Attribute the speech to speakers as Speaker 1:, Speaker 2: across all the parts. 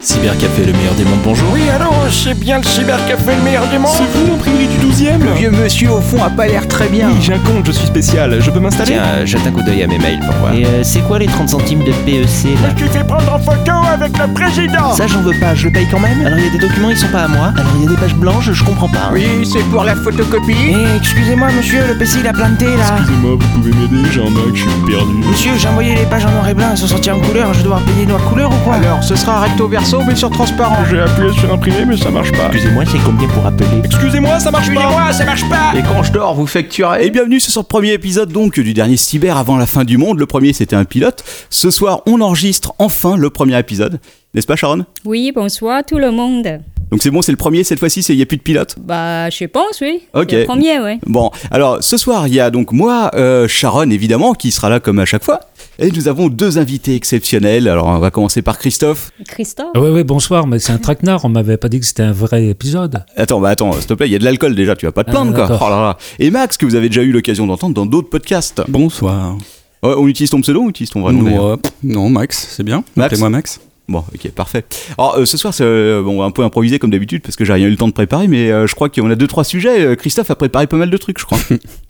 Speaker 1: Cybercafé, le meilleur des mondes, bonjour.
Speaker 2: Oui, allô, c'est bien le cybercafé le meilleur du monde
Speaker 3: C'est vous l'imprimerie du 12 e
Speaker 4: Le vieux monsieur au fond a pas l'air très bien.
Speaker 3: Oui, j'ai un compte, je suis spécial, je peux m'installer
Speaker 5: Tiens, euh, jette un coup d'œil à mes mails pour voir.
Speaker 6: Et euh, c'est quoi les 30 centimes de PEC là
Speaker 2: Je te fais prendre en photo avec le président
Speaker 6: Oh. Ça, j'en veux pas, je le paye quand même. Alors, il y a des documents, ils sont pas à moi. Alors, il y a des pages blanches, je comprends pas.
Speaker 4: Oui, c'est pour la photocopie.
Speaker 6: Eh, excusez-moi, monsieur, le PC il a planté là.
Speaker 3: Excusez-moi, vous pouvez m'aider, j'ai un Mac, je suis perdu.
Speaker 6: Monsieur, j'ai envoyé les pages en noir et blanc, elles sont sorties en couleur, je dois devoir payer noir couleur ou quoi
Speaker 4: Alors, ce sera recto verso, mais sur transparent.
Speaker 3: J'ai appuyé sur imprimer, mais ça marche pas.
Speaker 6: Excusez-moi, c'est combien pour appeler
Speaker 3: Excusez-moi, ça marche pas.
Speaker 4: Excusez-moi, ça marche pas. Et quand je dors, vous facturez.
Speaker 1: Et bienvenue sur ce premier épisode donc du dernier Cyber avant la fin du monde. Le premier c'était un pilote. Ce soir on enregistre enfin le premier épisode. N'est-ce pas Sharon
Speaker 7: Oui, bonsoir tout le monde.
Speaker 1: Donc c'est bon, c'est le premier cette fois-ci, il n'y a plus de pilote
Speaker 7: Bah, je pense, oui.
Speaker 1: Ok.
Speaker 7: C'est Le premier, ouais.
Speaker 1: Bon, alors ce soir il y a donc moi, euh, Sharon évidemment, qui sera là comme à chaque fois. Et nous avons deux invités exceptionnels. Alors on va commencer par Christophe.
Speaker 7: Christophe
Speaker 8: Ah Ouais, ouais, bonsoir, mais c'est un traquenard, on m'avait pas dit que c'était un vrai épisode.
Speaker 1: Attends, bah attends, s'il te plaît, il y a de l'alcool déjà, tu vas pas te plaindre
Speaker 8: Ah,
Speaker 1: quoi.
Speaker 8: d'accord.
Speaker 1: Oh là là. Et Max, que vous avez déjà eu l'occasion d'entendre dans d'autres podcasts.
Speaker 9: Bonsoir.
Speaker 1: Ouais, on utilise ton pseudo ou on utilise ton vrai nom
Speaker 9: non,
Speaker 1: Oh, d'ailleurs
Speaker 9: euh, pff, non, Max, c'est bien.
Speaker 1: Max
Speaker 9: Appelez-moi Max.
Speaker 1: Bon, ok, parfait. Alors, euh, ce soir, c'est euh, bon, un peu improvisé comme d'habitude parce que j'ai rien eu le temps de préparer, mais euh, je crois qu'on a deux trois sujets. Euh, Christophe a préparé pas mal de trucs, je crois.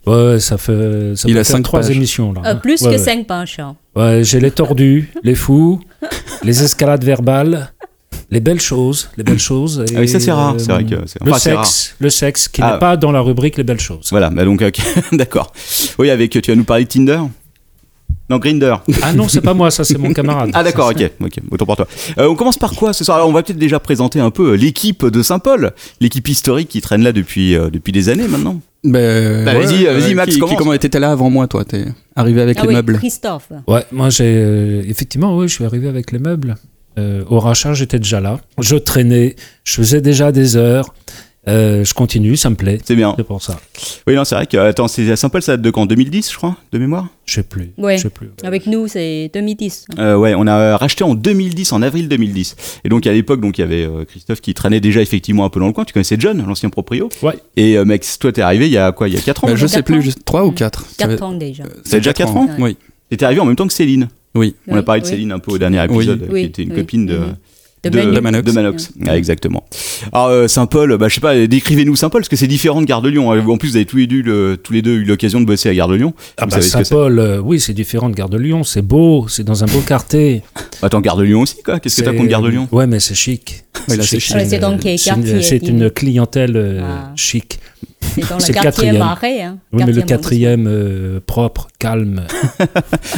Speaker 8: Ouais, ouais, ça fait. Ça
Speaker 9: Il
Speaker 8: doit
Speaker 9: a
Speaker 8: faire
Speaker 9: cinq
Speaker 8: trois
Speaker 9: pages.
Speaker 8: émissions là. hein.
Speaker 7: Euh, Plus
Speaker 8: Ah, Ouais,
Speaker 7: que
Speaker 8: ouais.
Speaker 7: 5 pages. hein.
Speaker 8: Ouais, j'ai les tordus, les fous, les escalades verbales, les belles choses, les belles choses. Et, euh,
Speaker 1: Ah oui, ça, c'est rare, c'est vrai que c'est-
Speaker 8: le
Speaker 1: enfin, c'est
Speaker 8: sexe, le sexe, qui
Speaker 1: Ah.
Speaker 8: n'est pas dans la rubrique les belles choses.
Speaker 1: voilà, bah donc, ok, d'accord. Oui, avec, tu vas nous parler de Tinder Non, Grinder.
Speaker 8: Ah non, c'est pas moi, ça c'est mon camarade.
Speaker 1: Ah d'accord, ok, ok, autant pour toi. Euh, on commence par quoi ce soir Alors on va peut-être déjà présenter un peu euh, l'équipe de Saint-Paul, l'équipe historique qui traîne là depuis, euh, depuis des années maintenant.
Speaker 9: Ben,
Speaker 1: Bah, vas-y, vas-y, Max,
Speaker 9: qui,
Speaker 1: commence.
Speaker 9: qui, comment t'étais là avant moi, toi T'es arrivé avec
Speaker 7: Ah
Speaker 9: les
Speaker 7: oui,
Speaker 9: meubles.
Speaker 7: Christophe.
Speaker 8: Ouais, moi j'ai euh, effectivement, oui, je suis arrivé avec les meubles. Euh, au rachat, j'étais déjà là. Je traînais, je faisais déjà des heures. Euh, je continue, ça me plaît.
Speaker 1: C'est bien.
Speaker 8: C'est pour ça.
Speaker 1: Oui, non, c'est vrai que, euh, attends, c'est à Saint-Paul, ça date de quand 2010, je crois, de mémoire
Speaker 8: Je sais plus.
Speaker 7: Ouais. Ah
Speaker 8: Je sais plus.
Speaker 7: Avec nous, c'est 2010.
Speaker 1: Euh, ouais, on a racheté en 2010, en avril 2010. Et donc à l'époque, donc il y avait euh, Christophe qui traînait déjà effectivement un peu dans le coin. Tu connaissais John, l'ancien proprio.
Speaker 8: Ouais.
Speaker 1: Et euh, Max, toi t'es arrivé il y a quoi Il y a 4 ans.
Speaker 9: Ben, je
Speaker 7: quatre
Speaker 9: sais
Speaker 7: ans.
Speaker 9: plus, juste 3 ou 4
Speaker 7: 4 ans déjà.
Speaker 1: C'est déjà 4 ans.
Speaker 7: ans.
Speaker 9: Oui.
Speaker 1: T'étais arrivé en même temps que Céline.
Speaker 9: Oui.
Speaker 1: On a parlé de
Speaker 7: oui.
Speaker 1: Céline un peu au dernier épisode,
Speaker 7: Oui,
Speaker 1: qui était une
Speaker 7: oui.
Speaker 1: copine de.
Speaker 7: Mhm. De Manu.
Speaker 9: de Manox.
Speaker 1: Ah, exactement. Alors euh, Saint-Paul, bah, je sais pas, décrivez-nous Saint-Paul parce que c'est différent de Gare de Lyon. hein. En plus, vous avez tous les deux, eu le- tous les deux eu l'occasion de bosser à Gare de Lyon.
Speaker 8: Ah
Speaker 1: Vous
Speaker 8: bah,
Speaker 1: savez ce que c'est.
Speaker 8: Saint-Paul, euh, oui, c'est différent de Gare de Lyon. C'est beau, c'est dans un beau quartier.
Speaker 1: Attends, Gare de Lyon aussi, quoi. Qu'est-ce que t'as contre Gare de Lyon
Speaker 8: Ouais, mais c'est chic.
Speaker 9: Ouais, là, c'est
Speaker 8: chic.
Speaker 9: chic.
Speaker 7: Ouais, c'est dans le
Speaker 8: C'est une-
Speaker 7: quartier,
Speaker 8: C'est
Speaker 7: dis.
Speaker 8: une clientèle euh,
Speaker 7: Ah.
Speaker 8: chic.
Speaker 7: C'est dans
Speaker 8: C'est
Speaker 7: le
Speaker 8: le
Speaker 7: quartier
Speaker 8: quatrième.
Speaker 7: Marais. Hein.
Speaker 8: Oui, mais le
Speaker 7: Quartier
Speaker 8: quatrième euh, propre, calme.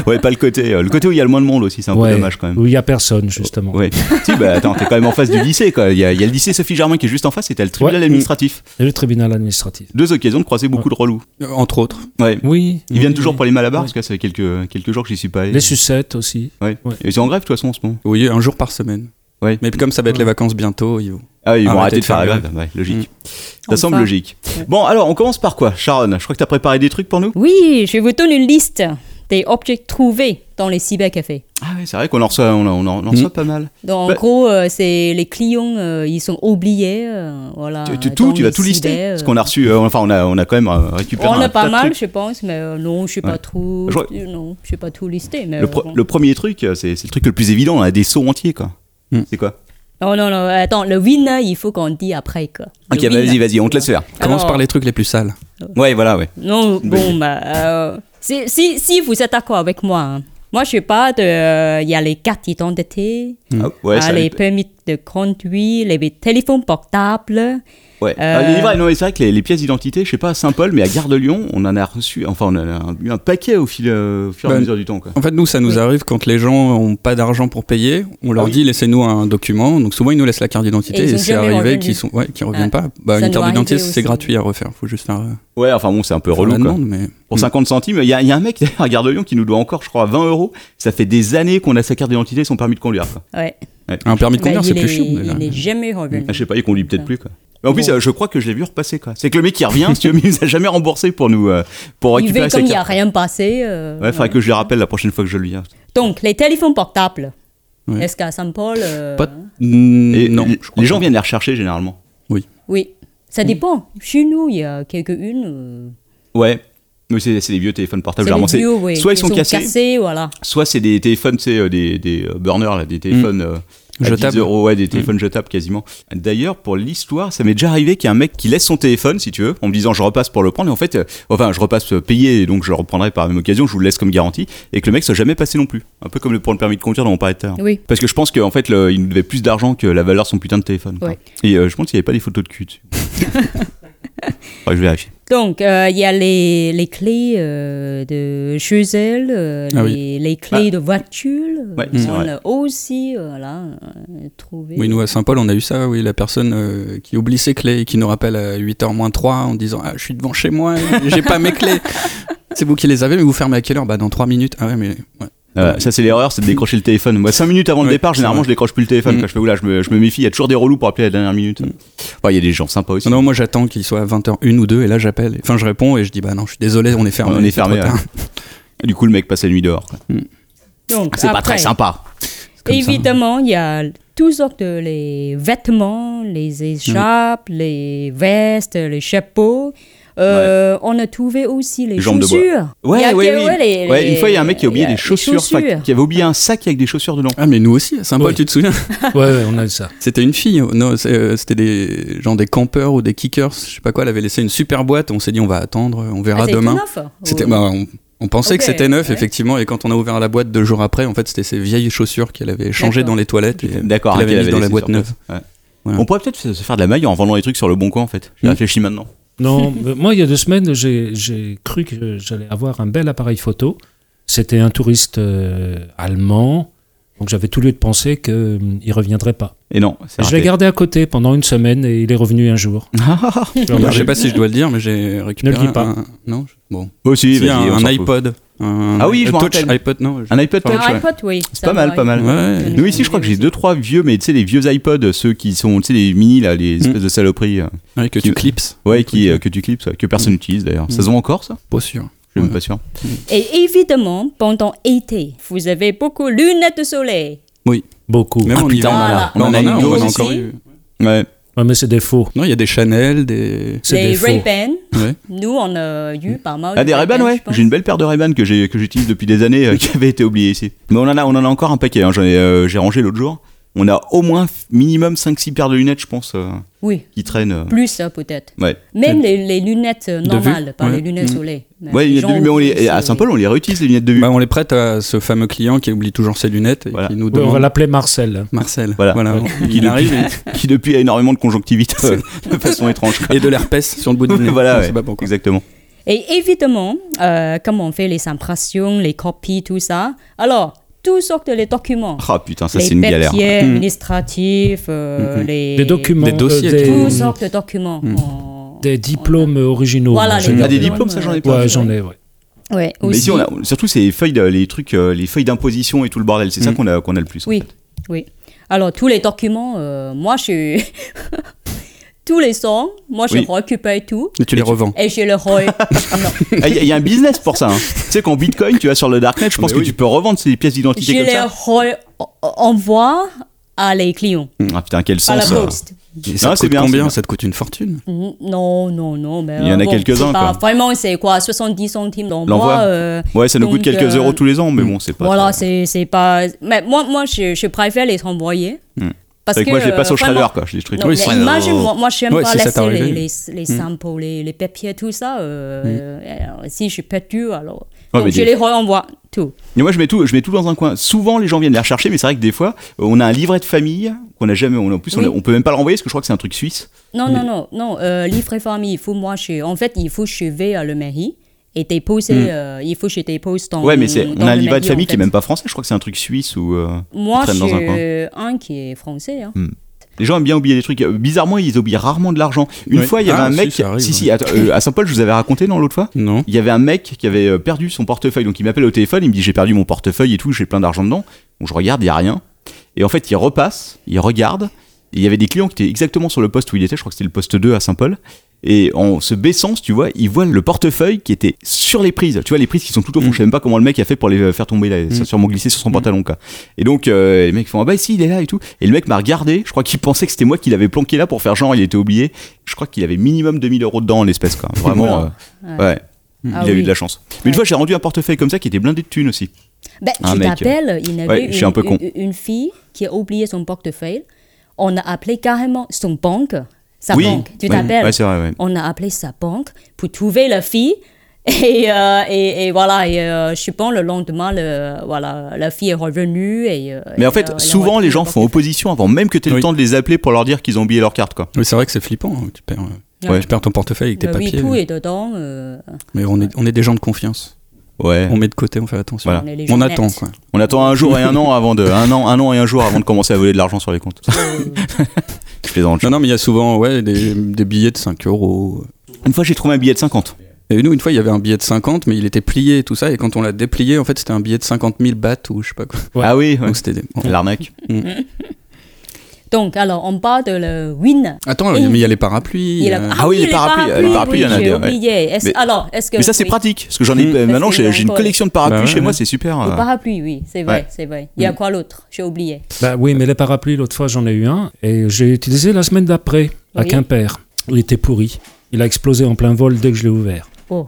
Speaker 1: Ouais, pas le côté, euh, le côté où il y a le moins de monde aussi, c'est un
Speaker 8: Ouais,
Speaker 1: peu dommage quand même.
Speaker 8: Où il n'y a personne, justement.
Speaker 1: Ouais. si, bah attends, t'es quand même en face du lycée, quoi. Il y, a il y a le lycée Sophie Germain qui est juste en face et t'as le tribunal
Speaker 8: Ouais.
Speaker 1: administratif.
Speaker 8: Et le tribunal administratif.
Speaker 1: Deux occasions de croiser beaucoup de relous.
Speaker 9: Euh, Entre autres.
Speaker 1: Ouais.
Speaker 8: Oui.
Speaker 1: Ils
Speaker 8: oui.
Speaker 1: viennent toujours pour les Malabar,
Speaker 8: Ouais.
Speaker 1: parce que ça fait quelques, quelques jours que j'y suis pas allé.
Speaker 8: Les sucettes aussi.
Speaker 1: Ouais.
Speaker 8: Ouais.
Speaker 1: Ils sont en grève, de toute façon, en ce moment.
Speaker 9: Oui, un jour par semaine.
Speaker 1: Ouais.
Speaker 9: Mais comme ça va être les vacances bientôt, ils vont-
Speaker 1: Ah, ils vont
Speaker 9: Arrêtez
Speaker 1: arrêter de
Speaker 9: de
Speaker 1: faire la
Speaker 9: faire la
Speaker 1: grève. Ouais, logique. Ça
Speaker 7: Enfin.
Speaker 1: semble logique. Bon, alors, on commence par quoi, Sharon Je crois que t'as préparé des trucs pour nous
Speaker 7: Oui, je vous donne une liste des objets trouvés dans les cybercafés.
Speaker 1: Ah, ouais, c'est vrai qu'on en reçoit, on en, on en- on en reçoit pas mal.
Speaker 7: Donc, en
Speaker 1: Bah-
Speaker 7: gros, euh, c'est les clients, euh, ils sont oubliés. euh, voilà,
Speaker 1: Tu- tu, tout,
Speaker 7: dans
Speaker 1: tu vas
Speaker 7: les
Speaker 1: tout lister
Speaker 7: cyber,
Speaker 1: Ce
Speaker 7: euh.
Speaker 1: qu'on a reçu, euh, enfin, on a, on a quand même euh, récupéré
Speaker 7: On
Speaker 1: un
Speaker 7: a
Speaker 1: tas
Speaker 7: pas
Speaker 1: de
Speaker 7: mal,
Speaker 1: trucs.
Speaker 7: je pense, mais euh, non, je suis pas trop.
Speaker 1: Je vois-
Speaker 7: euh, Non, je suis pas tout listé. Mais
Speaker 1: Le,
Speaker 7: euh,
Speaker 1: pro-
Speaker 7: bon.
Speaker 1: le premier truc, euh, c'est c'est le truc le plus évident, on a des seaux entiers, quoi.
Speaker 9: Hmm.
Speaker 1: C'est quoi
Speaker 7: Non, non, non, attends, le winner, il faut qu'on dise après. Quoi. Le
Speaker 1: Ok, bah,
Speaker 7: winner.
Speaker 1: vas-y, vas-y, on te laisse faire.
Speaker 9: Commence
Speaker 7: Alors-
Speaker 9: par les trucs les plus sales.
Speaker 1: Ouais, voilà, ouais.
Speaker 7: Non, bon, bah, euh, si, si, si vous êtes d'accord avec moi, hein. moi je sais pas, de, euh, il y a les cartes d'identité,
Speaker 9: Mm.
Speaker 1: Ah, ouais,
Speaker 7: ah,
Speaker 1: ça-
Speaker 7: les permis de conduire, les téléphones portables.
Speaker 1: ouais.
Speaker 7: euh,
Speaker 1: Ah, les livrets, non, mais c'est vrai que les, les pièces d'identité, je sais pas à Saint-Paul, mais à Gare de Lyon, on en a reçu, enfin, on en a un- eu un paquet au, fil, euh, au fur et à
Speaker 9: Ben,
Speaker 1: mesure du temps, quoi.
Speaker 9: En fait, nous, ça nous
Speaker 7: Oui. Ah
Speaker 9: arrive quand les gens ont pas d'argent pour payer, on leur
Speaker 1: oui.
Speaker 9: dit laissez-nous un document. Donc souvent, ils nous laissent la carte
Speaker 7: Et
Speaker 9: d'identité
Speaker 7: ils
Speaker 9: et,
Speaker 7: ont
Speaker 9: c'est
Speaker 7: jamais
Speaker 9: arrivé
Speaker 7: revenu.
Speaker 9: qu'ils sont, ouais, qu'ils reviennent pas. Bah,
Speaker 7: Ça
Speaker 9: une
Speaker 7: nous
Speaker 9: carte
Speaker 7: arrivait
Speaker 9: d'identité,
Speaker 7: aussi.
Speaker 9: c'est gratuit à refaire. Faut juste faire, euh,
Speaker 1: Ouais, enfin bon, c'est un peu
Speaker 9: faire la
Speaker 1: relou, quoi.
Speaker 9: demande, mais
Speaker 1: Pour 50 centimes, il y, a- il y a un mec d'ailleurs, à Gare de Lyon qui nous doit encore, je crois, 20 euros. Ça fait des années qu'on a sa carte d'identité et son permis de conduire, quoi.
Speaker 7: Ouais.
Speaker 9: un permis de
Speaker 7: Bah,
Speaker 9: conduire,
Speaker 7: il
Speaker 9: c'est plus
Speaker 7: est-
Speaker 9: chiant.
Speaker 7: Il
Speaker 9: déjà.
Speaker 7: n'est jamais revenu.
Speaker 1: Ah, je sais pas, il conduit peut-être
Speaker 7: Ouais.
Speaker 1: plus, quoi. Mais en plus,
Speaker 7: Bon.
Speaker 1: euh, je crois que je l'ai vu repasser, quoi. C'est que le mec qui revient, si tu veux, mais il nous a jamais remboursé pour nous, euh, pour
Speaker 7: Il
Speaker 1: récupérer
Speaker 7: veut comme
Speaker 1: sa
Speaker 7: il n'y a
Speaker 1: carte.
Speaker 7: rien passé. euh,
Speaker 1: Ouais, faudrait
Speaker 7: ouais.
Speaker 1: que je le rappelle la prochaine fois que je le hein. viens.
Speaker 7: Donc, les téléphones portables.
Speaker 9: Ouais.
Speaker 7: Est-ce qu'à Saint-Paul. euh,
Speaker 9: Pas- Mm,
Speaker 1: Et
Speaker 9: non,
Speaker 1: les-
Speaker 9: je crois
Speaker 1: les gens
Speaker 9: pas.
Speaker 1: viennent les rechercher généralement.
Speaker 7: Oui,
Speaker 1: Mm.
Speaker 7: ça dépend. Chez nous, il y a quelques-unes. euh,
Speaker 1: Ouais. Mais c'est c'est des vieux téléphones portables,
Speaker 7: c'est
Speaker 1: généralement.
Speaker 7: les
Speaker 1: c'est-
Speaker 7: vieux, oui,
Speaker 1: Soit ils sont, cassés
Speaker 7: voilà.
Speaker 1: Soit c'est des téléphones, c'est euh, des, des euh, burners, là, des téléphones euh, Je
Speaker 9: Jetable.
Speaker 1: euros, ouais, des téléphones jetables quasiment. D'ailleurs, pour l'histoire, ça m'est déjà arrivé qu'il y a un mec qui laisse son téléphone, si tu veux, en me disant je repasse pour le prendre, et en fait, euh, enfin, je repasse euh, payé, et donc je le reprendrai par la même occasion, je vous le laisse comme garantie, et que le mec soit jamais passé non plus. Un peu comme le- pour le permis de conduire dont on parlait tout à l'heure.
Speaker 7: Oui.
Speaker 1: Parce que je pense qu'en fait, le- il nous devait plus d'argent que la valeur de son putain de téléphone. quoi.
Speaker 7: Ouais.
Speaker 1: Et euh, je pense qu'il n'y avait pas des photos de cul dessus. Faudrait que je vérifie.
Speaker 7: Donc, euh, il y a les, les clés euh, de chez elle, euh,
Speaker 9: Ah
Speaker 7: les,
Speaker 9: oui.
Speaker 7: les clés de voiture. euh,
Speaker 1: Bah. Ouais, c'est
Speaker 7: on
Speaker 1: vrai.
Speaker 7: a aussi euh, voilà, euh, trouvé.
Speaker 9: Oui, nous à Saint-Paul, on a eu ça, oui, la personne euh, qui oublie ses clés et qui nous rappelle à 8h moins 3 en disant Ah, je suis devant chez moi, j'ai pas mes clés. C'est vous qui les avez, mais vous fermez à quelle heure Bah, dans 3 minutes. Ah ouais, mais. ouais.
Speaker 1: Euh, ça c'est l'erreur, c'est de décrocher le téléphone. Moi, 5 minutes avant le
Speaker 9: Ouais,
Speaker 1: départ,
Speaker 9: c'est
Speaker 1: généralement
Speaker 9: vrai.
Speaker 1: je décroche plus le téléphone.
Speaker 9: Mm.
Speaker 1: Quand je fais oula, je me, je me méfie. Il y a toujours des relous pour appeler à la dernière minute. Enfin, il y a des gens sympas aussi.
Speaker 9: Non, non, moi j'attends qu'il soit à 20h1 ou 2 et là j'appelle. Enfin, je réponds et je dis Bah non, je suis désolé, on est fermé.
Speaker 1: On est
Speaker 9: il est
Speaker 1: fermé,
Speaker 9: trop tard.
Speaker 1: ouais. Du coup, le mec passe la nuit dehors. quoi.
Speaker 7: Donc,
Speaker 1: C'est pas
Speaker 7: après,
Speaker 1: très sympa.
Speaker 9: comme ça.
Speaker 7: Évidemment, il y a toutes sortes de les vêtements, les écharpes, les vestes, les chapeaux. Euh, On a trouvé aussi les
Speaker 1: Les jambes de bois.
Speaker 7: chaussures. Il y a- il y a- ouais, les-
Speaker 1: Ouais,
Speaker 7: les-
Speaker 1: une fois, il y a un mec qui a oublié
Speaker 7: il y
Speaker 1: des chaussures, enfin,
Speaker 7: chaussures.
Speaker 1: qui avait oublié un sac avec des chaussures dedans.
Speaker 9: Ah, mais nous aussi, à Saint-Paul,
Speaker 8: Oui.
Speaker 9: tu te souviens
Speaker 8: Ouais, ouais, on a eu ça.
Speaker 9: C'était une fille, non, c'est, euh, c'était des genre des campeurs ou des kickers, je sais pas quoi, elle avait laissé une super boîte, on s'est dit on va attendre, on verra
Speaker 7: Ah, c'est
Speaker 9: demain.
Speaker 7: tout neuf
Speaker 9: C'était,
Speaker 7: Ouais.
Speaker 9: bah, on, on pensait
Speaker 7: Ok,
Speaker 9: que c'était neuf,
Speaker 7: ouais.
Speaker 9: effectivement, et quand on a ouvert la boîte deux jours après, en fait, c'était ses vieilles chaussures qu'elle avait changées
Speaker 7: D'accord.
Speaker 9: dans les toilettes. et
Speaker 1: D'accord,
Speaker 9: qu'elle
Speaker 1: hein,
Speaker 9: avait
Speaker 1: qu'elle
Speaker 9: mis dans la
Speaker 1: laissé
Speaker 9: boîte
Speaker 1: sur
Speaker 9: neuve.
Speaker 1: place. Ouais.
Speaker 9: Voilà.
Speaker 1: On pourrait peut-être se se faire de la maille en vendant des trucs sur le bon coin en fait. J'ai
Speaker 9: Mm.
Speaker 1: réfléchi maintenant.
Speaker 8: Non, mais moi, il y a deux semaines, j'ai- j'ai cru que j'allais avoir un bel appareil photo. C'était un touriste euh, allemand, donc j'avais tout lieu de penser qu'il ne reviendrait pas.
Speaker 1: Et non, c'est
Speaker 8: Je l'ai gardé à côté pendant une semaine et il est revenu un jour.
Speaker 9: Alors,
Speaker 8: Alors,
Speaker 9: bah, je sais pas si je dois le dire, mais j'ai récupéré.
Speaker 8: dis pas.
Speaker 9: Un, non, je- bon.
Speaker 1: Aussi,
Speaker 9: Si, un, un iPod. un-
Speaker 1: Ah oui, je
Speaker 9: un
Speaker 1: m'en
Speaker 9: touch
Speaker 1: rappelle. Ah,
Speaker 9: iPod, non. je-
Speaker 1: Un iPod
Speaker 7: Un
Speaker 1: Touch. ouais.
Speaker 7: iPod, oui.
Speaker 1: C'est pas mal, pas mal.
Speaker 9: Ouais.
Speaker 1: Nous ici, je crois que j'ai deux trois vieux, mais tu sais les vieux iPods, ceux qui sont, tu sais les mini là,
Speaker 9: Mm.
Speaker 1: les espèces de saloperies. euh,
Speaker 9: Ouais, que
Speaker 1: Qui-
Speaker 9: tu clips.
Speaker 1: Ouais, qui, euh, que tu clips, ouais, que personne n'utilise d'ailleurs. Ça se vend encore ça
Speaker 9: Pas sûr.
Speaker 1: Je suis même
Speaker 9: Mm. Ouais.
Speaker 1: pas sûr.
Speaker 7: Et évidemment, pendant l'été, vous avez beaucoup de lunettes de soleil.
Speaker 8: Beaucoup.
Speaker 9: Même
Speaker 1: Ah,
Speaker 9: en
Speaker 1: putain,
Speaker 9: hiver,
Speaker 1: on
Speaker 9: on en
Speaker 1: en a.
Speaker 9: a,
Speaker 1: On en a
Speaker 9: eu,
Speaker 1: eu
Speaker 9: on en a
Speaker 7: aussi.
Speaker 9: encore eu.
Speaker 1: Ouais.
Speaker 8: Ouais, mais c'est des faux.
Speaker 9: Non, il y a des Chanel, des.
Speaker 8: C'est
Speaker 7: Les
Speaker 8: des faux.
Speaker 7: Ray-Ban,
Speaker 9: Ouais.
Speaker 7: nous, on a eu pas mal.
Speaker 1: Ah des Ray-Ban ouais.
Speaker 7: Oh, je pense.
Speaker 1: J'ai une belle paire de Ray-Ban que j'ai que j'utilise depuis des années euh, qui avait été oubliée ici. Mais on en a on en a encore un paquet. hein, J'en ai euh, j'ai rangé l'autre jour. On a au moins f- minimum 5-6 paires de lunettes, je pense, euh,
Speaker 7: Oui,
Speaker 1: qui traînent. euh,
Speaker 7: plus euh, peut-être.
Speaker 1: Ouais.
Speaker 7: Même les, les lunettes euh,
Speaker 9: De vue,
Speaker 7: normales, pas
Speaker 9: ouais.
Speaker 7: les lunettes
Speaker 9: Mm.
Speaker 7: soleil.
Speaker 1: Ouais, les lunettes de vue, mais on les- à Saint-Paul, on les réutilise les lunettes de vue.
Speaker 9: Bah, on les prête à ce fameux client qui oublie toujours ses lunettes et
Speaker 1: Voilà.
Speaker 9: qui nous
Speaker 8: Ouais, on
Speaker 9: demande
Speaker 8: va l'appeler Marcel.
Speaker 9: Marcel.
Speaker 1: Voilà.
Speaker 9: Voilà.
Speaker 1: Qui
Speaker 9: Il arrive
Speaker 1: qui depuis a énormément de conjonctivite euh, de façon étrange. quoi.
Speaker 9: et, et de l'herpès sur le bout du nez.
Speaker 1: voilà,
Speaker 9: On
Speaker 1: ouais.
Speaker 9: sait pas pourquoi.
Speaker 1: exactement.
Speaker 7: Et évidemment, euh, comme on fait les impressions, les copies, tout ça, alors, toutes sortes de les documents.
Speaker 1: Ah putain, ça
Speaker 7: les
Speaker 1: c'est une
Speaker 7: papiers
Speaker 1: galère. Mm.
Speaker 7: administratifs, euh, les...
Speaker 8: Des documents.
Speaker 9: Des dossiers
Speaker 8: euh,
Speaker 9: qui
Speaker 8: des,
Speaker 7: Toutes sortes de documents. On-
Speaker 8: Hmm. des diplômes originaux.
Speaker 7: Oh. Voilà,
Speaker 8: en
Speaker 7: les
Speaker 8: général.
Speaker 1: Ah, des
Speaker 7: documents,
Speaker 1: diplômes, ça, j'en ai
Speaker 7: euh,
Speaker 1: pas.
Speaker 8: Ouais, j'en ai, ouais.
Speaker 7: Ouais,
Speaker 1: Mais
Speaker 7: aussi.
Speaker 1: ici, on a, surtout ces feuilles, de- les trucs, euh, les feuilles d'imposition et tout le bordel, c'est ça
Speaker 9: Mm.
Speaker 1: qu'on a, qu'on a le plus. hein. en
Speaker 7: Oui,
Speaker 1: fait.
Speaker 7: oui. Alors, tous les documents, euh, moi, je... tous les sons, moi, je
Speaker 1: Oui.
Speaker 7: récupère tout
Speaker 9: Et tu les revends.
Speaker 7: et je le re... Non,
Speaker 1: Ah, Il y, a- il y a un business pour ça. hein. tu sais qu'en Bitcoin, tu vas sur le darknet, je pense
Speaker 9: Ah, Mais
Speaker 1: que
Speaker 9: oui.
Speaker 1: tu peux revendre ces pièces
Speaker 7: je
Speaker 1: d'identité comme
Speaker 7: les
Speaker 1: ça.
Speaker 7: re... envoie à les clients,
Speaker 1: Ah putain, quel
Speaker 7: à la
Speaker 1: sens. euh.
Speaker 7: poste.
Speaker 9: Et ça
Speaker 1: Non,
Speaker 9: te
Speaker 1: c'est
Speaker 9: coûte
Speaker 1: bien, c'est bien.
Speaker 9: combien Ça te coûte une fortune.
Speaker 7: N- Non, non, non, mais...
Speaker 1: Il y en a
Speaker 7: euh, bon,
Speaker 1: quelques-uns,
Speaker 7: c'est pas-
Speaker 1: quoi.
Speaker 7: Vraiment, c'est quoi, 70 centimes
Speaker 1: L'envoi.
Speaker 7: d'envoi euh,
Speaker 1: Ouais, ça nous coûte
Speaker 7: Donc,
Speaker 1: quelques
Speaker 7: euh,
Speaker 1: euros tous les ans,
Speaker 9: Mm.
Speaker 1: mais bon, c'est pas.
Speaker 7: Voilà,
Speaker 1: très-
Speaker 7: c'est c'est pas... Mais moi, moi je, je préfère les renvoyer.
Speaker 1: Hmm.
Speaker 7: Parce
Speaker 1: Avec moi, je les passe
Speaker 7: euh,
Speaker 1: au shredder,
Speaker 7: vraiment-
Speaker 1: quoi. Je les trucs.
Speaker 7: Non, mais imagine, moi, moi j'aime
Speaker 9: Ouais,
Speaker 7: pas
Speaker 9: si ça
Speaker 7: laisser les,
Speaker 9: t'arrivait.
Speaker 7: les, les
Speaker 1: Hmm.
Speaker 7: samples, les, les papiers, tout ça. euh, euh, si je suis perdu, alors.
Speaker 1: Ouais,
Speaker 7: Donc,
Speaker 1: mais
Speaker 7: je
Speaker 1: des-
Speaker 7: les renvoie, tout.
Speaker 1: Et moi, je mets tout, je mets tout dans un coin. Souvent, les gens viennent les rechercher, mais c'est vrai que des fois, euh, on a un livret de famille qu'on a jamais. on- en plus, on, a-
Speaker 7: Oui.
Speaker 1: on peut même pas l'envoyer parce que je crois que c'est un truc suisse.
Speaker 7: Non, non, non, non. euh, livre et famille, il faut, moi, je, en fait, il faut que je vais à la mairie et déposer, euh, il faut que je dépose dans.
Speaker 1: Hmm. ouais, mais c'est,
Speaker 7: dans
Speaker 1: on a un
Speaker 7: le
Speaker 1: livret de
Speaker 7: mairie,
Speaker 1: famille
Speaker 7: en
Speaker 1: qui est
Speaker 7: fait.
Speaker 1: même pas français. Je crois que c'est un truc suisse ou. euh,
Speaker 7: Moi, je
Speaker 1: traîne dans un coin.
Speaker 7: suis un qui est français. hein.
Speaker 1: Les gens aiment bien oublier des trucs. Euh, Bizarrement, ils oublient rarement de l'argent. Une
Speaker 9: Ouais.
Speaker 1: fois, il y avait
Speaker 9: Ah,
Speaker 1: un
Speaker 9: si,
Speaker 1: mec.
Speaker 9: ça arrive,
Speaker 1: si,
Speaker 9: ouais.
Speaker 1: si, attends, euh, à Saint-Paul, je vous avais raconté, non, l'autre fois
Speaker 9: Non.
Speaker 1: Il y avait un mec qui avait euh, perdu son portefeuille. Donc, il m'appelle au téléphone, il me dit J'ai perdu mon portefeuille et tout, j'ai plein d'argent dedans. Bon, je regarde, il n'y a rien. Et en fait, il repasse, il regarde. Et il y avait des clients qui étaient exactement sur le poste où il était. Je crois que c'était le poste 2 à Saint-Paul. Et en se baissant, tu vois, il voit le portefeuille qui était sur les prises. Tu vois, les prises qui sont tout au fond. Je sais même pas comment le mec a fait pour les euh, faire tomber là. Ça a sûrement glissé sur son pantalon, quoi. Et donc, euh, les mecs font Ah bah si, il est là et tout. Et le mec m'a regardé. Je crois qu'il pensait que c'était moi qui l'avais planqué là pour faire genre, il était oublié. Je crois qu'il avait minimum 2000 euros dedans en espèces, quoi. Vraiment. euh, ouais.
Speaker 7: Ah
Speaker 1: il a eu
Speaker 7: oui.
Speaker 1: de la chance. Mais une
Speaker 7: Ouais.
Speaker 1: fois, j'ai rendu un portefeuille comme ça qui était blindé de thunes aussi.
Speaker 7: Ben,
Speaker 1: Un
Speaker 7: tu
Speaker 1: Ah, mec.
Speaker 7: t'appelles, il y avait
Speaker 1: Ouais, je suis
Speaker 7: une,
Speaker 1: un peu con.
Speaker 7: une- une fille qui a oublié son portefeuille. On a appelé carrément son banque, sa
Speaker 1: Oui,
Speaker 7: banque. Tu
Speaker 1: ouais.
Speaker 7: t'appelles.
Speaker 1: Ouais, c'est vrai, ouais.
Speaker 7: On a appelé sa banque pour trouver la fille. Et, euh, et, et voilà, et, euh, je pense le lendemain, le, voilà, la fille est revenue. Et, euh,
Speaker 1: Mais en
Speaker 7: et,
Speaker 1: fait,
Speaker 7: euh, elle a
Speaker 1: souvent,
Speaker 7: repris
Speaker 1: les gens
Speaker 7: le
Speaker 1: font opposition avant même que tu aies
Speaker 9: Oui.
Speaker 1: le temps de les appeler pour leur dire qu'ils ont oublié leur carte, quoi.
Speaker 9: Oui, c'est vrai que c'est flippant. hein, Tu perds, euh,
Speaker 7: Ouais.
Speaker 9: tu perds ton portefeuille avec tes
Speaker 7: portefeuille. Oui,
Speaker 9: papiers.
Speaker 7: tout
Speaker 9: mais
Speaker 7: est dedans. euh,
Speaker 9: mais on est, on est des gens de confiance.
Speaker 1: Ouais.
Speaker 9: On met de côté, on fait attention.
Speaker 1: Voilà.
Speaker 7: on est les
Speaker 9: On
Speaker 7: gens
Speaker 9: attend,
Speaker 7: honnêtes.
Speaker 9: quoi.
Speaker 1: On attend un jour et un an avant de. Un an, un an et un jour avant de commencer à voler de l'argent sur les comptes. Je plaisante.
Speaker 9: Non, non, mais il y a souvent ouais, des, des billets de 5 euros.
Speaker 1: Une fois, j'ai trouvé un billet de 50.
Speaker 9: Et nous, une fois, il y avait un billet de 50, mais il était plié et tout ça. Et quand on l'a déplié, en fait, c'était un billet de 50 000 bahts ou je sais pas quoi.
Speaker 8: Ouais.
Speaker 1: Ah oui, ouais.
Speaker 9: Donc, c'était des-
Speaker 1: l'arnaque.
Speaker 7: Donc, alors, on parle de le win.
Speaker 9: Attends,
Speaker 7: Et-
Speaker 9: mais il y a les parapluies.
Speaker 7: Il a-
Speaker 9: euh,
Speaker 1: Ah oui, les parapluies, les parapluies, il y en a
Speaker 7: oui,
Speaker 1: des,
Speaker 7: j'ai
Speaker 1: ouais.
Speaker 7: oublié. Est-ce-
Speaker 1: Mais-
Speaker 7: alors, est-ce que
Speaker 1: Mais ça, c'est
Speaker 7: oui.
Speaker 1: pratique. Parce que j'en ai.
Speaker 9: Mm.
Speaker 1: euh, maintenant,
Speaker 7: Parce qu'il y
Speaker 1: j'ai
Speaker 7: a
Speaker 1: j'ai une
Speaker 7: encore
Speaker 1: collection de parapluies
Speaker 9: Bah ouais,
Speaker 1: chez moi,
Speaker 9: ouais.
Speaker 1: c'est super.
Speaker 7: Les
Speaker 1: euh.
Speaker 7: parapluies, oui, c'est vrai,
Speaker 1: Ouais. Mm.
Speaker 7: c'est vrai. Il y a quoi l'autre J'ai oublié.
Speaker 8: Bah oui, mais les parapluies, l'autre fois, j'en ai eu un et j'ai utilisé la semaine d'après à
Speaker 7: Oui.
Speaker 8: Quimper. Il était pourri. Il a explosé en plein vol dès que je l'ai ouvert.
Speaker 7: Oh.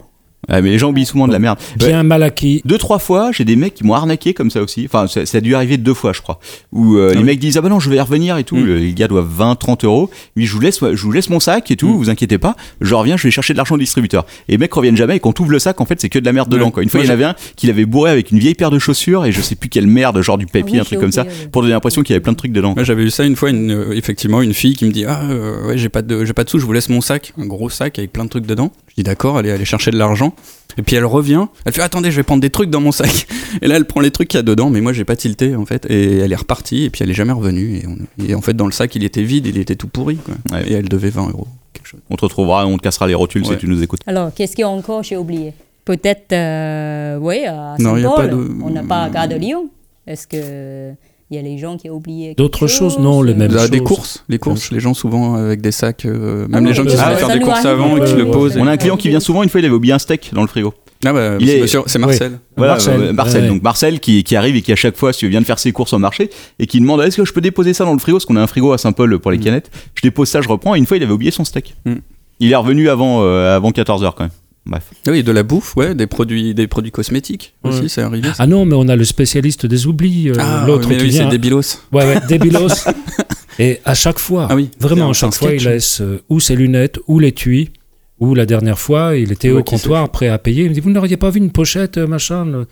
Speaker 1: Ouais, Ah, mais les gens oublient souvent de la merde.
Speaker 9: Bah
Speaker 1: Ouais.
Speaker 8: Bien mal acquis.
Speaker 1: Deux, trois fois, j'ai des mecs qui m'ont arnaqué comme ça aussi. Enfin, ça, ça a dû arriver deux fois, je crois. Où euh, les mecs disent Ah bah non, je vais y revenir et tout.
Speaker 9: Mm.
Speaker 1: Le, les gars doivent 20, 30 euros. Mais je vous laisse, je vous laisse mon sac et
Speaker 9: Mm.
Speaker 1: tout, vous inquiétez pas. Je reviens, je vais chercher de l'argent au distributeur. Et les mecs reviennent jamais et quand ouvre le sac, en fait, c'est que de la merde dedans.
Speaker 9: Ouais.
Speaker 1: Quoi. Une fois,
Speaker 9: Moi,
Speaker 1: il y en avait un qui l'avait bourré avec une vieille paire de chaussures et je sais plus quelle merde, genre du papier,
Speaker 7: Ah oui,
Speaker 1: un truc
Speaker 7: j'ai
Speaker 1: comme ça,
Speaker 7: oublié, ouais.
Speaker 1: pour donner l'impression qu'il y avait plein de trucs dedans.
Speaker 9: Moi, j'avais eu ça une fois, une, euh, effectivement, une fille qui me dit Ah, euh, ouais, j'ai pas, de, j'ai pas de sous, je vous laisse mon sac, un gros sac avec plein de trucs dedans. Je dis D'accord, allez, allez chercher de l'argent. Et puis elle revient, elle fait Attendez, je vais prendre des trucs dans mon sac. Et là, elle prend les trucs qu'il y a dedans, mais moi, j'ai pas tilté, en fait. Et elle est repartie, et puis elle est jamais revenue. Et, on- et en fait, dans le sac, il était vide, il était tout pourri, quoi.
Speaker 1: Ouais.
Speaker 9: Et elle devait 20 euros, quelque chose.
Speaker 1: On te retrouvera, on te cassera les rotules
Speaker 9: Ouais.
Speaker 1: si tu nous écoutes.
Speaker 7: Alors, qu'est-ce qu'il y a encore J'ai oublié. Peut-être, euh, oui, à
Speaker 9: Non, il y a pas
Speaker 7: Saint-Paul,
Speaker 9: de- Mm.
Speaker 7: on n'a pas à Gare de Lyon. Est-ce que il y a les gens qui ont oublié quelque
Speaker 8: D'autres choses
Speaker 7: chose
Speaker 8: Non, les mêmes
Speaker 9: Bah, des
Speaker 8: chose.
Speaker 9: courses, les courses, les gens souvent avec des sacs, euh,
Speaker 7: Ah
Speaker 9: même les
Speaker 7: oui,
Speaker 9: gens qui
Speaker 8: bah, ça
Speaker 9: sont allés
Speaker 8: nous
Speaker 9: faire des
Speaker 7: arrive,
Speaker 9: courses
Speaker 7: on
Speaker 9: avant et
Speaker 8: peut-
Speaker 9: qui le
Speaker 8: ouais.
Speaker 9: posent.
Speaker 1: On a un client qui vient souvent, une fois, il avait oublié un steak dans le frigo.
Speaker 9: Ah bah,
Speaker 1: Il
Speaker 9: c'est
Speaker 1: est-
Speaker 9: monsieur- c'est Marcel.
Speaker 1: Voilà,
Speaker 8: Marcel.
Speaker 1: euh, Marcel.
Speaker 8: Ouais.
Speaker 1: Donc Marcel qui, qui arrive et qui à chaque fois si, vient de faire ses courses au marché et qui demande est-ce que je peux déposer ça dans le frigo parce qu'on a un frigo à Saint-Paul pour les canettes. Je dépose ça, je reprends. Et une fois, il avait oublié son steak.
Speaker 9: Mm.
Speaker 1: Il est revenu avant, euh, avant 14h quand même. Bref.
Speaker 9: Ah Oui, de la bouffe, ouais, des produits, des produits cosmétiques aussi, c'est arrivé. ça.
Speaker 8: Ah non, mais on a le spécialiste des oublis, euh,
Speaker 9: Ah,
Speaker 8: l'autre
Speaker 9: mais
Speaker 8: qui
Speaker 9: lui, c'est
Speaker 8: vient.
Speaker 9: Débilos.
Speaker 8: Ouais, ouais, débilos. Et à chaque fois,
Speaker 9: Ah oui, c'est
Speaker 8: vraiment
Speaker 9: un-
Speaker 8: à chaque
Speaker 9: un
Speaker 8: fois, il
Speaker 9: sketch.
Speaker 8: laisse euh, ou ses lunettes, ou l'étui, ou la dernière fois, il était
Speaker 9: Ouais,
Speaker 8: au
Speaker 9: qui sait.
Speaker 8: comptoir, prêt à payer. Il me dit, vous n'auriez pas vu une pochette, euh, machin le-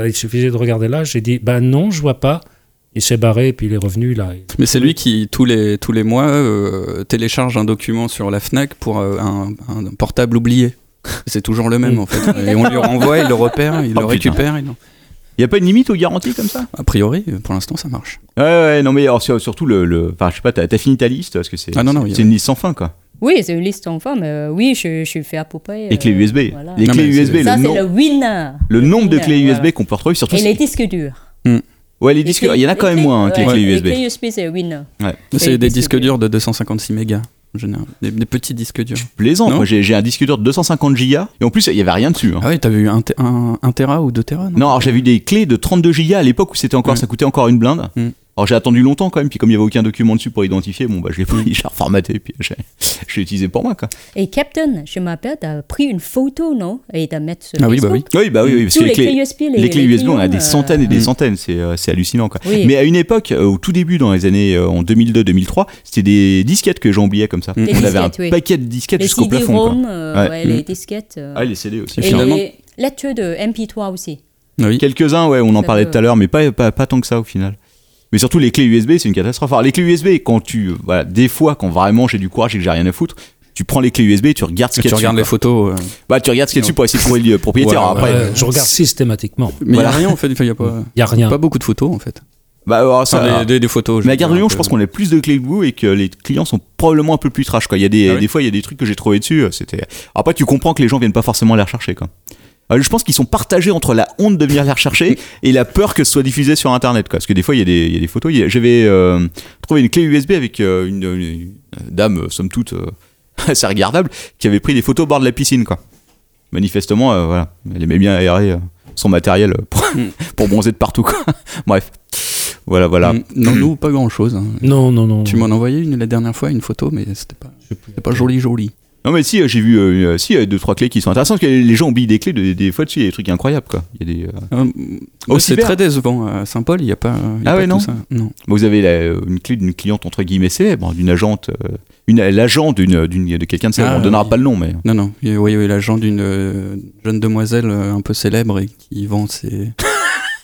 Speaker 8: Euh, Il suffisait de regarder là. J'ai dit, ben non, je vois pas. Il s'est barré, puis il est revenu là.
Speaker 9: Mais c'est lui qui, tous les, tous les mois, euh, télécharge un document sur la Fnac pour euh, un, un portable oublié. C'est toujours le même en fait. Et on lui renvoie, il le repère, il
Speaker 1: Oh,
Speaker 9: le
Speaker 1: putain.
Speaker 9: récupère. il-
Speaker 1: Il n'y a pas une limite aux garanties comme ça
Speaker 9: A priori, pour l'instant, ça marche.
Speaker 1: Ouais, ouais, non mais alors, sur- surtout le. le- Enfin, je sais pas, t'as t'as fini ta liste parce que c'est
Speaker 9: Ah non, non,
Speaker 1: c'est-
Speaker 9: il y a-
Speaker 1: c'est une liste sans fin quoi.
Speaker 7: Oui, c'est une liste en forme. euh, oui, je, je suis fait à peu près.
Speaker 1: Les clés
Speaker 7: euh,
Speaker 1: USB.
Speaker 7: voilà.
Speaker 1: Les
Speaker 9: Non,
Speaker 1: clés
Speaker 9: mais c'est-
Speaker 1: USB, le,
Speaker 7: Ça, c'est
Speaker 1: nom-
Speaker 7: le winner.
Speaker 1: le nombre de
Speaker 7: winner,
Speaker 1: clés USB
Speaker 7: voilà.
Speaker 1: qu'on peut retrouver surtout.
Speaker 7: Et les disques durs.
Speaker 1: Ouais, les
Speaker 7: Les
Speaker 1: disques,
Speaker 7: clés-
Speaker 1: il y en a
Speaker 7: les
Speaker 1: quand même
Speaker 7: clés-
Speaker 1: moins hein, que les
Speaker 7: ouais,
Speaker 1: clés USB.
Speaker 7: Les clés USB, c'est le winner.
Speaker 9: C'est
Speaker 7: Et
Speaker 9: des
Speaker 7: disque
Speaker 9: disques
Speaker 7: dur.
Speaker 9: durs de 256 mégas en général. Des, des petits disques durs.
Speaker 1: Plaisant,
Speaker 9: Non
Speaker 1: moi j'ai j'ai un disque dur de 250 gigas et en plus il y avait rien dessus. hein.
Speaker 9: Ah ouais, t'avais eu un, té- un, un Tera ou deux Tera non
Speaker 1: Non, alors j'avais eu des clés de 32 gigas à l'époque où c'était encore,
Speaker 9: Mm.
Speaker 1: ça coûtait encore une blinde.
Speaker 9: Mm.
Speaker 1: Alors j'ai attendu longtemps quand même, puis comme il n'y avait aucun document dessus pour identifier, bon bah je l'ai pris, je l'ai reformaté, puis j'ai- je l'ai utilisé pour moi quoi.
Speaker 7: Et Captain, je m'appelle, t'as pris une photo, non Et t'as mettre sur
Speaker 9: Ah oui,
Speaker 7: Facebook.
Speaker 9: bah oui.
Speaker 1: Oui, bah oui, oui, parce
Speaker 7: Tous
Speaker 1: que les
Speaker 7: les
Speaker 1: clés,
Speaker 7: clés USB, les-
Speaker 1: les clés
Speaker 7: les
Speaker 1: USB, on a des
Speaker 7: clients,
Speaker 1: centaines et des
Speaker 9: euh,
Speaker 1: centaines, c'est euh, c'est hallucinant quoi.
Speaker 7: Oui.
Speaker 1: Mais à une époque, euh, au tout début dans les années euh, en 2002-2003, c'était des disquettes que j'oubliais comme ça.
Speaker 9: Des
Speaker 1: On avait un
Speaker 7: disquettes, oui.
Speaker 1: paquet de disquettes
Speaker 7: Les
Speaker 1: jusqu'au plafond quoi.
Speaker 7: CD-ROM, euh,
Speaker 1: Ouais.
Speaker 7: ouais, les disquettes. euh,
Speaker 1: Ah, les CD aussi.
Speaker 9: Et
Speaker 7: et
Speaker 9: finalement-
Speaker 7: les lectures de MP3 aussi.
Speaker 9: Ah Oui.
Speaker 1: Quelques-uns, ouais, on en
Speaker 7: Ça
Speaker 1: parlait
Speaker 7: peut-
Speaker 1: tout à l'heure, mais pas, pas, pas tant que ça au final. Mais surtout, les clés USB, c'est une catastrophe. Alors, les clés USB, quand tu. euh, Voilà, des fois, quand vraiment j'ai du courage et que j'ai rien à foutre, tu prends les clés USB, tu regardes ce
Speaker 9: Et
Speaker 1: qu'il y
Speaker 9: tu
Speaker 1: a dessus.
Speaker 9: regardes les
Speaker 1: quoi.
Speaker 9: photos. euh,
Speaker 1: Bah, tu regardes ce qu'il y a dessus pour essayer de trouver le propriétaire.
Speaker 9: Ouais,
Speaker 1: Alors, après,
Speaker 8: Euh, je regarde systématiquement.
Speaker 9: Mais il y a
Speaker 1: Voilà.
Speaker 9: rien en fait, il y a pas,
Speaker 8: Il n'y a rien.
Speaker 9: pas beaucoup de photos en fait.
Speaker 1: bah, alors, ça.
Speaker 9: Enfin,
Speaker 1: alors-
Speaker 9: des, des- des photos.
Speaker 1: mais à Gare de
Speaker 9: veux
Speaker 1: Lyon,
Speaker 9: dire,
Speaker 1: je
Speaker 9: un
Speaker 1: pense
Speaker 9: peu.
Speaker 1: qu'on a plus de clés que vous et que les clients sont probablement un peu plus trash. Quoi. Il y a des,
Speaker 9: Ah oui.
Speaker 1: des fois, il y a des trucs que j'ai trouvé dessus. euh, C'était. Après, tu comprends que les gens viennent pas forcément les rechercher. Quoi. Euh, je pense qu'ils sont partagés entre la honte de venir les rechercher et la peur que ce soit diffusé sur Internet. Quoi. Parce que des fois, il y a des, il y a des photos. Il y a- J'avais euh, trouvé une clé USB avec euh, une, une- une dame, euh, somme toute, euh, assez regardable, qui avait pris des photos au bord de la piscine. Quoi. Manifestement, euh, voilà, elle aimait bien aérer euh, son matériel euh, pour,
Speaker 9: Hmm.
Speaker 1: pour bronzer de partout. Quoi. Bref. Voilà, voilà.
Speaker 9: Mm, Non, nous, pas hein. grand chose.
Speaker 8: Non, non, non.
Speaker 9: Tu m'en envoyais une la dernière fois, une photo, mais c'était pas, c'était pas joli, joli.
Speaker 1: Non, mais si, euh, j'ai vu euh, si, euh, deux, trois clés qui sont intéressantes, parce que les gens oublient des clés de- des fois dessus, il y a des trucs incroyables, quoi. Il y a des, euh,
Speaker 9: Euh,
Speaker 1: Au
Speaker 9: ouais, c'est
Speaker 1: cyber.
Speaker 9: très décevant à Saint-Paul, il n'y a pas. il y a
Speaker 1: Ah
Speaker 9: pas
Speaker 1: ouais,
Speaker 9: tout
Speaker 1: non
Speaker 9: ça. Non.
Speaker 1: Vous avez la- euh, une clé d'une cliente entre guillemets célèbre, d'une agente, euh, une l'agent d'une, euh, d'une- de quelqu'un de célèbre.
Speaker 9: Ah,
Speaker 1: On donnera
Speaker 9: oui.
Speaker 1: pas le nom, mais euh.
Speaker 9: Non, non. Il y a, oui, oui, l'agent d'une euh, jeune demoiselle euh, un peu célèbre et qui vend ses,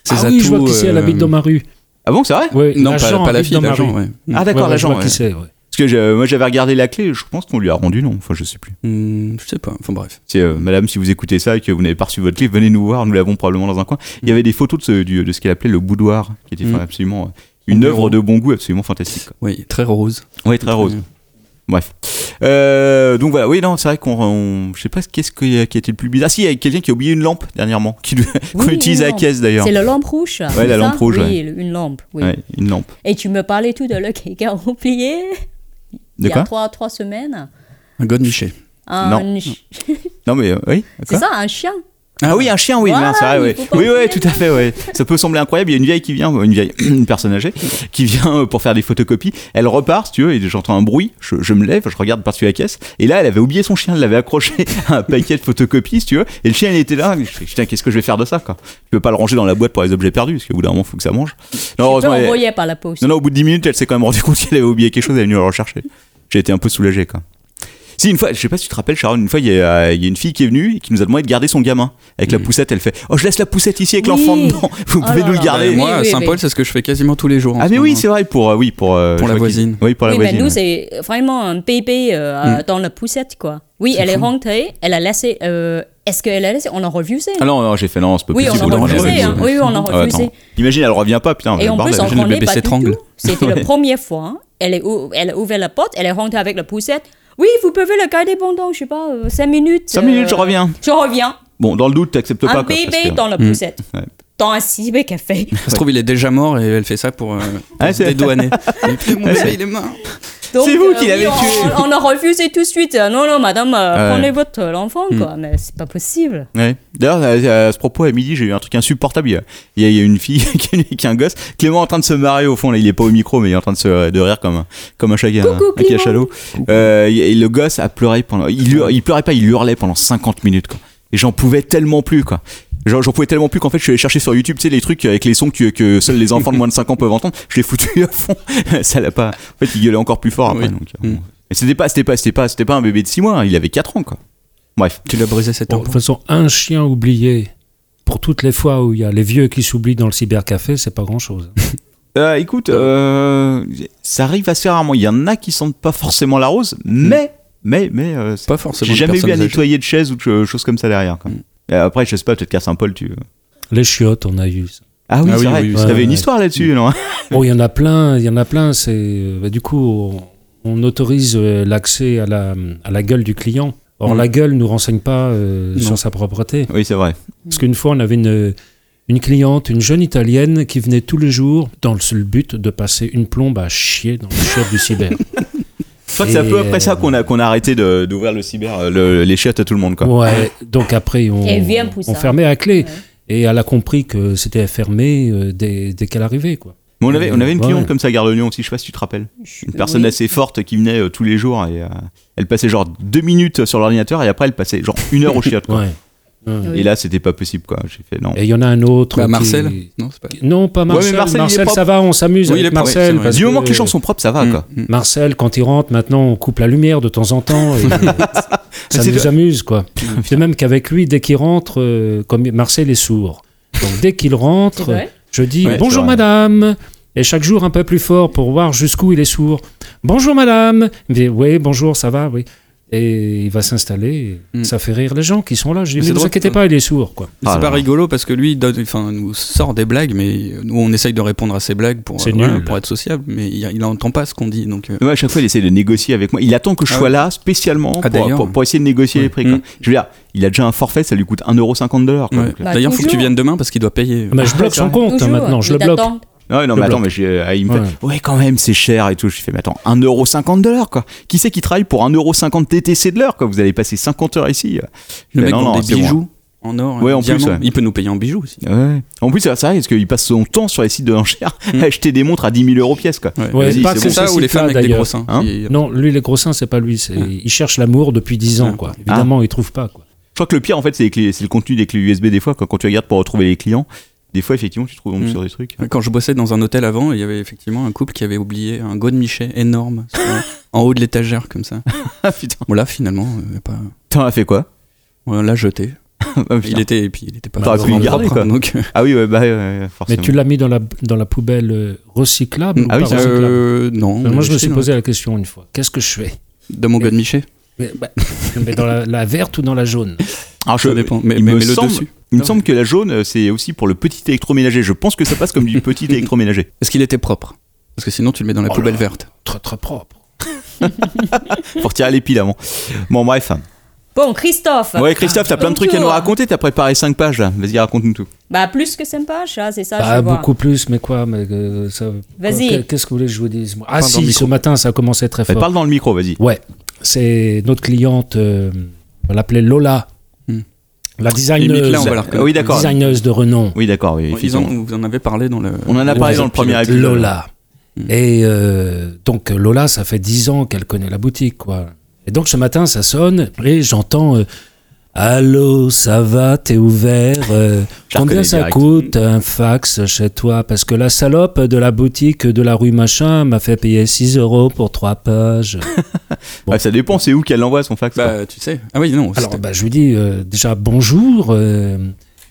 Speaker 9: ses
Speaker 8: ah
Speaker 9: atouts. euh,
Speaker 8: oui, je vois qui c'est, elle habite dans ma rue.
Speaker 1: ah bon, c'est vrai
Speaker 8: Ouais,
Speaker 9: Non, pas,
Speaker 8: l'agent
Speaker 9: pas la
Speaker 8: habite
Speaker 9: fille,
Speaker 8: dans ma
Speaker 9: l'agent,
Speaker 8: rue.
Speaker 9: Mm. ouais.
Speaker 1: Ah
Speaker 8: Ouais,
Speaker 1: d'accord,
Speaker 8: ouais,
Speaker 1: l'agent.
Speaker 8: Je vois
Speaker 1: ouais.
Speaker 8: qui c'est, ouais.
Speaker 1: Parce que j'ai- moi j'avais regardé la clé, je pense qu'on lui a rendu non, enfin je sais plus.
Speaker 9: Hmm, je sais pas. Enfin bref.
Speaker 1: C'est euh, Madame, si vous écoutez ça et que vous n'avez pas reçu votre clé, venez nous voir, nous l'avons probablement dans un coin. Il y avait des photos de ce, du- de ce qu'elle appelait le boudoir, qui était
Speaker 9: Mm.
Speaker 1: enfin, absolument euh, une
Speaker 9: Au
Speaker 1: œuvre
Speaker 9: bureau.
Speaker 1: de bon goût absolument fantastique. quoi.
Speaker 9: Oui, très rose.
Speaker 1: Ouais, très
Speaker 8: Euh,
Speaker 1: rose. Bref. Euh, donc voilà, oui, non, c'est vrai qu'on. on- je sais pas qu'est-ce qui a, qui a été le plus bizarre. Ah, si, il y a quelqu'un qui a oublié une lampe dernièrement, qui lui- qu'on
Speaker 7: Oui,
Speaker 1: utilise
Speaker 7: une
Speaker 1: à la
Speaker 7: lampe.
Speaker 1: caisse d'ailleurs.
Speaker 7: C'est la lampe rouge. Ouais,
Speaker 1: la lampe rouge,
Speaker 7: Oui,
Speaker 1: ouais.
Speaker 7: une lampe. Oui.
Speaker 1: Ouais, une lampe.
Speaker 7: Et tu me parlais tout de le quelqu'un oublié il
Speaker 1: De
Speaker 7: y a
Speaker 1: quoi
Speaker 7: trois, trois semaines.
Speaker 9: Un godemiché.
Speaker 7: Un
Speaker 1: Non.
Speaker 7: chi-
Speaker 1: Non, mais euh, oui. quoi
Speaker 7: C'est ça, un chien.
Speaker 1: Ah oui, un chien, oui,
Speaker 7: Voilà,
Speaker 1: merde, c'est vrai,
Speaker 7: il
Speaker 1: ouais.
Speaker 7: faut pas
Speaker 1: oui. Oui,
Speaker 7: oublier.
Speaker 1: tout à fait, ouais. Ça peut sembler incroyable. Il y a une vieille qui vient, une vieille, une personne âgée, qui vient euh, pour faire des photocopies. Elle repart, si tu veux, et j'entends un bruit. Je, je me lève, je regarde par-dessus la caisse. Et là, elle avait oublié son chien. Elle l'avait accroché à un paquet de photocopies, si tu veux. Et le chien, il était là. Je fais, putain, qu'est-ce que je vais faire de ça, quoi. Je peux pas le ranger dans la boîte pour les objets perdus, parce qu'au bout d'un moment, faut que ça mange. Non,
Speaker 7: Tu peux
Speaker 1: heureusement, elle-
Speaker 7: envoyer par la poste.
Speaker 1: non, non, au bout de 10 minutes, elle s'est quand même rendue compte qu'elle avait oublié quelque chose, elle est venue le rechercher. J'ai été un peu soulagé, quoi. Si, une fois, je sais pas si tu te rappelles, Sharon, une fois, il y, a euh, il y a une fille qui est venue et qui nous a demandé de garder son gamin. Avec la poussette, elle fait Oh, je laisse la poussette ici avec
Speaker 7: Oui.
Speaker 1: l'enfant dedans, vous
Speaker 7: Oh
Speaker 1: pouvez
Speaker 7: là
Speaker 1: nous le
Speaker 7: là.
Speaker 1: garder.
Speaker 7: Oui,
Speaker 9: moi, à
Speaker 7: oui,
Speaker 9: Saint-Paul,
Speaker 7: oui.
Speaker 9: c'est ce que je fais quasiment tous les jours. en
Speaker 1: Ah,
Speaker 9: ce
Speaker 1: mais oui,
Speaker 9: moment. hein.
Speaker 1: c'est vrai, pour, euh, oui, pour, euh,
Speaker 9: Pour
Speaker 1: je
Speaker 9: la
Speaker 1: vois qu'il-
Speaker 9: voisine.
Speaker 1: Oui, pour la
Speaker 7: oui, mais
Speaker 1: voisine.
Speaker 7: nous,
Speaker 1: ouais. Mm.
Speaker 7: c'est vraiment un bébé euh, dans la poussette, quoi. Oui, elle est rentrée, elle a laissé. euh, Est-ce qu'elle a laissé On a refusé.
Speaker 1: Ah non, non, j'ai fait non, c'est pas
Speaker 7: oui, on
Speaker 1: possible.
Speaker 7: a
Speaker 1: non, elle
Speaker 7: refusé.
Speaker 1: est-
Speaker 7: hein. Oui, oui, on a
Speaker 1: Ah, attends.
Speaker 7: refusé.
Speaker 1: Imagine, elle revient pas, putain.
Speaker 7: Et
Speaker 1: le
Speaker 7: en
Speaker 1: bordel.
Speaker 7: plus, on
Speaker 9: imagine le
Speaker 7: connaît
Speaker 9: bébé
Speaker 7: pas du
Speaker 9: s'étrangle.
Speaker 7: tout. C'était la première fois. hein. Elle, est ou- elle a ouvert la porte, elle est rentrée avec la poussette. Oui, vous pouvez le garder pendant, je sais pas, 5 minutes.
Speaker 1: Cinq
Speaker 7: euh,
Speaker 1: minutes, je reviens.
Speaker 7: Je reviens.
Speaker 1: Bon, dans le doute, t'acceptes pas.
Speaker 7: Un
Speaker 1: quoi, parce
Speaker 7: bébé
Speaker 1: que- Hmm.
Speaker 7: dans la poussette.
Speaker 1: Ouais.
Speaker 7: Dans un cibé café.
Speaker 9: Ça se trouve, il est déjà mort et elle fait ça pour euh,
Speaker 1: Ah,
Speaker 9: se
Speaker 1: c'est-
Speaker 9: dédouaner. Et puis, mon
Speaker 1: Ouais,
Speaker 9: bébé,
Speaker 1: c'est-
Speaker 9: il est mort.
Speaker 7: Donc, euh,
Speaker 1: C'est vous qui
Speaker 7: oui,
Speaker 1: l'avez
Speaker 7: on-
Speaker 1: tué.
Speaker 7: On, on a refusé tout de suite. Euh, Non, non, madame,
Speaker 1: Ouais.
Speaker 7: euh,
Speaker 1: Hmm.
Speaker 7: prenez votre euh, enfant, quoi. Mais c'est pas possible.
Speaker 1: Ouais. D'ailleurs, à, à ce propos, à midi, j'ai eu un truc insupportable. Il y a, il y a- il y a une fille qui est qui a un gosse. Clément est en train de se marrer au fond. Là, il est pas au micro, mais il est en train de se de rire comme un, comme un chagrin,
Speaker 7: Coucou,
Speaker 1: un
Speaker 7: Clément.
Speaker 1: cachalot. Euh, il- et le gosse a pleuré pendant. Il, hur- il pleurait pas, il hurlait pendant 50 minutes. Quoi. Et j'en pouvais tellement plus, quoi. J'en j'en pouvais tellement plus qu'en fait, je suis allé chercher sur YouTube, tu sais, les trucs avec les sons que, que seuls les enfants de moins de 5 ans peuvent entendre. Je l'ai foutu à fond. Ça l'a pas. En fait, il gueulait encore plus fort après.
Speaker 9: Oui.
Speaker 1: donc, euh,
Speaker 9: Mm.
Speaker 1: bon. Mais c'était pas, c'était pas, c'était pas, c'était pas un bébé de 6 mois. hein. Il avait 4 ans, quoi. Bref.
Speaker 9: Tu l'as brisé cette
Speaker 8: Bon, de toute façon, un chien oublié, pour toutes les fois où il y a les vieux qui s'oublient dans le cybercafé, c'est pas grand-chose.
Speaker 1: Euh, écoute, euh, ça arrive assez rarement. Il y en a qui sentent pas forcément la rose, mais, mais, mais, euh, c'est-
Speaker 9: Pas forcément.
Speaker 1: j'ai jamais eu à
Speaker 9: nettoyer.
Speaker 1: nettoyer de chaise ou de euh, choses comme ça derrière. quoi. Et Après, je sais pas, peut-être qu'à Saint-Paul, tu. euh.
Speaker 8: Les chiottes, on a eu. ça.
Speaker 1: Ah oui,
Speaker 9: Ah
Speaker 1: c'est
Speaker 9: oui,
Speaker 1: vrai.
Speaker 9: oui, oui,
Speaker 1: T'avais
Speaker 8: ouais,
Speaker 1: une
Speaker 8: ouais.
Speaker 1: histoire là-dessus, non
Speaker 8: Bon, il y en a plein, il y en a plein. C'est euh, bah, du coup, on, on autorise euh, l'accès à la, à la gueule du client. Or,
Speaker 9: Mm.
Speaker 8: la gueule nous renseigne pas euh,
Speaker 9: Non.
Speaker 8: sur sa propreté.
Speaker 1: Oui, c'est vrai.
Speaker 8: Parce qu'une fois, on avait une, une cliente, une jeune italienne, qui venait tous les jours dans le seul but de passer une plombe à chier dans le chiottes du cyber.
Speaker 1: Je crois que c'est un peu
Speaker 8: Et,
Speaker 1: après ça qu'on a, qu'on a arrêté de- d'ouvrir le cyber, euh, le- les chiottes à tout le monde, quoi.
Speaker 8: Ouais, donc après, on,
Speaker 7: Elle vient pour
Speaker 8: on
Speaker 7: ça.
Speaker 8: fermait à clé.
Speaker 7: Ouais.
Speaker 8: Et elle a compris que c'était fermé euh, dès, dès qu'elle arrivait. Quoi.
Speaker 1: Mais on avait, on avait une
Speaker 8: Ouais.
Speaker 1: cliente comme ça à Gare de Lyon aussi, je sais pas si tu te rappelles.
Speaker 7: Je-
Speaker 1: Une personne
Speaker 7: oui.
Speaker 1: assez forte qui venait euh, tous les jours et euh, elle passait genre deux minutes sur l'ordinateur et après elle passait genre une heure aux chiottes, quoi.
Speaker 8: Ouais. Ouais.
Speaker 7: Oui.
Speaker 1: Et là, c'était pas possible, quoi. J'ai fait non.
Speaker 8: Et il y en a un autre.
Speaker 9: Bah,
Speaker 8: qui-
Speaker 9: Marcel Non, c'est pas.
Speaker 8: Non, pas
Speaker 1: mais
Speaker 8: Marcel.
Speaker 1: Marcel, il est
Speaker 8: Marcel,
Speaker 1: propre.
Speaker 8: ça va, on s'amuse
Speaker 9: Oui, il est
Speaker 8: avec
Speaker 9: propre, oui,
Speaker 8: Marcel.
Speaker 9: c'est
Speaker 8: parce
Speaker 1: Du moment que les
Speaker 8: que Hmm.
Speaker 1: gens sont propres, ça va, quoi.
Speaker 9: Mm, mm.
Speaker 8: Marcel, quand il rentre, maintenant, on coupe la lumière de temps en temps. et ça
Speaker 1: C'est
Speaker 8: nous
Speaker 1: de-
Speaker 8: amuse, quoi. C'est même qu'avec lui, dès qu'il rentre, euh, comme Marcel est sourd. Donc, dès qu'il
Speaker 7: C'est
Speaker 8: rentre,
Speaker 7: vrai
Speaker 8: je dis
Speaker 1: Ouais, c'est
Speaker 8: bonjour
Speaker 1: vrai.
Speaker 8: madame. Et chaque jour un peu plus fort pour voir jusqu'où il est sourd. Bonjour madame. Il me dit oui, bonjour, ça va, oui. Et il va s'installer. et
Speaker 9: Mm.
Speaker 8: Ça fait rire les gens qui sont là. Je dis
Speaker 9: Mais
Speaker 8: mais
Speaker 9: c'est
Speaker 8: ne vous
Speaker 9: drôle,
Speaker 8: inquiétez
Speaker 9: quoi.
Speaker 8: pas, il est sourd, quoi.
Speaker 1: Ah
Speaker 9: c'est pas
Speaker 1: là.
Speaker 9: rigolo parce que lui il donne- enfin, nous sort des blagues, mais nous on essaye de répondre à ses blagues pour,
Speaker 8: C'est
Speaker 9: euh, voilà,
Speaker 8: nul.
Speaker 9: pour être sociable, mais il, il entend pas ce qu'on dit. Donc, euh,
Speaker 1: Ouais, à chaque fois, il essaie de négocier avec moi. Il attend que je
Speaker 9: Ah
Speaker 1: sois
Speaker 9: ouais.
Speaker 1: là spécialement
Speaker 9: Ah,
Speaker 1: pour,
Speaker 9: d'ailleurs.
Speaker 1: pour- pour essayer de négocier les prix. quoi.
Speaker 9: Mm.
Speaker 8: Hmm.
Speaker 1: Je veux dire, il a déjà un forfait, ça lui coûte 1,50$. quoi.
Speaker 9: ouais.
Speaker 1: Donc, là-
Speaker 7: Bah,
Speaker 9: D'ailleurs, faut que tu
Speaker 7: toujours.
Speaker 9: viennes demain parce qu'il doit payer. euh,
Speaker 8: Ah, mais je bloque son
Speaker 1: hein,
Speaker 8: compte
Speaker 7: Toujours,
Speaker 8: maintenant. Je le
Speaker 7: il
Speaker 8: bloque.
Speaker 7: t'attend.
Speaker 1: Ouais, non,
Speaker 8: Le
Speaker 1: mais attends,
Speaker 8: bloc.
Speaker 1: mais j'ai- ah, il me
Speaker 8: Ouais.
Speaker 1: fait Ouais, quand même, c'est cher et tout. Je fais Mais attends, 1,50$ quoi. Qui c'est qui travaille pour 1,50€ TTC de l'heure quoi Vous allez passer 50 heures ici. euh.
Speaker 9: Le
Speaker 1: Mais
Speaker 9: mec
Speaker 1: non,
Speaker 9: vend
Speaker 1: non,
Speaker 9: des
Speaker 1: c'est bon.
Speaker 9: bijoux. en or,
Speaker 1: Ouais,
Speaker 9: en
Speaker 1: en plus,
Speaker 9: diamant.
Speaker 1: ouais.
Speaker 9: Il peut nous payer en bijoux aussi.
Speaker 1: Ouais. En plus, c'est vrai, parce qu'il passe son temps sur les sites de l'enchère
Speaker 9: Mm.
Speaker 1: à acheter des montres à 10 000 euros pièce, quoi.
Speaker 8: Hmm. Ouais,
Speaker 1: Vas-y,
Speaker 8: pas
Speaker 1: c'est
Speaker 8: que
Speaker 9: C'est
Speaker 1: bon.
Speaker 8: ça,
Speaker 9: ça ou les femmes avec des gros seins.
Speaker 1: Hein
Speaker 9: qui-
Speaker 8: Non, lui, les gros seins, c'est pas lui. c'est- Il cherche l'amour depuis 10 ans,
Speaker 9: Ah.
Speaker 8: quoi. Évidemment, il trouve pas, quoi.
Speaker 1: Je crois que le pire, en fait, c'est les clés- c'est le contenu des clés USB, des fois, quand, quand tu regardes pour retrouver les clients. Des fois, effectivement, tu trouves on est
Speaker 8: Hmm.
Speaker 9: Mm.
Speaker 1: sur des trucs.
Speaker 9: Quand je bossais dans un hôtel avant, il y avait effectivement un couple qui avait oublié un de michet énorme sur- en haut de l'étagère comme ça.
Speaker 1: Ah putain.
Speaker 9: Bon là finalement, euh, pas...
Speaker 1: T'en as fait quoi
Speaker 9: on l'a jeté.
Speaker 1: Ah, putain.
Speaker 9: Il était et puis il était pas
Speaker 1: T'aurais pu le
Speaker 9: vraiment
Speaker 1: garder,
Speaker 9: propre,
Speaker 1: quoi.
Speaker 9: Donc euh,
Speaker 1: Ah oui, ouais, bah, ouais,
Speaker 8: Mais
Speaker 1: forcément.
Speaker 8: tu l'as mis dans la, dans la poubelle euh, recyclable
Speaker 9: Mm.
Speaker 8: ou
Speaker 1: Ah oui,
Speaker 8: pas
Speaker 1: ça,
Speaker 8: recyclable
Speaker 9: euh, non.
Speaker 8: Moi, je me suis
Speaker 9: non.
Speaker 8: posé la question une fois. Qu'est-ce que je fais
Speaker 9: de mon godemichet.
Speaker 8: Mais, bah, Je mets dans la, la verte ou dans la jaune
Speaker 1: Alors, je-
Speaker 9: Ça dépend. Mais,
Speaker 1: il
Speaker 9: mais,
Speaker 1: me
Speaker 9: mais le
Speaker 1: semble-
Speaker 9: dessus.
Speaker 1: Il me semble que la jaune, euh, c'est aussi pour le petit électroménager. Je pense que ça passe comme du petit électroménager.
Speaker 9: Est-ce qu'il était propre Parce que sinon tu le mets dans la
Speaker 8: Oh là
Speaker 9: poubelle
Speaker 8: là.
Speaker 9: verte.
Speaker 8: Très, très propre.
Speaker 1: Pour tirer les piles avant. Bon, bref.
Speaker 7: Bon, Christophe.
Speaker 1: Ouais, Christophe, t'as plein de
Speaker 7: Bonjour.
Speaker 1: trucs à nous raconter. T'as préparé 5 pages là. Vas-y, raconte-nous tout.
Speaker 7: Bah, plus que sympa, ça, c'est ça,
Speaker 8: Bah,
Speaker 7: Ah, je vois.
Speaker 8: beaucoup plus, mais quoi mais, euh, ça-
Speaker 7: Vas-y.
Speaker 8: quoi, Qu'est-ce que vous voulez que je vous dise moi
Speaker 9: Parle
Speaker 8: Ah
Speaker 9: dans le
Speaker 8: si, ce
Speaker 9: micro.
Speaker 8: matin, ça a commencé très
Speaker 1: Bah,
Speaker 8: fort.
Speaker 1: Parle dans le micro, vas-y.
Speaker 8: Ouais, c'est notre cliente, euh, on l'appelait Lola,
Speaker 9: Hmm.
Speaker 8: la
Speaker 9: Limite, là,
Speaker 8: designeuse,
Speaker 9: on va la
Speaker 1: Ah
Speaker 9: reconnaître.
Speaker 1: oui, d'accord.
Speaker 8: designeuse de renom.
Speaker 1: Oui, d'accord. Oui,
Speaker 9: Bon, ils
Speaker 1: effectivement.
Speaker 9: en- vous en avez parlé dans le.
Speaker 1: On en a parlé dans le premier
Speaker 9: pilote.
Speaker 1: épisode.
Speaker 8: Lola.
Speaker 9: Hmm.
Speaker 8: Et euh, donc Lola, ça fait 10 ans qu'elle connaît la boutique, quoi. Et donc ce matin, ça sonne et j'entends euh, Allô, ça va, t'es ouvert euh,
Speaker 1: Je la
Speaker 8: Combien
Speaker 1: reconnais
Speaker 8: ça
Speaker 1: direct.
Speaker 8: coûte un fax chez toi Parce que la salope de la boutique de la rue machin m'a fait payer 6 euros pour 3 pages.
Speaker 1: Bah, ça dépend, c'est où qu'elle l'envoie son fax. quoi.
Speaker 9: Bah tu sais. Ah oui non.
Speaker 8: Alors,
Speaker 9: c'était-
Speaker 8: bah, je lui dis euh, déjà bonjour. euh,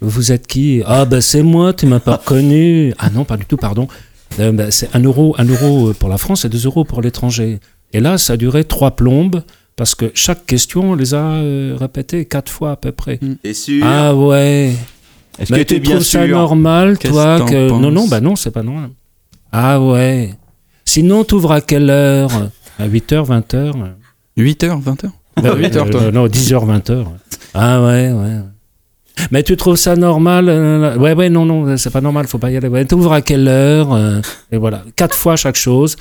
Speaker 8: vous êtes qui Ah, bah, c'est moi, tu m'as pas reconnu. Ah non, pas du tout, pardon. Euh, bah, c'est 1 euro, un euro euh, pour la France et 2 euros pour l'étranger. Et là, ça a duré trois plombes parce que chaque question, on les a euh, répétées quatre fois à peu près.
Speaker 1: T'es sûr
Speaker 8: Ah ouais.
Speaker 1: Est-ce
Speaker 8: Mais
Speaker 9: bah,
Speaker 1: que
Speaker 8: tu
Speaker 1: t'es bien
Speaker 8: trouves ça
Speaker 1: sûr
Speaker 8: normal,
Speaker 9: Qu'est-ce
Speaker 8: toi
Speaker 9: t'en
Speaker 8: que... Non,
Speaker 9: penses
Speaker 8: non, bah non, c'est pas normal. Ah ouais. Sinon, t'ouvres à quelle heure À 8h, 20h
Speaker 9: 8h, 20h
Speaker 8: bah,
Speaker 9: 8
Speaker 8: euh,
Speaker 9: heures, toi.
Speaker 8: euh, non, 10h, 20h. Ah ouais, ouais, ouais. Mais tu trouves ça normal euh, Ouais, ouais, non, non, c'est pas normal, faut pas y aller. Ouais, T'ouvres à quelle heure euh, Et voilà, quatre fois chaque chose,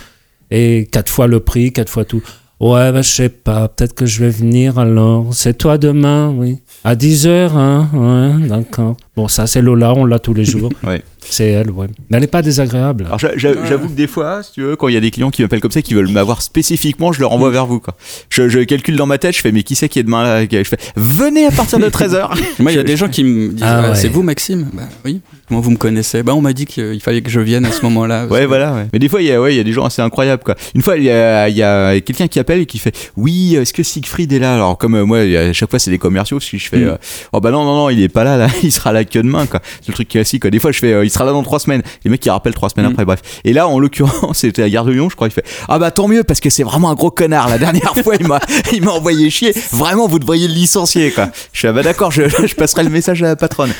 Speaker 8: et quatre fois le prix, quatre fois tout. Ouais, bah, je sais pas, peut-être que je vais venir alors. C'est toi demain, oui. À 10h, hein Ouais, d'accord. Bon, ça, c'est Lola, on l'a tous les jours.
Speaker 1: Ouais. Ah,
Speaker 8: C'est elle, ouais. Mais elle n'est pas désagréable.
Speaker 1: Alors j'a- j'a- j'avoue que des fois, si tu veux, quand il y a des clients qui m'appellent comme ça, qui veulent m'avoir spécifiquement, je leur envoie vers vous. Quoi. Je, je calcule dans ma tête, je fais mais qui c'est qui est demain là Je fais venez à partir de 13h.
Speaker 9: Moi, il y a des gens qui me disent
Speaker 8: Ah
Speaker 9: Ah, C'est
Speaker 8: ouais.
Speaker 9: vous, Maxime Bah oui. Comment vous me connaissez Bah, on m'a dit qu'il fallait que je vienne à ce moment-là.
Speaker 1: Ouais, voilà. ouais. Mais des fois, il y, a, ouais, il y a des gens assez incroyables. Quoi. Une fois, il y a, il y a quelqu'un qui appelle et qui fait Oui, est-ce que Siegfried est là Alors, comme euh, moi, il y a- à chaque fois, c'est des commerciaux, parce que je fais
Speaker 9: Mm.
Speaker 1: euh, Oh, bah non, non, non, il est pas là, là, il sera là que demain. quoi. C'est le truc classique. Quoi. Des fois, je fais euh, Il sera là dans trois semaines. Les mecs, qui rappellent trois semaines
Speaker 9: Mm.
Speaker 1: après, bref. Et là, en l'occurrence, c'était à Gare de Lyon, je crois. Il fait Ah, bah tant mieux, parce que c'est vraiment un gros connard. La dernière fois, il m'a il m'a envoyé chier. Vraiment, vous devriez le licencier. Quoi. Je fais Ah, bah d'accord, je, je passerai le message à la patronne.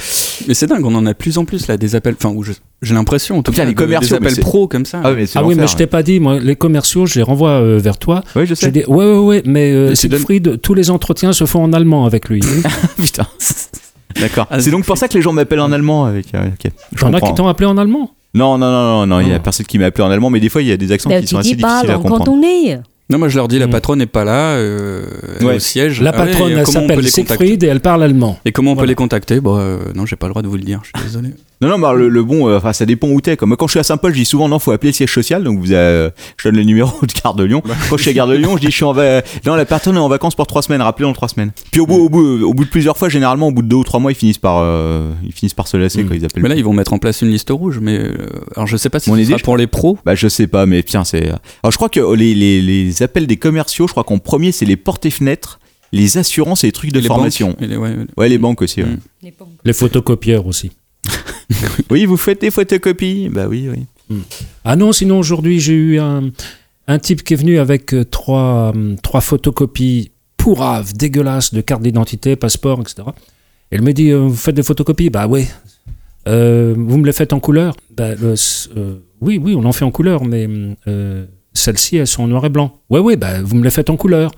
Speaker 9: Mais c'est dingue, on en a de plus en plus, là, des appels. Enfin, où je- j'ai l'impression, en tout
Speaker 1: Putain,
Speaker 9: cas,
Speaker 1: les
Speaker 9: de-
Speaker 1: commerciaux,
Speaker 9: des
Speaker 1: mais
Speaker 9: appels
Speaker 1: c'est-
Speaker 9: pro comme ça.
Speaker 1: Ah, mais c'est
Speaker 8: Ah oui,
Speaker 1: l'enfer,
Speaker 8: mais je t'ai pas dit, moi, les commerciaux, je les renvoie euh, vers toi.
Speaker 1: ouais. Ouais, je
Speaker 8: Je
Speaker 1: sais.
Speaker 8: dis, ouais, ouais, ouais, mais euh,
Speaker 9: Et tu
Speaker 8: Siegfried, tous les entretiens se font en allemand avec lui.
Speaker 1: Putain. D'accord.
Speaker 9: Ah,
Speaker 1: c'est donc pour ça que les gens m'appellent en allemand avec. euh, ok. Je
Speaker 8: T'en as
Speaker 1: comprends.
Speaker 8: qui t'ont appelé en allemand
Speaker 1: Non, non, non, non, non. Il y a
Speaker 8: Ah.
Speaker 1: personne qui m'a appelé en allemand, mais des fois il y a des accents
Speaker 7: Bah,
Speaker 1: qui
Speaker 7: tu
Speaker 1: sont assez
Speaker 7: dis pas
Speaker 1: difficiles à
Speaker 7: dans
Speaker 1: comprendre.
Speaker 7: cantonais.
Speaker 9: Non, moi, je leur dis La
Speaker 8: Mm.
Speaker 9: patronne n'est pas là, euh, elle est
Speaker 1: Ouais.
Speaker 9: au siège.
Speaker 8: La
Speaker 9: Ah ouais,
Speaker 8: patronne
Speaker 9: et
Speaker 8: elle
Speaker 9: comment on peut
Speaker 8: s'appelle
Speaker 9: les contacter
Speaker 8: Siegfried et elle parle allemand.
Speaker 9: Et comment on peut
Speaker 8: Voilà.
Speaker 9: les contacter Bah, euh, non, j'ai pas le droit de vous le dire, je suis désolé.
Speaker 1: Non, non, bah, le, le bon, euh, enfin, ça dépend où t'es. Comme quand je suis à Saint-Paul, je dis souvent non, faut appeler le siège social. Donc vous, euh, je donne le numéro de Gare de Lyon. Quand je suis à Gare de Lyon, je dis je suis en va... non, la personne est en vacances pour trois semaines. Rappelez dans trois semaines. Puis au bout, au bout, au bout de plusieurs fois, généralement au bout de deux ou trois mois, ils finissent par, euh, ils finissent par se lasser
Speaker 8: Mm.
Speaker 1: quand ils appellent.
Speaker 9: Mais là, ils vont mettre en place une liste rouge, mais. euh, alors, je sais pas si
Speaker 1: Mon
Speaker 9: ce
Speaker 1: idée,
Speaker 9: sera
Speaker 1: je
Speaker 9: pour les pros.
Speaker 1: Bah je sais pas, mais tiens, c'est. Alors je crois que oh, les, les, les appels des commerciaux, je crois qu'en premier c'est les portes et fenêtres, les assurances et les trucs de
Speaker 9: et les
Speaker 1: formation.
Speaker 9: banques, et les- ouais,
Speaker 1: Ouais, les banques aussi. ouais.
Speaker 9: Mm.
Speaker 7: Les pauvres.
Speaker 8: Les photocopieurs aussi.
Speaker 1: Oui, vous faites des photocopies Bah oui, oui.
Speaker 8: Ah non, sinon aujourd'hui, j'ai eu un, un type qui est venu avec euh, trois, hum, trois photocopies pourraves, dégueulasses de carte d'identité, passeport, etc. Et elle me dit euh, Vous faites des photocopies Bah oui. Euh, vous me les faites en couleur Bah, euh, c- euh, Oui, oui, on en fait en couleur, mais hum, euh, celles-ci, elles sont en noir et blanc. Ouais, ouais, bah, vous me les faites en couleur.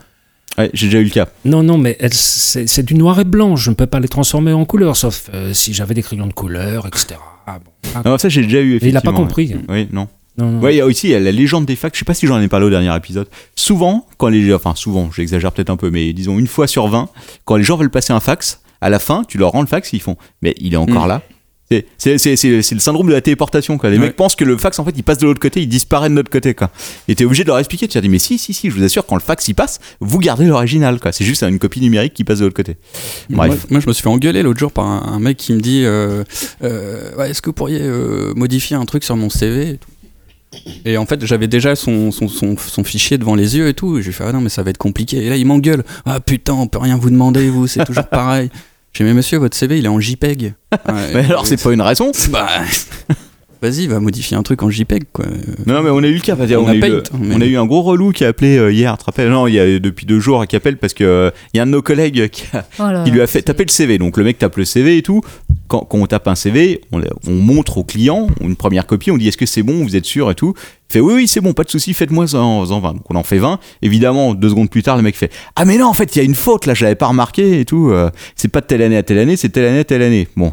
Speaker 1: Ouais, j'ai déjà eu le cas.
Speaker 8: Non, non, mais elles- c'est c'est du noir et blanc. Je ne peux pas les transformer en couleur, sauf euh, si j'avais des crayons de couleur, etc. Ah, bon. Ah,
Speaker 1: Non, ça j'ai déjà eu.
Speaker 8: mais il n'a pas
Speaker 1: effectivement, ouais. Mm.
Speaker 8: compris.
Speaker 1: Oui, non.
Speaker 8: Non, non.
Speaker 1: Ouais, il y a aussi il y a la légende des facs. Je sais pas si j'en ai parlé au dernier épisode. Souvent, quand les, enfin souvent, j'exagère peut-être un peu, mais disons une fois sur 20, quand les gens veulent passer un fax, à la fin, tu leur rends le fax, ils font, mais il est encore là. C'est- C'est c'est- c'est- c'est le syndrome de la téléportation. Quoi. Les
Speaker 9: Mm. Ouais.
Speaker 1: mecs pensent que le fax, en fait, il passe de l'autre côté, il disparaît de notre côté. Quoi. Et t'es obligé de leur expliquer, tu leur dis, mais si, si, si, je vous assure, quand le fax il passe, vous gardez l'original. quoi. C'est juste hein, une copie numérique qui passe de l'autre côté. Bref.
Speaker 9: Moi, moi, je me suis fait engueuler l'autre jour par un, un mec qui me dit euh, euh, Ouais, Est-ce que vous pourriez euh, modifier un truc sur mon CV et, tout Et en fait, j'avais déjà son, son, son- son fichier devant les yeux et tout. Et j'ai fait Ah non, mais ça va être compliqué. Et là, il m'engueule Ah putain, on peut rien vous demander, vous, c'est toujours pareil. J'ai dit, mais monsieur, votre CV, il est en JPEG. Ouais,
Speaker 1: Mais alors,
Speaker 9: et-
Speaker 1: c'est pas une raison.
Speaker 9: Bah, Vas-y, va modifier un truc en JPEG, quoi. Euh,
Speaker 1: Non, mais on a eu le cas. enfin,
Speaker 9: On
Speaker 1: on,
Speaker 9: a
Speaker 1: a eu
Speaker 9: Paint,
Speaker 1: le-
Speaker 9: mais-
Speaker 1: on a eu un gros relou qui a appelé euh, hier, tu te rappelles Non, il y a depuis deux jours qui appelle parce que euh, il y a un de nos collègues qui, a-
Speaker 7: Oh là
Speaker 1: qui lui
Speaker 7: là,
Speaker 1: a fait
Speaker 7: c'est-
Speaker 1: taper le CV. Donc le mec tape le CV et tout. Quand, quand on tape un CV, on, le- on montre au client une première copie, on dit est-ce que c'est bon, vous êtes sûr et tout. Il fait oui, oui, c'est bon, pas de souci, faites-moi en, en 20. Donc on en fait 20. Évidemment, deux secondes plus tard, le mec fait Ah, mais non, en fait, il y a une faute là, j'avais pas remarqué et tout. euh, c'est pas de telle année à telle année, c'est telle année à telle année. Bon,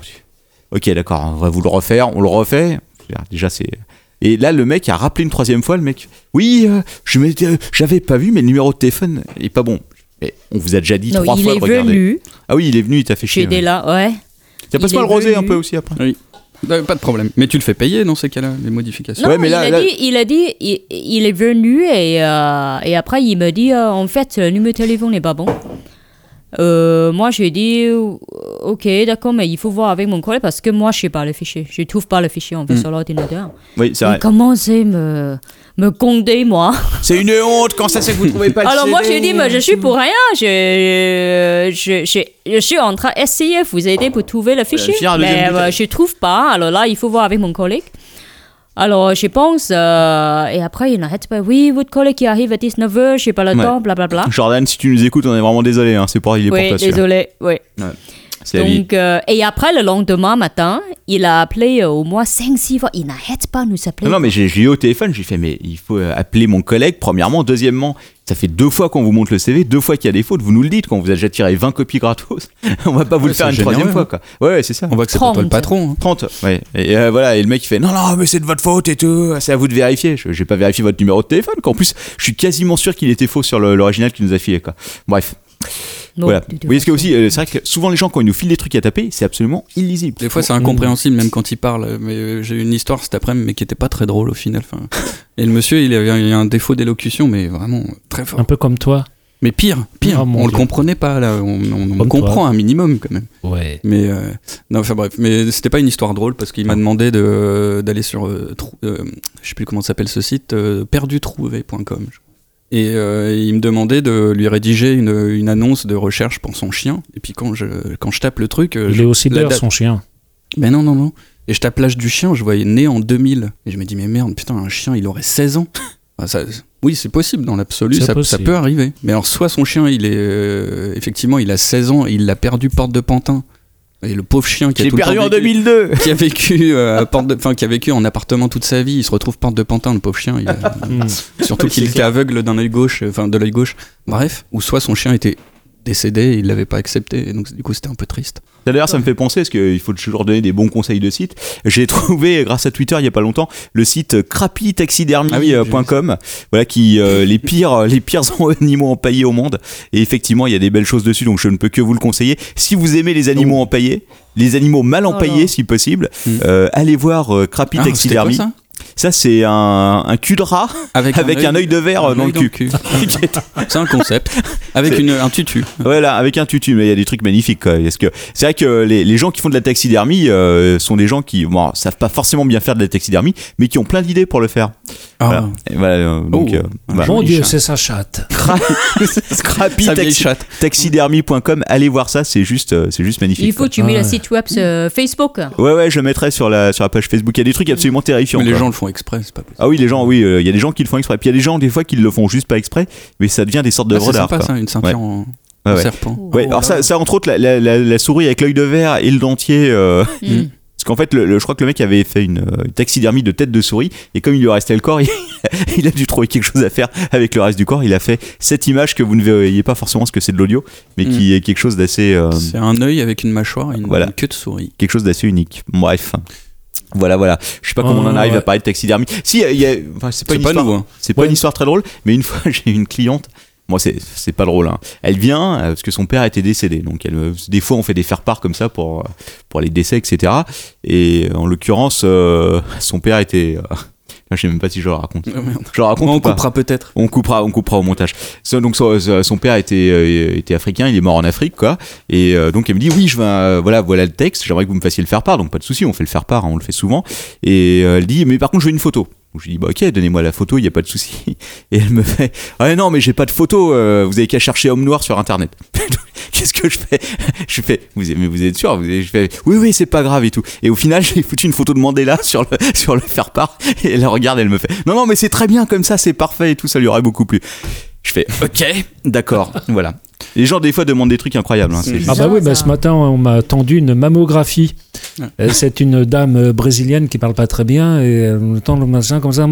Speaker 1: ok, d'accord, on va vous le refaire, on le refait. Déjà, c'est. Et là, le mec a rappelé une troisième fois, le mec Oui, euh, je m'étais- euh, j'avais pas vu, mais le numéro de téléphone est pas bon. Mais on vous a déjà dit
Speaker 7: Non,
Speaker 1: trois
Speaker 7: il
Speaker 1: fois
Speaker 7: est
Speaker 1: de regarder.
Speaker 7: venu,
Speaker 1: Ah oui, il est venu, il t'a fait chier.
Speaker 7: j'ai des
Speaker 1: ouais.
Speaker 7: là, ouais.
Speaker 1: T'as pas
Speaker 7: il
Speaker 1: mal
Speaker 7: est
Speaker 1: rosé un
Speaker 7: venu.
Speaker 1: peu aussi après
Speaker 9: Euh, Pas de problème. Mais tu le fais payer dans ces cas-là, les modifications.
Speaker 7: Non,
Speaker 1: Ouais, mais là-
Speaker 7: il, a
Speaker 1: là-
Speaker 7: Dit, il a dit, il, il est venu et, euh, et après il me dit, euh, en fait, le numéro de téléphone n'est pas bon. Euh, moi, j'ai dit, euh, ok, d'accord, mais il faut voir avec mon collègue parce que moi, je sais pas le fichier. Je trouve pas le fichier en fait sur l'ordinateur.
Speaker 1: Oui, Hmm. c'est
Speaker 7: Il
Speaker 1: vrai.
Speaker 7: commençait à me, me condamner, moi.
Speaker 1: C'est une honte quand ça, c'est que vous trouvez pas
Speaker 7: Alors moi, j'ai dit, mais je suis pour rien. Je, je, je, je suis en train d'essayer de vous aider pour trouver le fichier.
Speaker 1: fier à la
Speaker 7: mais
Speaker 1: deuxième
Speaker 7: euh,
Speaker 1: bouteille.
Speaker 7: je trouve pas. Alors là, il faut voir avec mon collègue. Alors, je pense, euh, et après, il n'arrête pas. Oui, votre collègue qui arrive à 19h, je n'ai pas le
Speaker 1: Ouais.
Speaker 7: temps, blablabla.
Speaker 1: Jordan, si tu nous écoutes, on est vraiment désolé. hein, C'est pour il est
Speaker 7: Oui,
Speaker 1: pour toi. celui-là.
Speaker 7: désolé. Oui.
Speaker 1: C'est la vie.
Speaker 7: Donc, euh, et après, le lendemain matin, il a appelé euh, au moins 5-6 fois. Il n'arrête pas de nous appeler.
Speaker 1: Non, non, mais j'ai j'ai eu au téléphone, j'ai fait, mais il faut euh, appeler mon collègue, premièrement. Deuxièmement, ça fait deux fois qu'on vous montre le CV, deux fois qu'il y a des fautes, vous nous le dites quand on vous a déjà tiré 20 copies gratos. on va pas vous
Speaker 9: Ouais,
Speaker 1: le faire
Speaker 9: c'est
Speaker 1: une
Speaker 9: généreux,
Speaker 1: troisième fois,
Speaker 9: hein.
Speaker 1: quoi. Ouais, ouais, c'est ça.
Speaker 9: On voit que c'est pas toi le
Speaker 7: Prendre.
Speaker 9: patron. hein.
Speaker 1: 30, ouais. Et euh, voilà, et le mec il fait non, non, mais c'est de votre faute et tout, c'est à vous de vérifier. Je J'ai pas vérifié votre numéro de téléphone, qu'en plus, je suis quasiment sûr qu'il était faux sur le- l'original qu'il nous a filé, quoi. Bref,
Speaker 7: Non,
Speaker 1: voilà.
Speaker 7: de
Speaker 1: Vous
Speaker 7: toute
Speaker 1: voyez ce que
Speaker 7: façon.
Speaker 1: aussi, euh, c'est vrai que souvent les gens, quand ils nous filent des trucs à taper, c'est absolument illisible.
Speaker 9: Des fois, c'est incompréhensible, même quand il parle. Mais euh, j'ai eu une histoire cet après-midi, mais qui était pas très drôle au final. Enfin, et le monsieur, il avait un, il a un défaut d'élocution, mais vraiment euh, très fort.
Speaker 8: Un peu comme toi.
Speaker 9: Mais pire, pire.
Speaker 8: Oh, Ah. mon
Speaker 9: on le
Speaker 8: Dieu.
Speaker 9: comprenait pas là. On, on- on
Speaker 8: Comme
Speaker 9: comprend
Speaker 8: toi.
Speaker 9: un minimum quand même.
Speaker 8: Ouais.
Speaker 9: Mais euh, non, enfin bref. Mais c'était pas une histoire drôle parce qu'il m'a demandé de d'aller sur euh, trou- euh, je sais plus comment s'appelle ce site, euh, perdutrouvé.com. je crois. Et euh, il me demandait de lui rédiger une, une annonce de recherche pour son chien. Et puis quand je quand je tape le truc, euh,
Speaker 8: Il
Speaker 9: je-
Speaker 8: est
Speaker 9: la
Speaker 8: aussi beurre,
Speaker 9: date-
Speaker 8: son chien.
Speaker 9: mais non, non, non. Et je tape l'âge du chien, je voyais né en 2000. Et je me dis, mais merde, putain, un chien, il aurait 16 ans. Ah, ça- oui, c'est possible, dans l'absolu,
Speaker 8: C'est
Speaker 9: ça, ça
Speaker 8: possible.
Speaker 9: peut arriver. Mais alors, soit son chien, il est. euh, effectivement, il a 16 ans et il l'a perdu porte de Pantin. Et le pauvre chien qui a
Speaker 1: J'ai
Speaker 9: tout le
Speaker 1: perdu
Speaker 9: temps
Speaker 1: en
Speaker 9: vécu-
Speaker 1: 2002
Speaker 9: qui a vécu euh, à porte de- enfin, qui a vécu en appartement toute sa vie, il se retrouve porte de pantin le pauvre chien, il a-
Speaker 1: Hmm.
Speaker 8: Mm.
Speaker 9: surtout qu'il était aveugle d'un œil gauche, euh, enfin de l'œil gauche. Bref, ou soit son chien était décédé, et il l'avait pas accepté et donc du coup c'était un peu triste.
Speaker 1: D'ailleurs, ça me fait penser, parce qu'il faut toujours donner des bons conseils de site. J'ai trouvé, grâce à Twitter il y a pas longtemps, le site
Speaker 9: Ah oui, j'ai vu ça.
Speaker 1: crapitaxidermie.com, voilà, qui, euh, les pires, les pires animaux empaillés au monde. Et effectivement, il y a des belles choses dessus, donc je ne peux que vous le conseiller. Si vous aimez les animaux
Speaker 9: Oh.
Speaker 1: empaillés, les animaux mal empaillés, si possible,
Speaker 9: Mm.
Speaker 1: euh, allez voir euh, Crapi
Speaker 9: Ah, c'était quoi,
Speaker 1: Taxidermie.
Speaker 9: ça Ah.
Speaker 1: ça, c'est un, un cul de rat avec un œil de verre euh,
Speaker 9: Un
Speaker 1: dans le
Speaker 9: œil
Speaker 1: cul.
Speaker 9: C'est un concept. Avec
Speaker 1: C'est-
Speaker 9: une, un tutu.
Speaker 1: Voilà, avec un tutu, mais il y a des trucs magnifiques. Quoi. Parce que c'est vrai que les, les gens qui font de la taxidermie euh, sont des gens qui bon, savent pas forcément bien faire de la taxidermie, mais qui ont plein d'idées pour le faire. Voilà. Et voilà, euh, donc,
Speaker 9: Ah Oh,
Speaker 1: euh, voilà.
Speaker 8: Mon
Speaker 9: joli
Speaker 8: Dieu,
Speaker 9: chat.
Speaker 8: c'est sa chatte.
Speaker 1: Scrappy
Speaker 9: Sa vieille
Speaker 1: taxi-
Speaker 9: chatte.
Speaker 1: taxidermie.com, allez voir ça, c'est juste, euh, c'est juste magnifique.
Speaker 7: Il faut que tu mets
Speaker 8: Ouais.
Speaker 7: le site web sur Facebook.
Speaker 1: Ouais, ouais, je mettrai sur la, sur la page Facebook. Il y a des trucs absolument terrifiants.
Speaker 9: Mais les
Speaker 1: quoi.
Speaker 9: gens le font exprès, c'est pas possible.
Speaker 1: Ah oui, les gens, oui, euh, il y a des gens qui le font exprès. Puis il y a des gens, des fois, qui le font juste pas exprès, mais ça devient des sortes de
Speaker 9: Ah, c'est
Speaker 1: d'art.
Speaker 9: sympa
Speaker 1: quoi.
Speaker 9: ça, une ceinture en,
Speaker 1: Ouais, Ah
Speaker 9: en
Speaker 1: ouais.
Speaker 9: serpent.
Speaker 1: Ouais, alors ça, ça, entre autres, la, la- la- la souris avec l'œil de verre et le dentier. euh,
Speaker 7: Mm.
Speaker 1: Parce qu'en fait, le, le- je crois que le mec avait fait une, euh, une taxidermie de tête de souris, et comme il lui restait le corps, il, il a dû trouver quelque chose à faire avec le reste du corps. Il a fait cette image que vous ne voyez pas forcément parce que c'est de l'audio, mais
Speaker 9: Mm.
Speaker 1: qui est quelque chose d'assez, euh,
Speaker 9: C'est un œil avec une mâchoire et une,
Speaker 1: Voilà.
Speaker 9: une queue de souris.
Speaker 1: quelque chose d'assez unique. Bref. Voilà, voilà. Je sais pas comment on en
Speaker 8: Oh,
Speaker 1: arrive à
Speaker 8: ouais.
Speaker 1: parler de taxidermie. Si, il y a, enfin, c'est pas,
Speaker 9: C'est
Speaker 1: une
Speaker 9: pas
Speaker 1: histoire-
Speaker 9: nouveau. hein.
Speaker 1: C'est pas
Speaker 8: Ouais.
Speaker 1: une histoire très drôle, mais une fois, j'ai eu une cliente Moi, c'est c'est pas drôle. hein. Elle vient euh, parce que son père était décédé. Donc, elle, euh, des fois, on fait des faire-part comme ça pour, euh, pour les décès, etc. Et euh, en l'occurrence, euh, son père était. euh, je sais même pas si je le raconte.
Speaker 9: Oh, merde.
Speaker 1: Je le raconte.
Speaker 9: On
Speaker 1: ou pas
Speaker 9: coupera peut-être.
Speaker 1: on coupera, on coupera au montage. So- Donc son, son père était, euh, était africain, il est mort en Afrique, quoi. Et euh, donc elle me dit oui, je vais, euh, voilà, voilà le texte. J'aimerais que vous me fassiez le faire part. Donc pas de souci, on fait le faire part, hein, on le fait souvent. Et euh, elle dit mais par contre je veux une photo. Donc je lui dis bah ok, donnez-moi la photo, il y a pas de souci. Et elle me fait ah non mais j'ai pas de photo. euh, vous avez qu'à chercher homme noir sur internet. Qu'est-ce que je fais Je fais vous êtes, mais vous êtes sûr vous êtes- Je fais oui oui c'est pas grave et tout. Et au final j'ai foutu une photo de Mandela sur le sur le faire part. Et elle regarde, elle me fait non non mais c'est très bien comme ça, c'est parfait et tout, ça lui aurait beaucoup plu. Je fais ok, d'accord, voilà. Les gens des fois demandent des trucs incroyables. hein, c'est juste-
Speaker 8: Ah bah
Speaker 7: bizarre,
Speaker 8: oui, bah,
Speaker 7: ça.
Speaker 8: ce matin on m'a tendu une mammographie.
Speaker 9: Ouais.
Speaker 8: Euh, C'est une dame euh, brésilienne qui parle pas très bien et elle me tend le machin comme ça.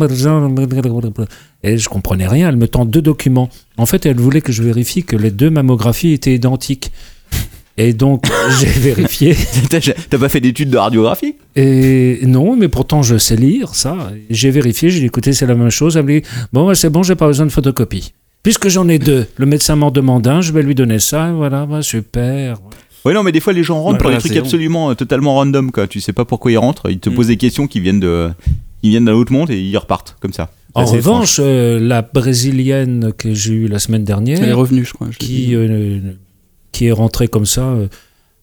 Speaker 8: Et je comprenais rien, elle me tend deux documents. En fait, elle voulait que je vérifie que les deux mammographies étaient identiques. Et donc j'ai vérifié.
Speaker 1: T'as t'as pas fait d'études de radiographie
Speaker 8: Et non, mais pourtant je sais lire ça. J'ai vérifié, j'ai dit écoutez, c'est la même chose. Elle me dit bon, ouais, c'est bon, j'ai pas besoin de photocopie. Puisque j'en ai deux, le médecin m'en demande un, je vais lui donner ça, voilà, ouais, super.
Speaker 1: Ouais non mais des fois les gens rentrent
Speaker 9: Bah,
Speaker 1: pour des
Speaker 9: là,
Speaker 1: trucs
Speaker 9: c'est bon.
Speaker 1: absolument euh, totalement random quoi. Tu sais pas pourquoi ils rentrent,
Speaker 9: Mm.
Speaker 1: ils te posent des questions qui viennent de ils viennent d'un autre monde et ils repartent comme ça.
Speaker 8: En
Speaker 1: Assez étrange.
Speaker 8: revanche, euh, la brésilienne que j'ai eue la semaine
Speaker 1: Eh,
Speaker 9: Elle est
Speaker 8: dernière,
Speaker 9: revenue, je crois. je l'ai dit.
Speaker 8: qui, euh, qui est rentrée comme ça, euh,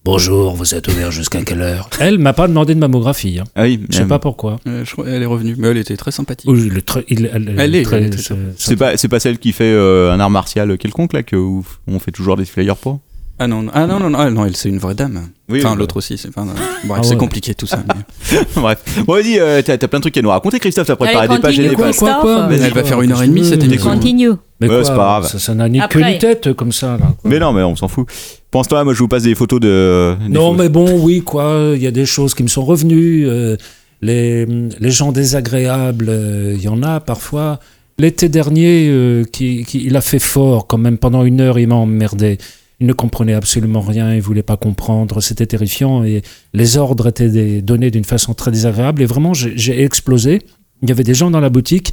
Speaker 8: bonjour, vous êtes ouvert jusqu'à quelle heure Elle m'a pas demandé de mammographie, hein.
Speaker 1: Ah oui,
Speaker 8: je sais
Speaker 1: euh,
Speaker 8: pas pourquoi.
Speaker 9: Euh, je crois- Elle est revenue, mais elle était très sympathique.
Speaker 8: Ou le tra- il- elle,
Speaker 9: Elle est-
Speaker 8: très-
Speaker 9: elle est très-
Speaker 8: ça-
Speaker 1: C'est
Speaker 8: ça-
Speaker 1: pas, c'est pas celle qui fait euh, un art martial quelconque là que où on fait toujours des flyers pour
Speaker 9: Ah non, non, ah non, non, non, ah non, elle c'est une vraie dame.
Speaker 1: Oui,
Speaker 9: enfin,
Speaker 1: oui.
Speaker 9: l'autre aussi. C'est enfin, euh, bref,
Speaker 8: Ah
Speaker 9: c'est
Speaker 8: ouais.
Speaker 9: compliqué tout ça.
Speaker 1: bah,
Speaker 9: mais-
Speaker 1: Bref. Bon vas-y, euh, t'as t'as plein de trucs à nous raconter Christophe, t'as préparé
Speaker 7: Allez,
Speaker 1: des pages et
Speaker 7: continue,
Speaker 1: des
Speaker 7: quoi,
Speaker 1: pages.
Speaker 7: quoi, quoi
Speaker 9: Elle va faire une heure et demie, cette émission.
Speaker 7: Continue.
Speaker 8: Mais
Speaker 1: Ouais,
Speaker 8: quoi,
Speaker 1: c'est pas grave.
Speaker 8: Ça, ça n'a ni queue
Speaker 7: Après.
Speaker 8: ni tête comme ça. Là, quoi.
Speaker 1: Mais non mais on s'en fout. Pense-toi, moi je vous passe des photos de. des
Speaker 8: Non,
Speaker 1: photos.
Speaker 8: mais bon, oui, quoi. Il y a des choses qui me sont revenues. euh, les, les gens désagréables, euh, il y en a parfois. L'été dernier, euh, qui, qui- il a fait fort quand même. Pendant une heure, il m'a emmerdé. Il ne comprenait absolument rien, il voulait pas comprendre. C'était terrifiant. Et les ordres étaient des- donnés d'une façon très désagréable. Et vraiment, j'ai- j'ai explosé. Il y avait des gens dans la boutique.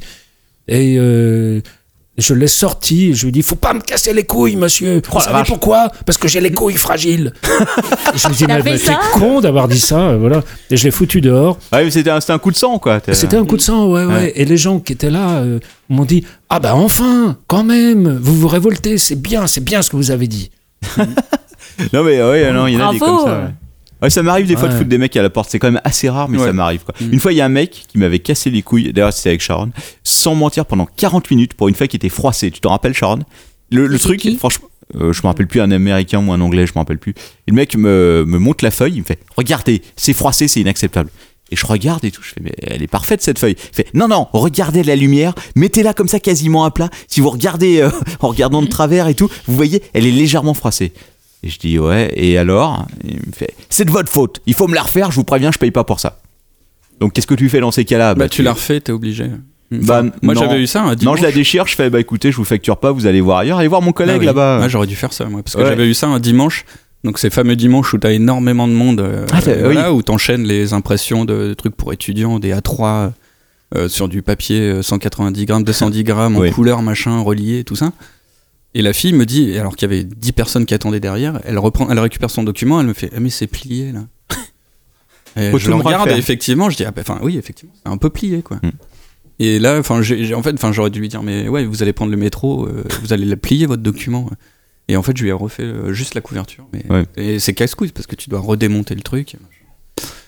Speaker 8: Et. euh, je l'ai sorti et je lui ai dit Faut pas me casser les couilles, monsieur. Vous savez pourquoi Parce que j'ai les couilles fragiles. je lui ai dit
Speaker 7: T'as
Speaker 8: Mais,
Speaker 7: fait
Speaker 8: mais
Speaker 7: ça
Speaker 8: t'es con d'avoir dit ça. euh, voilà. Et je l'ai foutu dehors.
Speaker 1: Ouais, Ah mais c'était un, c'était un coup de sang quoi. t'as-
Speaker 8: C'était un coup de sang, ouais, ouais.
Speaker 1: Ouais.
Speaker 8: Et les gens qui étaient là euh, m'ont dit Ah bah enfin, quand même, vous vous révoltez, c'est bien, c'est bien ce que vous avez dit.
Speaker 1: Non mais ouais, non, il y en a des
Speaker 7: Bravo.
Speaker 1: comme ça. ouais. Ouais, ça m'arrive des fois de
Speaker 8: Ouais.
Speaker 1: foutre des mecs à la porte, c'est quand même assez rare, mais
Speaker 9: Ouais.
Speaker 1: ça m'arrive quoi.
Speaker 9: Mm.
Speaker 1: Une fois, il y a un mec qui m'avait cassé les couilles, d'ailleurs c'était avec Sharon, sans mentir pendant 40 minutes pour une fois qui était froissée. Tu t'en rappelles, Sharon Le, le
Speaker 7: C'est
Speaker 1: truc,
Speaker 7: qui
Speaker 1: franchement, euh, je me rappelle plus, un américain ou un anglais, je me rappelle plus. Et le mec me, me montre la feuille, il me fait Regardez, c'est froissé, c'est inacceptable. Et je regarde et tout, je fais Mais elle est parfaite cette feuille. Il fait Non, non, regardez la lumière, mettez-la comme ça quasiment à plat. Si vous regardez euh, en regardant de travers et tout, vous voyez, elle est légèrement froissée. Et je dis ouais, et alors Il me fait c'est de votre faute, il faut me la refaire, je vous préviens, je paye pas pour ça. Donc qu'est-ce que tu fais dans ces cas-là
Speaker 9: Bah, tu
Speaker 1: tu-
Speaker 9: la refais, t'es obligé.
Speaker 1: Bah,
Speaker 9: moi
Speaker 1: non.
Speaker 9: j'avais eu ça un
Speaker 1: Non,
Speaker 9: dimanche.
Speaker 1: je la déchire, je fais bah écoutez, je vous facture pas, vous allez voir ailleurs, allez voir mon collègue
Speaker 9: Ah oui.
Speaker 1: là-bas.
Speaker 9: Ah, j'aurais dû faire ça, moi, parce que
Speaker 1: Ouais.
Speaker 9: j'avais eu ça un dimanche. Donc, ces fameux dimanches où t'as énormément de monde, euh,
Speaker 1: Ah, t'as-
Speaker 9: voilà, où t'enchaînes les impressions de, de trucs pour étudiants, des A3 euh, sur du papier euh, 190 grammes, 210 grammes, en
Speaker 1: Oui.
Speaker 9: couleur, machin, relié, tout ça. Et la fille me dit, alors qu'il y avait 10 personnes qui attendaient derrière, elle, reprend, elle récupère son document, elle me fait Ah, mais c'est plié là. Et
Speaker 1: Faut
Speaker 9: je
Speaker 1: tout
Speaker 9: le
Speaker 1: me
Speaker 9: regarde
Speaker 1: refaire.
Speaker 9: et effectivement, je dis Ah, bah, enfin, oui, effectivement, c'est un peu plié quoi.
Speaker 1: Hmm.
Speaker 9: Et là, enfin, j'ai- j'ai- en fait, enfin, j'aurais dû lui dire Mais ouais, vous allez prendre le métro, euh, vous allez le plier votre document. Et en fait, je lui ai refait euh, juste la couverture. Mais,
Speaker 1: Ouais.
Speaker 9: Et c'est casse-couille parce que tu dois redémonter le truc.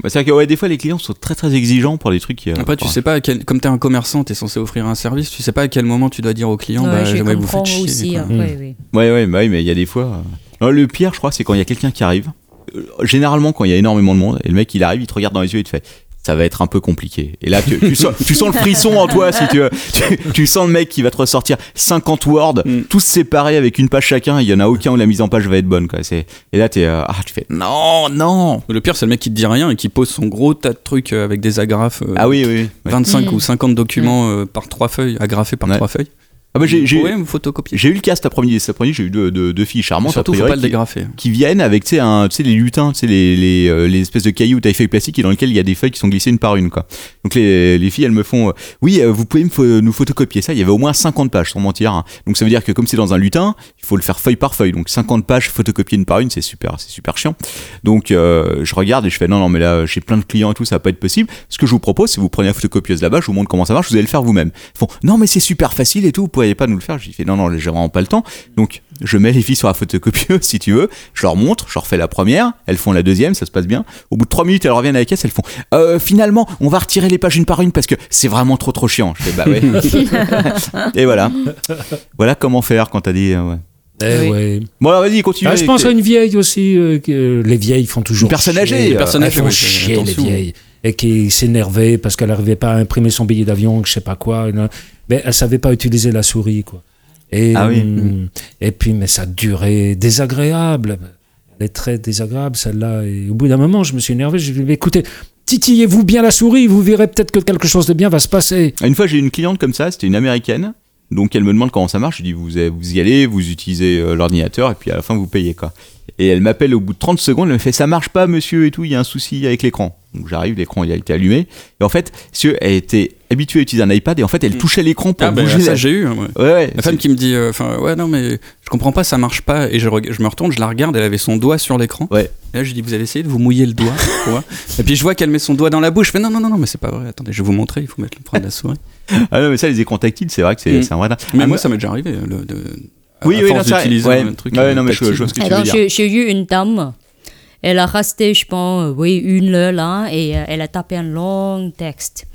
Speaker 1: Bah, C'est-à-dire que ouais, des fois les clients sont très très exigeants pour des trucs qui. euh,
Speaker 9: Après, tu
Speaker 1: enfin,
Speaker 9: sais Ah, pas, à quel, comme t'es un commerçant, t'es censé offrir un service, tu sais pas à quel moment tu dois dire au client,
Speaker 7: Ouais,
Speaker 9: bah,
Speaker 7: je
Speaker 9: j'aimerais vous
Speaker 7: comprends
Speaker 9: faire chier.
Speaker 7: aussi. hein.
Speaker 9: quoi.
Speaker 1: Mmh.
Speaker 7: après, oui.
Speaker 1: Ouais, ouais, bah oui, mais il y a des fois. euh, Non, le pire, je crois, c'est quand il y a quelqu'un qui arrive. Euh, Généralement, quand il y a énormément de monde, et le mec il arrive, il te regarde dans les yeux, il te fait. Ça va être un peu compliqué. Et là, tu, tu sens, tu sens le frisson en toi, si tu veux. Tu, tu sens le mec qui va te ressortir 50 words,
Speaker 9: Mm.
Speaker 1: tous séparés avec une page chacun. Il y en a aucun où la mise en page va être bonne. Quoi. C'est- Et là, t'es, euh, ah, tu fais non, non.
Speaker 9: Le pire, c'est le mec qui te dit rien et qui pose son gros tas de trucs euh, avec des agrafes. euh,
Speaker 1: Ah oui, oui. oui.
Speaker 9: 25
Speaker 7: Mm.
Speaker 9: ou 50 documents euh, par trois feuilles, agrafés par
Speaker 1: Ouais.
Speaker 9: trois feuilles.
Speaker 1: Ah bah j'ai,
Speaker 9: Vous
Speaker 1: j'ai,
Speaker 9: pouvez me photocopier.
Speaker 1: j'ai eu le cas cet après-midi. Cet après-midi, j'ai eu deux, deux- deux filles charmantes.
Speaker 9: Surtout,
Speaker 1: a
Speaker 9: faut
Speaker 1: priori,
Speaker 9: pas le
Speaker 1: qui-
Speaker 9: dégrafer.
Speaker 1: qui viennent avec tu sais un- tu sais, les lutins, tu sais, les, les, euh, les espèces de cailloux taille feuille plastique et dans lesquels il y a des feuilles qui sont glissées une par une. Quoi. Donc les, les filles, elles me font euh, Oui, euh, vous pouvez me pho- nous photocopier ça. Il y avait au moins 50 pages, sans mentir. hein. Donc ça veut dire que comme c'est dans un lutin, il faut le faire feuille par feuille. Donc 50 pages photocopiées une par une, c'est super, c'est super chiant. Donc euh, je regarde et je fais Non, non, mais là, j'ai plein de clients et tout, ça va pas être possible. Ce que je vous propose, c'est que vous prenez la photocopieuse là-bas, je vous montre comment ça marche, vous allez le faire vous-même. Ils font Non, mais c'est super facile et tout, vous pourriez pas nous le faire. J'ai fait Non, non, j'ai vraiment pas le temps. Donc je mets les filles sur la photocopieuse si tu veux, je leur montre, je leur fais la première, elles font la deuxième, ça se passe bien. Au bout de trois minutes, elles reviennent à la caisse, elles font Euh, finalement, on va retirer les pages une par une parce que c'est vraiment trop trop chiant. Je fais bah ouais. Et voilà. Voilà comment faire quand t'as dit euh, ouais.
Speaker 8: Eh
Speaker 7: Oui.
Speaker 8: ouais.
Speaker 1: Bon alors vas-y, continue.
Speaker 8: Ah, je
Speaker 1: avec
Speaker 8: pense
Speaker 1: tes-
Speaker 8: à une vieille aussi. euh, que, euh, les vieilles font toujours.
Speaker 1: Une personne
Speaker 8: chier.
Speaker 1: âgée,
Speaker 8: Elles
Speaker 1: euh,
Speaker 9: personne âgée,
Speaker 8: font
Speaker 9: oui,
Speaker 8: chier, les
Speaker 9: attention.
Speaker 8: vieilles. Et qui s'énervait parce qu'elle n'arrivait pas à imprimer son billet d'avion, je sais pas quoi. et là. Mais elle savait pas utiliser la souris, quoi. Et,
Speaker 1: Ah oui.
Speaker 8: hum, et puis, mais ça durait. Désagréable. Elle est très désagréable, celle-là. Et au bout d'un moment, je me suis énervé. Je lui ai dit, écoutez, titillez-vous bien la souris, vous verrez peut-être que quelque chose de bien va se passer.
Speaker 1: Une fois, j'ai eu une cliente comme ça, c'était une américaine. Donc, elle me demande comment ça marche. Je dis, vous, vous y allez, vous utilisez euh, l'ordinateur, et puis à la fin, vous payez, quoi. Et elle m'appelle au bout de 30 secondes, elle me fait, ça marche pas, monsieur, et tout, il y a un souci avec l'écran. Donc, j'arrive, l'écran, il a été allumé. Et en fait, monsieur, elle était habituée à utiliser un iPad, et en fait, elle touchait l'écran pour
Speaker 9: Ah, bah,
Speaker 1: bouger.
Speaker 9: ça,
Speaker 1: la-
Speaker 9: j'ai eu. hein, ouais.
Speaker 1: Ouais, ouais,
Speaker 9: La femme qui me dit, euh, enfin, ouais, non, mais je comprends pas, ça marche pas. Et je, reg- je me retourne, je la regarde, elle avait son doigt sur l'écran.
Speaker 1: Ouais.
Speaker 9: Et là, je lui dis, vous avez essayé de vous mouiller le doigt, tu vois Et puis je vois qu'elle met son doigt dans la bouche. Je fais, non, non, non, non, mais c'est pas vrai. Attendez, je vais vous montrer, il faut mettre le prendre la souris.
Speaker 1: c'est- Ah non, mais ça, les écrans tactiles, c'est vrai que c'est
Speaker 9: Mm.
Speaker 1: c'est un vrai. dard.
Speaker 9: Mais
Speaker 1: Ah,
Speaker 9: moi, ça m'est déjà arrivé. euh, Le, de, à
Speaker 1: Oui, oui, non,
Speaker 9: force
Speaker 1: ça-
Speaker 9: d'utiliser
Speaker 1: ouais.
Speaker 9: un truc.
Speaker 1: Ouais,
Speaker 9: euh,
Speaker 1: non, mais je-
Speaker 9: tactile.
Speaker 1: je vois ce que tu veux
Speaker 7: Alors,
Speaker 1: dire.
Speaker 7: j'ai j'ai eu une dame. Elle a resté, je pense, euh, oui, une heure là, et euh, elle a tapé un long texte.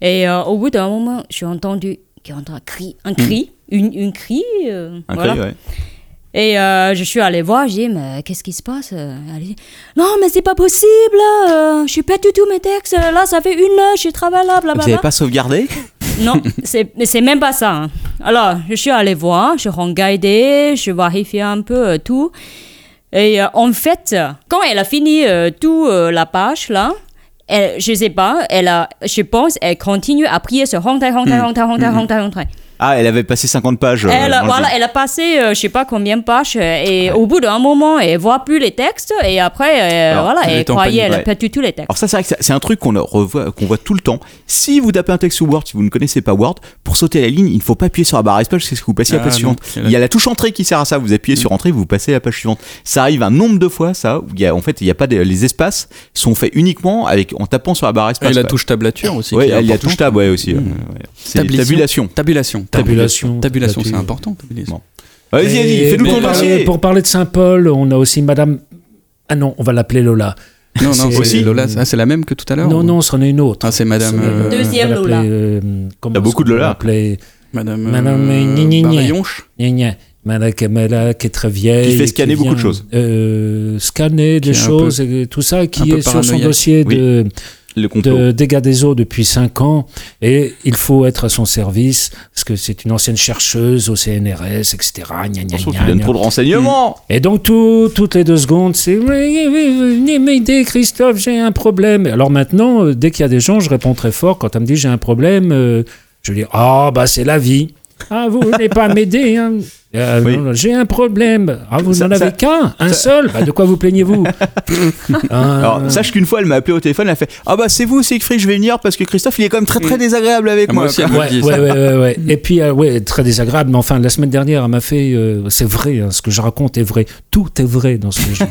Speaker 7: Et euh, au bout d'un moment, j'ai entendu qu'il y a un cri, un cri, une, une cri. euh,
Speaker 1: Mmh. un
Speaker 7: voilà.
Speaker 1: cri, ouais.
Speaker 7: Et euh, je suis allée voir, j'ai dit, mais qu'est-ce qui se passe Euh, Elle dit, non, mais c'est pas possible, euh, je perds du tout mes textes, là, ça fait une heure, je travaille là,
Speaker 1: Vous
Speaker 7: blablabla.
Speaker 1: n'avez pas sauvegardé
Speaker 7: Non, c'est mais c'est même pas ça. hein. Alors, je suis allée voir, je regardais, je vérifiais un peu euh, tout. Et euh, en fait, euh, quand elle a fini euh, tout euh, la page là, elle, je sais pas, elle a, je pense, elle continue à prier sur Hontai, Hontai, Hontai, Hontai, Hontai, Hontai.
Speaker 1: Ah, elle avait passé 50 pages. euh,
Speaker 7: Eh, Elle, a-
Speaker 1: dans le
Speaker 7: voilà,
Speaker 1: jeu.
Speaker 7: elle a passé, euh, je sais pas combien de pages, euh, et au bout d'un moment, elle voit plus les textes, et après, euh,
Speaker 1: Alors,
Speaker 7: voilà,
Speaker 9: elle
Speaker 7: elle
Speaker 9: était en
Speaker 7: croyait,
Speaker 9: panique,
Speaker 7: elle a
Speaker 1: ouais. Oh.
Speaker 7: perdu tous les textes.
Speaker 1: Alors ça, c'est vrai que ça- c'est un truc qu'on revoit- qu'on voit tout le temps. Si vous tapez un texte sous Word, si vous ne connaissez pas Word, pour sauter la ligne, il ne faut pas appuyer sur la barre espace, c'est ce que vous passez à la
Speaker 9: Ah,
Speaker 1: page
Speaker 9: non,
Speaker 1: suivante.
Speaker 9: c'est vrai. Mm.
Speaker 1: Il y a la touche entrée qui sert à ça. Vous appuyez sur entrée, vous passez à la page suivante. Ça arrive un nombre de fois, ça. Où il y a, en fait, il y a pas de- les espaces sont faits uniquement avec en tapant sur la barre espace.
Speaker 9: Ah, Et la
Speaker 1: quoi.
Speaker 9: touche tablature aussi.
Speaker 1: Ouais,
Speaker 9: qui est
Speaker 1: il y a la
Speaker 9: importante.
Speaker 1: touche tab, ouais aussi.
Speaker 9: Mmh.
Speaker 1: euh, ouais. C'est
Speaker 9: Tablition.
Speaker 1: tabulation.
Speaker 9: Tabulation. pardon.
Speaker 8: Tabulation.
Speaker 9: Tabulation, c'est
Speaker 8: Tabulation.
Speaker 9: important. tabulation.
Speaker 1: Vas-y, vas-y,
Speaker 8: Et
Speaker 1: fais-nous
Speaker 8: pour
Speaker 1: ton
Speaker 8: parler-
Speaker 1: dossier.
Speaker 8: Pour parler de Saint-Paul, on a aussi Madame. Ah non, on va l'appeler Lola.
Speaker 9: Non, non,
Speaker 8: C'est-
Speaker 9: aussi. Lola, ah, c'est la même que tout à l'heure
Speaker 8: non,
Speaker 9: ou-
Speaker 8: non, c'en est une autre.
Speaker 9: Ah, c'est madame. euh,
Speaker 7: Deuxième
Speaker 8: on va
Speaker 7: Lola.
Speaker 8: l'appeler, euh, comment
Speaker 1: T'as beaucoup
Speaker 8: est-ce
Speaker 1: de
Speaker 8: qu'on
Speaker 1: Lola.
Speaker 8: peut l'appeler
Speaker 9: Madame.
Speaker 8: Madame, euh, gna, gna,
Speaker 9: euh,
Speaker 8: gna.
Speaker 9: Barillonche.
Speaker 8: Gna, gna. Madame Kamala, qui est très vieille.
Speaker 1: Qui fait
Speaker 8: et
Speaker 1: scanner beaucoup de choses.
Speaker 8: euh, scanner
Speaker 9: est
Speaker 8: des
Speaker 9: un
Speaker 8: choses, et tout ça, qui
Speaker 9: peu
Speaker 8: est sur son
Speaker 9: paranoïaque.
Speaker 8: dossier
Speaker 1: Oui.
Speaker 8: de,
Speaker 1: Le complot.
Speaker 8: de dégâts des eaux depuis 5 ans. Et il faut être à son service, parce que c'est une ancienne chercheuse au CNRS, etc. Gna, gna,
Speaker 1: Attention,
Speaker 8: gna,
Speaker 1: tu
Speaker 8: gna.
Speaker 1: donnes
Speaker 8: Mm.
Speaker 1: trop de renseignements.
Speaker 8: Et donc, tout- toutes les deux secondes, c'est Oui, oui, oui, venez m'aider, Christophe, j'ai un problème. Alors maintenant, euh, dès qu'il y a des gens, je réponds très fort. Quand elle me dit j'ai un problème, euh, je lui dis Ah, bah, c'est la vie. Ah, vous voulez pas m'aider hein Euh,
Speaker 1: Oui.
Speaker 8: non, J'ai un problème. Ah, vous
Speaker 1: Ça-
Speaker 8: n'en avez
Speaker 1: ça-
Speaker 8: qu'un Un seul Bah, De quoi vous plaignez-vous Ah,
Speaker 1: Alors, sache qu'une fois, elle m'a appelé au téléphone, elle a fait Ah bah c'est vous, Siegfried, je vais venir parce que Christophe, il est quand même très très désagréable avec
Speaker 9: Ah,
Speaker 1: moi.
Speaker 9: moi aussi,
Speaker 1: quoi.
Speaker 9: elle me le dit.
Speaker 8: Ouais, ouais, ouais, ouais, ouais. Et puis, euh, ouais, très désagréable, mais enfin, la semaine dernière, elle m'a fait. euh, c'est vrai, hein, ce que je raconte est vrai. Tout est vrai dans ce que je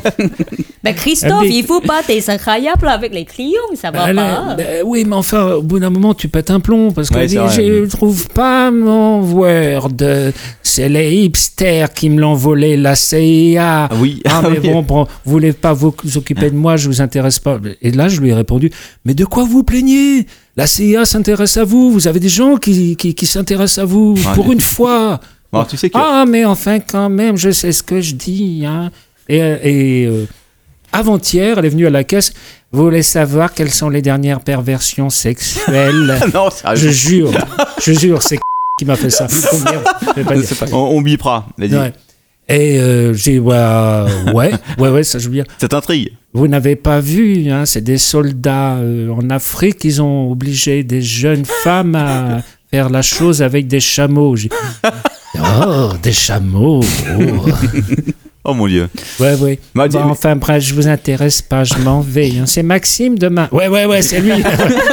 Speaker 7: Mais Christophe,
Speaker 8: Elle dit-
Speaker 7: il faut pas t'es incroyable avec les clients, ça va
Speaker 8: Elle
Speaker 7: pas.
Speaker 8: est- bah oui, mais enfin, au bout d'un moment, tu pètes un plomb parce que
Speaker 1: Ouais, c'est vrai.
Speaker 8: je trouve pas mon Word. C'est les hipsters qui me l'ont volé, la CIA.
Speaker 1: Ah oui,
Speaker 8: Ah, mais
Speaker 1: oui.
Speaker 8: bon, bon, vous voulez pas vous occuper de moi, je vous intéresse pas. Et là, je lui ai répondu, mais de quoi vous plaignez La CIA s'intéresse à vous, vous avez des gens qui, qui, qui s'intéressent à vous,
Speaker 1: Ouais.
Speaker 8: pour une fois.
Speaker 1: Alors, tu sais que.
Speaker 8: Ah, mais enfin, quand même, je sais ce que je dis. hein. Et, euh, et, euh, avant-hier, elle est venue à la caisse. Vous voulez savoir quelles sont les dernières perversions sexuelles
Speaker 1: non, sérieux.
Speaker 8: Ah, Je jure, je jure, c'est qui m'a fait ça. Oh, merde, je vais pas le dire.
Speaker 1: On, on bipera, vas-y.
Speaker 8: Ouais. Et euh, j'ai dit, bah, ouais, ouais, ouais, ça je veux bien.
Speaker 1: Ça t'intrigue
Speaker 8: Vous n'avez pas vu, hein, c'est des soldats euh, en Afrique, ils ont obligé des jeunes femmes à faire la chose avec des chameaux. J'ai- Oh, des chameaux. oh.
Speaker 1: Oh mon dieu.
Speaker 8: Ouais, ouais.
Speaker 1: Bah,
Speaker 8: Bon,
Speaker 1: dis-
Speaker 8: enfin, bref, je vous intéresse pas, je m'en vais. hein. C'est Maxime demain. Ouais, ouais, ouais, c'est lui. Ouais,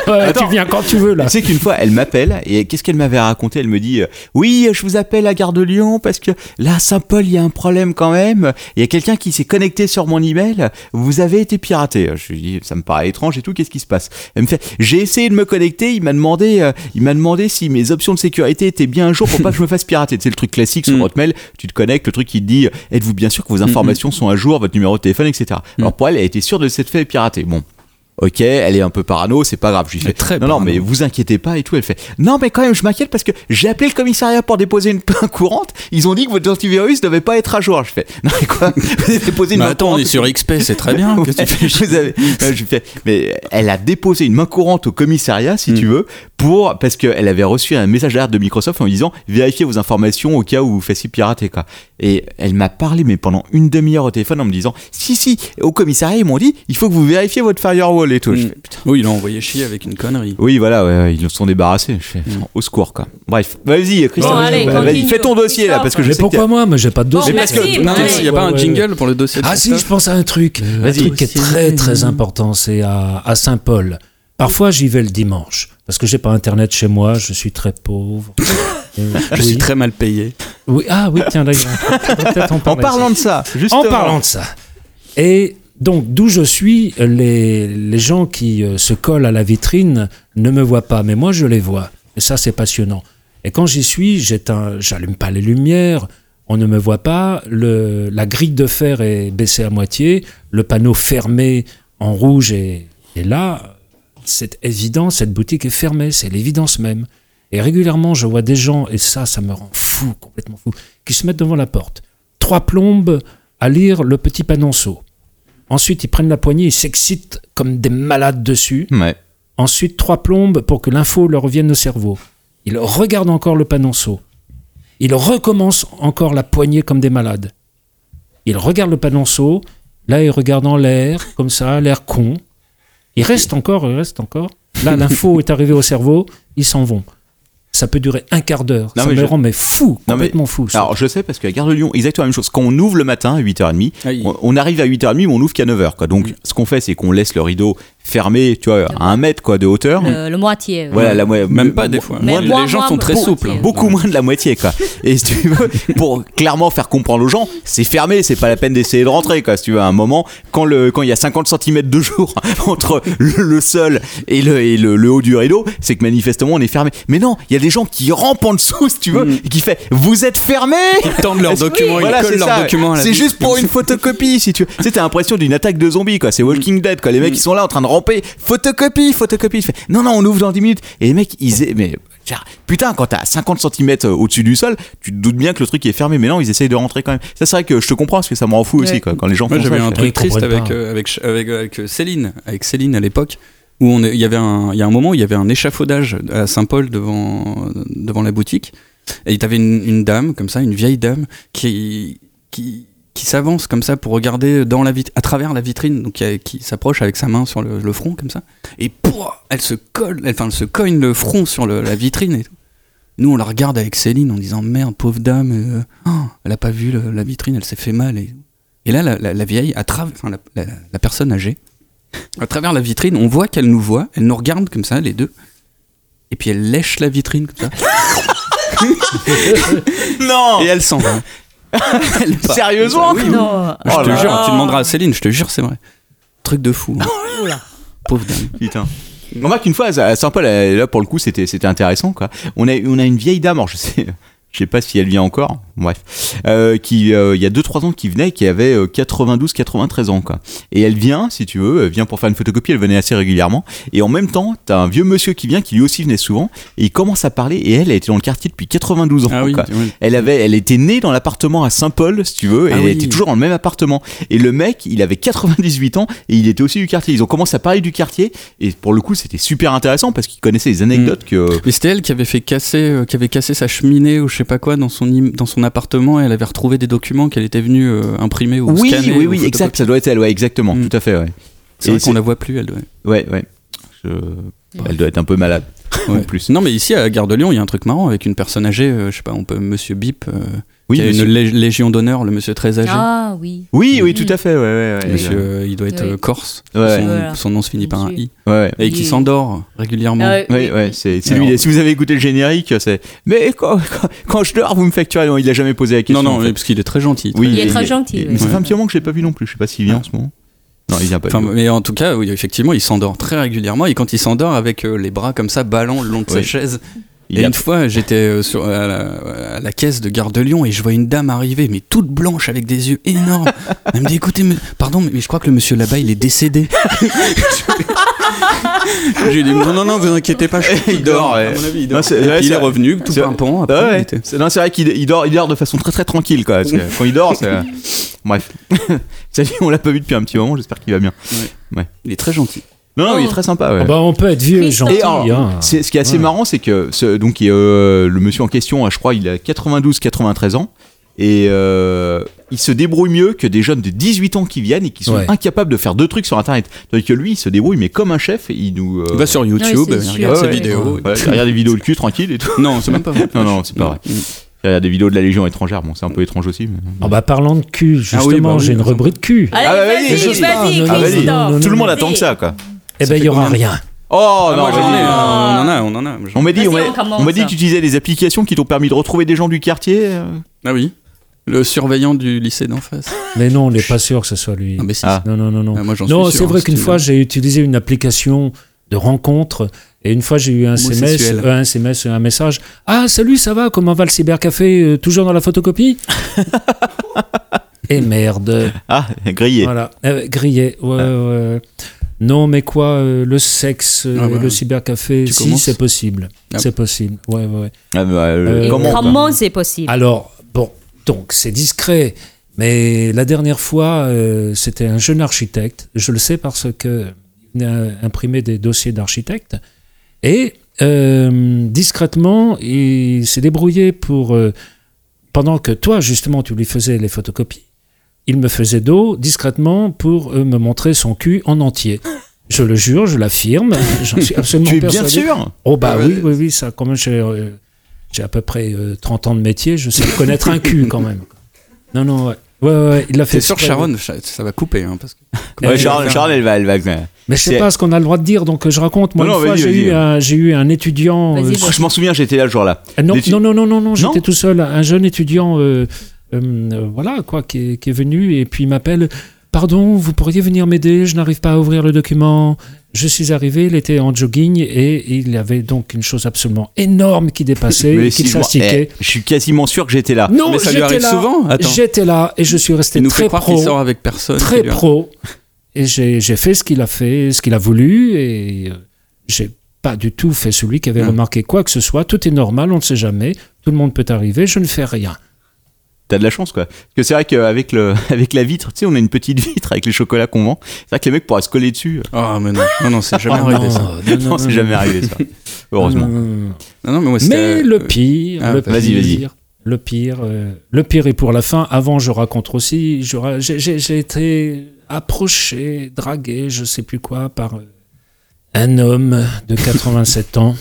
Speaker 8: ouais, tu viens quand tu veux, là.
Speaker 1: Tu sais qu'une fois, elle m'appelle et qu'est-ce qu'elle m'avait raconté Elle me dit euh, Oui, je vous appelle à Gare de Lyon parce que là, à Saint-Paul, il y a un problème quand même. Il y a quelqu'un qui s'est connecté sur mon email. Vous avez été piraté. Je lui dis Ça me paraît étrange et tout. Qu'est-ce qui se passe Elle me fait J'ai essayé de me connecter. Il m'a demandé, euh, il m'a demandé si mes options de sécurité étaient bien un jour pour pas que je me fasse pirater. C'est le truc classique sur
Speaker 9: Mm.
Speaker 1: Hotmail. Tu te connectes, le truc qui te dit euh, Êtes-vous bien sûr que vos informations sont à jour, votre numéro de téléphone, etc.
Speaker 9: Mm.
Speaker 1: Alors pour elle, elle était sûre de s'être fait pirater. Bon. Ok, elle est un peu parano, c'est pas grave. Je lui fais,
Speaker 9: très
Speaker 1: non, non,
Speaker 9: parano.
Speaker 1: mais vous inquiétez pas et tout. Elle fait, non, mais quand même, je m'inquiète parce que j'ai appelé le commissariat pour déposer une plainte courante. Ils ont dit que votre antivirus devait pas être à jour. Je fais, non, mais quoi Vous avez déposé une
Speaker 9: Mais Bah,
Speaker 1: plainte
Speaker 9: attends, on est
Speaker 1: courante
Speaker 9: sur XP, c'est très bien.
Speaker 1: Ouais,
Speaker 9: Qu'est-ce que tu fais
Speaker 1: vous avez- Euh, je fais, mais elle a déposé une main courante au commissariat,
Speaker 9: Mm.
Speaker 1: si tu veux, pour parce qu'elle avait reçu un message d'alerte de Microsoft en lui disant vérifiez vos informations au cas où vous vous fassiez pirater quoi. Et elle m'a parlé mais pendant une demi-heure au téléphone en me disant si si au commissariat ils m'ont dit il faut que vous vérifiez votre firewall et tout. Je
Speaker 9: Mm.
Speaker 1: fais, putain.
Speaker 9: Oui, il a envoyé chier avec une connerie.
Speaker 1: Oui, voilà, ouais, ouais, ils sont débarrassés. Je fais,
Speaker 8: Mm.
Speaker 1: Au secours, quoi. Bref, vas-y, Christian,
Speaker 7: Bon, allez,
Speaker 1: vas-y,
Speaker 7: continue.
Speaker 1: fais ton dossier là, parce que je
Speaker 8: Mais
Speaker 1: sais que
Speaker 8: pourquoi moi Mais j'ai pas de
Speaker 7: Bon,
Speaker 8: dossier.
Speaker 7: Mais parce que- Maxime,
Speaker 9: non,
Speaker 7: ouais.
Speaker 9: il n'y a pas
Speaker 8: Ouais,
Speaker 9: un
Speaker 8: ouais.
Speaker 9: jingle pour le dossier de
Speaker 8: Ah si, je
Speaker 9: Christophe
Speaker 8: pense à un truc. Euh, un
Speaker 1: Vas-y.
Speaker 8: truc qui est très très important, c'est à, à Saint-Paul. Parfois, j'y vais le dimanche parce que j'ai pas internet chez moi, je suis très pauvre. Euh,
Speaker 9: Je
Speaker 8: oui.
Speaker 9: suis très mal payé.
Speaker 8: Oui, ah oui, tiens d'ailleurs. on va peut-être en
Speaker 1: en
Speaker 8: parler.
Speaker 1: parlant de ça, justement.
Speaker 8: En parlant de ça. Et donc, d'où je suis, les, les gens qui euh, se collent à la vitrine ne me voient pas, mais moi, je les vois. Et ça, c'est passionnant. Et quand j'y suis, j'éteins- j'allume pas les lumières, on ne me voit pas, le, la grille de fer est baissée à moitié, le panneau fermé en rouge est, est là. C'est évident, cette boutique est fermée, c'est l'évidence même. Et régulièrement, je vois des gens, et ça, ça me rend fou, complètement fou, qui se mettent devant la porte. Trois plombes à lire le petit panonceau. Ensuite, ils prennent la poignée, ils s'excitent comme des malades dessus.
Speaker 1: Ouais.
Speaker 8: Ensuite, trois plombes pour que l'info leur revienne au cerveau. Ils regardent encore le panonceau. Ils recommencent encore la poignée comme des malades. Ils regardent le panonceau. Là, ils regardent en l'air, comme ça, l'air con. Ils restent encore, ils restent encore. Là, l'info est arrivée au cerveau. Ils s'en vont. Ça peut durer un quart d'heure.
Speaker 1: Non,
Speaker 8: ça
Speaker 1: mais
Speaker 8: me
Speaker 1: je-
Speaker 8: rend mais fou,
Speaker 1: Non, mais-
Speaker 8: complètement fou. ça.
Speaker 1: Alors, je sais parce qu'à Gare de Lyon, exactement la même chose. Quand on ouvre le matin à 8h30,
Speaker 9: Aïe.
Speaker 1: on, on arrive à 8h30, mais on ouvre qu'à 9h. Quoi.
Speaker 7: Mm.
Speaker 1: Donc, ce qu'on fait, c'est qu'on laisse le rideau fermé, tu vois, à un mètre quoi, de hauteur.
Speaker 7: euh, Le, le moitié. ouais.
Speaker 1: Voilà, la moitié.
Speaker 9: Même pas des fois.
Speaker 7: Mais
Speaker 9: les
Speaker 7: moi,
Speaker 9: gens
Speaker 7: moi,
Speaker 9: sont très
Speaker 7: beaucoup-
Speaker 9: souples.
Speaker 1: hein. Beaucoup moins de la moitié, quoi. Et si tu veux, pour clairement faire comprendre aux gens, c'est fermé, c'est pas la peine d'essayer de rentrer, quoi. Si tu veux, à un moment, quand le, quand il y a 50 cm de jour entre le, le sol et le, et le, le haut du rideau, c'est que manifestement on est fermé. Mais non, il y a des gens qui rampent en dessous, si tu veux, et qui fait, vous êtes fermé!
Speaker 9: Ils tendent leurs
Speaker 1: Est-ce-
Speaker 9: documents,
Speaker 1: Voilà,
Speaker 9: ils
Speaker 1: c'est
Speaker 9: collent leurs
Speaker 1: ça.
Speaker 9: documents à la
Speaker 1: C'est juste pour une photocopie, si tu veux. Tu sais, t'as l'impression d'une attaque de zombies, quoi. C'est Walking Dead, quoi. Les
Speaker 9: Mm.
Speaker 1: mecs, ils sont là en train de ramper. Photocopie, photocopie. Tu fais, non, non, on ouvre dans 10 minutes. Et les mecs, ils. a- Mais. genre, Putain, quand t'as à 50 cm au-dessus du sol, tu te doutes bien que le truc est fermé. Mais non, ils essayent de rentrer quand même. Ça, c'est vrai que je te comprends parce que ça me rend fou aussi,
Speaker 7: Ouais.
Speaker 1: quoi. Quand les gens
Speaker 9: Moi
Speaker 1: font ça.
Speaker 9: j'avais
Speaker 1: je
Speaker 9: un
Speaker 1: fais,
Speaker 8: Ils
Speaker 9: truc triste
Speaker 8: comprennent
Speaker 9: avec,
Speaker 8: pas.
Speaker 9: euh, avec, Ch- avec, avec, euh, Céline, avec Céline à l'époque, où on est- il y avait un, il y a un moment où il y avait un échafaudage à Saint-Paul devant, devant la boutique, et tu avais une, une dame comme ça, une vieille dame qui, qui, qui s'avance comme ça pour regarder dans la vit- à travers la vitrine, donc qui, a- qui s'approche avec sa main sur le, le front comme ça, et pouah, elle se colle, elle, enfin elle se cogne le front sur le- la vitrine et tout. Nous on la regarde avec Céline en disant merde pauvre dame, euh, oh, elle a pas vu le- la vitrine, elle s'est fait mal et et là, la, la- la vieille, à travers, enfin, la, la- la personne âgée, à travers la vitrine, on voit qu'elle nous voit, elle nous regarde comme ça, les deux, et puis elle lèche la vitrine comme ça,
Speaker 1: Non
Speaker 9: et elle s'en va. Elle part.
Speaker 1: Oh Sérieusement
Speaker 9: Oui, oui.
Speaker 7: Non.
Speaker 9: Je
Speaker 1: Oh
Speaker 9: te
Speaker 1: là
Speaker 9: jure,
Speaker 1: là. Oh
Speaker 9: tu demanderas à Céline, je te jure, c'est vrai. Truc de fou. hein. Pauvre dame.
Speaker 1: Putain. On remarque qu'une fois à Saint-Paul, elle- là pour le coup c'était c'était intéressant quoi. On a on a une vieille dame, alors je sais je sais pas si elle vient encore, bref, euh, qui euh, il y a 2-3 ans qui venait, et qui avait 92-93 ans quoi. Et elle vient, si tu veux, elle vient pour faire une photocopie, elle venait assez régulièrement. Et en même temps, t'as un vieux monsieur qui vient, qui lui aussi venait souvent, et il commence à parler. Et elle, elle était dans le quartier depuis 92 ans.
Speaker 9: Ah oui,
Speaker 1: quoi.
Speaker 9: oui.
Speaker 1: Elle avait, elle était née dans l'appartement à Saint-Paul, si tu veux, et
Speaker 9: Ah
Speaker 1: elle
Speaker 9: oui.
Speaker 1: était toujours dans le même appartement. Et le mec, il avait 98 ans et il était aussi du quartier. Ils ont commencé à parler du quartier et pour le coup, c'était super intéressant parce qu'ils connaissaient les
Speaker 9: Mm.
Speaker 1: anecdotes que.
Speaker 9: Mais c'était elle qui avait fait casser, euh, qui avait cassé sa cheminée ou je sais pas quoi dans son, im- dans son appartement et elle avait retrouvé des documents qu'elle était venue euh, imprimer ou
Speaker 1: Oui,
Speaker 9: scanner.
Speaker 1: oui,
Speaker 9: ou
Speaker 1: oui, exact.
Speaker 9: photocopier.
Speaker 1: Ça doit être elle, ouais, exactement,
Speaker 9: Mm.
Speaker 1: tout à fait, ouais.
Speaker 9: C'est
Speaker 1: Et
Speaker 9: vrai qu'on
Speaker 1: c'est-
Speaker 9: la voit plus, elle. ouais.
Speaker 1: Ouais, ouais. Je- Elle doit être un peu malade. en plus.
Speaker 9: Non, mais ici à la Gare de Lyon, il y a un truc marrant avec une personne âgée, euh, je sais pas, on peut Monsieur Bip, euh,
Speaker 1: Oui,
Speaker 9: qui a
Speaker 1: monsieur-
Speaker 9: une lé- légion d'honneur, le monsieur très âgé.
Speaker 7: Ah oui.
Speaker 1: oui, oui,
Speaker 7: Mm.
Speaker 1: tout à fait. Ouais, ouais, ouais.
Speaker 9: Monsieur, euh, il doit être
Speaker 7: Oui.
Speaker 9: euh, corse.
Speaker 1: Ouais.
Speaker 9: Son,
Speaker 7: Voilà.
Speaker 9: son nom se finit par un i.
Speaker 1: Ouais, ouais.
Speaker 9: Et qui
Speaker 7: Oui.
Speaker 9: s'endort régulièrement.
Speaker 7: Ah, oui.
Speaker 1: Ouais, ouais, c'est c'est
Speaker 9: Alors-
Speaker 1: lui. Si vous avez écouté le générique, c'est. Mais quand, quand- quand je dors, vous me facturez. Non, il a jamais posé la question.
Speaker 9: non, non,
Speaker 1: en fait.
Speaker 9: parce qu'il est très gentil.
Speaker 1: Oui,
Speaker 7: Il est
Speaker 1: mais-
Speaker 7: très
Speaker 1: mais-
Speaker 7: gentil,
Speaker 1: Mais,
Speaker 7: oui.
Speaker 1: mais ça fait
Speaker 9: Ouais.
Speaker 1: un petit moment que je l'ai pas vu non plus. Je sais pas s'il vient en ce moment. Non, il vient pas.
Speaker 9: Enfin,
Speaker 1: du tout.
Speaker 9: mais en tout cas, oui, effectivement, il s'endort très régulièrement. Et quand il s'endort avec euh, les bras comme ça, ballant le long de sa
Speaker 1: Oui.
Speaker 9: chaise.
Speaker 1: Il
Speaker 9: et
Speaker 1: a-
Speaker 9: une fois, j'étais euh, sur- à, la, à la caisse de Gare de Lyon et je vois une dame arriver, mais toute blanche, avec des yeux énormes. Elle me dit écoutez, me- pardon, mais, mais je crois que le monsieur là-bas, il est décédé. J'ai dit non, non, non, vous inquiétez pas, je
Speaker 1: Il dort, ouais.
Speaker 9: À mon avis, il
Speaker 1: Non,
Speaker 9: dort.
Speaker 1: c'est-
Speaker 9: Et
Speaker 1: ouais,
Speaker 9: puis, il
Speaker 1: c'est-
Speaker 9: est revenu, tout
Speaker 1: c'est-
Speaker 9: pimpant. Après,
Speaker 1: Ah
Speaker 9: il
Speaker 1: ouais.
Speaker 9: était-
Speaker 1: C'est- non, c'est vrai qu'il il dort, il dort de façon très très tranquille quoi. Parce que quand il dort, c'est. euh, Bref. Salut, on l'a pas vu depuis un petit moment. J'espère qu'il va bien.
Speaker 9: il est très gentil.
Speaker 1: Non, non, mais il est
Speaker 7: Oh.
Speaker 1: très sympa. ouais.
Speaker 8: Ah bah, on peut être vieux et
Speaker 7: Christophe.
Speaker 8: gentil.
Speaker 1: euh, Et alors,
Speaker 8: hein.
Speaker 1: c'est- ce qui est assez
Speaker 8: Ouais.
Speaker 1: marrant, c'est que ce- donc, il est, euh, le monsieur en question, je crois, il a 92-93 ans. Et euh, il se débrouille mieux que des jeunes de 18 ans qui viennent et qui sont
Speaker 8: Ouais.
Speaker 1: incapables de faire deux trucs sur Internet. Tandis que lui, il se débrouille, mais comme un chef, il nous. euh,
Speaker 9: Il va sur YouTube,
Speaker 7: c'est
Speaker 9: il
Speaker 7: sûr.
Speaker 9: regarde ses
Speaker 1: Ouais, ouais.
Speaker 9: vidéos.
Speaker 1: ouais, il regarde des vidéos de cul tranquille et tout.
Speaker 9: Non, c'est même pas vrai. Mm.
Speaker 1: Non, non, c'est pas vrai. Il regarde des vidéos de la Légion étrangère. Bon, c'est un peu étrange aussi. mais-
Speaker 8: Ah bah, parlant de cul, justement,
Speaker 9: oui, bah oui,
Speaker 8: j'ai une
Speaker 9: par
Speaker 8: rubrique cul.
Speaker 7: Allez,
Speaker 1: Ah, bah,
Speaker 7: vas-y,
Speaker 1: vas-y,
Speaker 7: vas-y,
Speaker 8: vas-y.
Speaker 1: Ah, vas-y.
Speaker 7: Christophe.
Speaker 1: Tout le monde
Speaker 7: Vas-y.
Speaker 1: attend que ça, quoi.
Speaker 8: Eh ben, il y aura
Speaker 9: combien
Speaker 8: rien.
Speaker 1: Oh, non,
Speaker 9: moi,
Speaker 1: vas-y.
Speaker 9: bah, j'en ai,
Speaker 7: Ah.
Speaker 9: on en a, on en a.
Speaker 1: On m'a dit,
Speaker 7: Vas-y,
Speaker 1: on m'a-
Speaker 7: on commence.
Speaker 1: on m'a dit que tu utilisais des applications qui t'ont permis de retrouver des gens du quartier. euh.
Speaker 9: Ah oui. Le surveillant du lycée d'en face.
Speaker 8: Mais non, on n'est pas sûr que ce soit lui.
Speaker 9: Ah, mais si.
Speaker 1: Ah.
Speaker 8: Non, non, non, non.
Speaker 9: Ah, moi, j'en suis
Speaker 8: non,
Speaker 9: sûr,
Speaker 8: c'est vrai
Speaker 9: hein,
Speaker 8: qu'une
Speaker 9: c'était
Speaker 8: fois,
Speaker 9: le-
Speaker 8: j'ai utilisé une application de rencontre et une fois, j'ai eu un SMS,
Speaker 9: Homosexuel.
Speaker 8: euh, un SMS, un message. Ah, salut, ça va Comment va le cybercafé Euh, Toujours dans la photocopie Et merde.
Speaker 1: Ah, grillé.
Speaker 8: Voilà, Euh, grillé. Ouais, ouais, ouais. Non, mais quoi, euh, le sexe, euh,
Speaker 9: Ah, bah,
Speaker 8: le cybercafé,
Speaker 9: tu
Speaker 8: si,
Speaker 9: commences
Speaker 8: c'est possible.
Speaker 9: Ah.
Speaker 8: C'est possible. Ouais, ouais, ouais.
Speaker 1: Ah, bah, euh,
Speaker 8: Euh,
Speaker 7: Et
Speaker 1: comment, quoi
Speaker 7: Comment c'est possible
Speaker 8: Alors, bon, donc c'est discret, mais la dernière fois, euh, c'était un jeune architecte. Je le sais parce que il venait imprimer des dossiers d'architecte. Et euh, discrètement, il s'est débrouillé pour. euh, pendant que toi, justement, tu lui faisais les photocopies, il me faisait dos discrètement pour euh, me montrer son cul en entier. Je le jure, je l'affirme. J'en suis absolument
Speaker 1: Tu es bien
Speaker 8: persuadé.
Speaker 1: sûr
Speaker 8: Oh bah
Speaker 9: Ah ouais.
Speaker 8: oui, oui, oui, ça, quand même, j'ai, euh, j'ai à peu près euh, 30 ans de métier, je sais connaître un cul quand même. Non, non, ouais. Ouais, ouais, ouais, il l'a fait.
Speaker 9: T'es sûr,
Speaker 8: exprès.
Speaker 9: Sharon Ça ça va couper. Hein, parce que...
Speaker 1: Ouais,
Speaker 8: Euh,
Speaker 1: Sharon, Sharon, elle va, elle va.
Speaker 8: Mais je
Speaker 1: c'est-
Speaker 8: sais pas ce qu'on a le droit de dire, donc euh, je raconte. Moi,
Speaker 1: Non,
Speaker 8: une
Speaker 1: non,
Speaker 8: fois,
Speaker 1: vas-y,
Speaker 8: j'ai
Speaker 1: vas-y.
Speaker 8: eu, un- j'ai eu un étudiant.
Speaker 7: Vas-y,
Speaker 8: euh,
Speaker 7: vas-y.
Speaker 1: Oh, je m'en souviens, j'étais là ce jour-là.
Speaker 8: Euh, non,
Speaker 1: Mais tu-
Speaker 8: non, non, non, non, non,
Speaker 1: Non
Speaker 8: j'étais tout seul. Un jeune étudiant, euh, euh, euh, voilà, quoi, qui est, qui est venu et puis il m'appelle. Pardon, vous pourriez venir m'aider Je n'arrive pas à ouvrir le document. Je suis arrivé, il était en jogging et il avait donc une chose absolument énorme qui dépassait,
Speaker 1: Mais
Speaker 8: et qui
Speaker 1: si, je m'en-
Speaker 8: s'astiquait.
Speaker 1: eh, je suis quasiment sûr que j'étais là.
Speaker 8: Non,
Speaker 9: Ah, Mais ça lui
Speaker 8: j'étais
Speaker 9: arrive
Speaker 8: là,
Speaker 9: souvent. Attends.
Speaker 8: J'étais là et je suis resté
Speaker 9: Il nous
Speaker 8: très
Speaker 9: fait croire
Speaker 8: pro,
Speaker 9: qu'il sort avec personne.
Speaker 8: très
Speaker 9: qu'il lui-
Speaker 8: pro. Et j'ai j'ai fait ce qu'il a fait, ce qu'il a voulu et euh, j'ai pas du tout fait celui qui avait
Speaker 9: Hum.
Speaker 8: remarqué quoi que ce soit. Tout est normal, on ne sait jamais. Tout le monde peut arriver, je ne fais rien.
Speaker 1: T'as de la chance, quoi. Parce que c'est vrai qu'avec le, avec la vitre, tu sais, on a une petite vitre avec les chocolats qu'on vend. C'est vrai que les mecs pourraient se coller dessus.
Speaker 9: Ah, mais non, non, non c'est jamais
Speaker 8: Ah,
Speaker 9: arrivé
Speaker 8: non,
Speaker 9: ça.
Speaker 8: non,
Speaker 1: Non,
Speaker 8: non,
Speaker 1: c'est
Speaker 8: non,
Speaker 1: jamais arrivé ça.
Speaker 8: non,
Speaker 1: Heureusement.
Speaker 8: non, non, non.
Speaker 9: Non, non, mais moi, c'était,
Speaker 8: Mais
Speaker 9: euh,
Speaker 8: le pire,
Speaker 9: ah,
Speaker 8: le pire,
Speaker 1: vas-y, vas-y.
Speaker 8: le pire, euh, le pire est pour la fin. Avant, je raconte aussi. je ra- J'ai j'ai- j'ai été approché, dragué, je sais plus quoi, par euh, un homme de 87 ans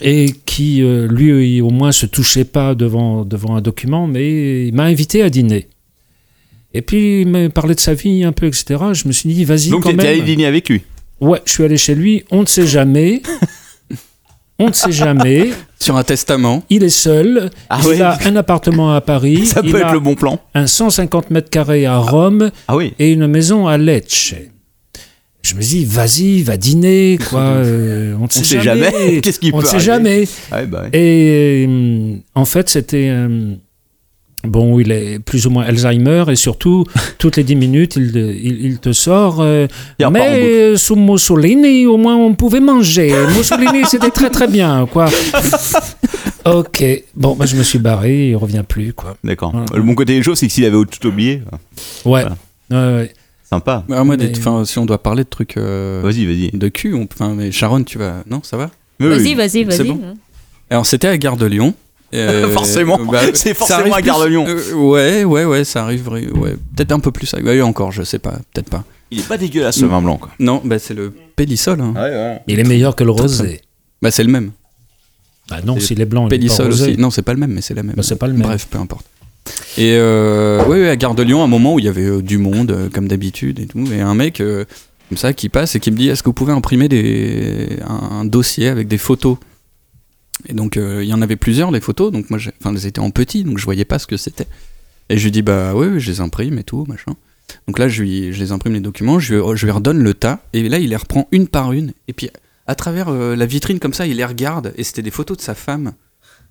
Speaker 8: et qui, euh, lui, il- au moins, se touchait pas devant devant un document, mais il m'a invité à dîner. Et puis il m'a parlé de sa vie un peu, etc. Je me suis dit, vas-y.
Speaker 1: Donc
Speaker 8: quand
Speaker 1: t'es t'es
Speaker 8: même.
Speaker 1: allé dîner avec lui.
Speaker 8: Ouais, je suis allé chez lui. On ne sait jamais. On ne sait jamais.
Speaker 9: Sur un testament.
Speaker 8: Il est seul.
Speaker 1: Ah
Speaker 8: il
Speaker 1: ouais.
Speaker 8: a un appartement à Paris.
Speaker 1: Ça
Speaker 8: il
Speaker 1: peut
Speaker 8: a
Speaker 1: être le bon plan.
Speaker 8: un 150 mètres carrés à Rome
Speaker 1: Ah oui.
Speaker 8: et une maison à Lecce. Je me dis, vas-y, va dîner, quoi. euh, on ne sait,
Speaker 1: sait jamais. Qu'est-ce qui
Speaker 8: On ne
Speaker 1: peut
Speaker 8: sait
Speaker 1: arriver
Speaker 8: jamais.
Speaker 1: Ah ouais, bah ouais.
Speaker 8: Et euh, en fait, c'était. euh, Bon, il est plus ou moins Alzheimer et surtout, toutes les 10 minutes, il, il, il te sort. euh,
Speaker 1: Il repart
Speaker 8: mais
Speaker 1: en boucle.
Speaker 8: euh, sous Mussolini, au moins, on pouvait manger. Mussolini, c'était très très bien, quoi. ok, bon, bah, je me suis barré, il revient plus, quoi.
Speaker 1: D'accord.
Speaker 8: Voilà.
Speaker 1: Le bon côté des choses, c'est que s'il avait tout oublié,
Speaker 8: Ouais. Ouais, ouais.
Speaker 1: sympa.
Speaker 9: Ah, moi, des-
Speaker 8: Mais-
Speaker 9: enfin, si on doit parler de trucs euh,
Speaker 1: Vas-y, vas-y.
Speaker 9: de cul, on... enfin, mais Sharon, tu vas. Non, ça va
Speaker 1: Oui,
Speaker 7: Vas-y,
Speaker 1: oui.
Speaker 7: vas-y,
Speaker 9: C'est
Speaker 7: vas-y.
Speaker 9: bon. Alors, c'était à Gare de Lyon. Euh,
Speaker 1: Forcément.
Speaker 9: bah,
Speaker 1: C'est
Speaker 9: ça arrive
Speaker 1: forcément à Gare de
Speaker 9: plus-
Speaker 1: Lyon.
Speaker 9: euh, ouais, ouais, ouais, ça arrive. Ouais. Peut-être un peu plus. à- Ouais, encore, je sais pas. Peut-être pas.
Speaker 1: Il est pas dégueulasse ce vin blanc, quoi.
Speaker 8: Ah
Speaker 1: Ah.
Speaker 9: Non, bah, c'est le Pélisol. hein.
Speaker 1: Ouais, ouais.
Speaker 8: Il est meilleur que le rosé.
Speaker 9: Bah, c'est le même.
Speaker 8: Bah non,
Speaker 9: Et
Speaker 8: s'il est blanc, il est pas
Speaker 9: Pédissol
Speaker 8: rosé.
Speaker 9: aussi. Non, c'est pas le même, mais c'est la même.
Speaker 8: Bah, c'est pas le même.
Speaker 9: Bref, peu importe. Et euh, ouais, ouais, à Gare de Lyon, un moment où il y avait euh, du monde, euh, comme d'habitude et tout, et un mec euh, comme ça qui passe et qui me dit Est-ce que vous pouvez imprimer des... un, un dossier avec des photos Et donc, euh, il y en avait plusieurs, les photos, donc moi, j'ai- enfin, elles étaient en petit, donc je voyais pas ce que c'était. Et je lui dis Bah ouais, ouais, je les imprime et tout, machin. Donc là, je, lui, je les imprime les documents, je lui, je lui redonne le tas, et là, il les reprend une par une, et puis à travers euh, la vitrine comme ça, il les regarde, et c'était des photos de sa femme,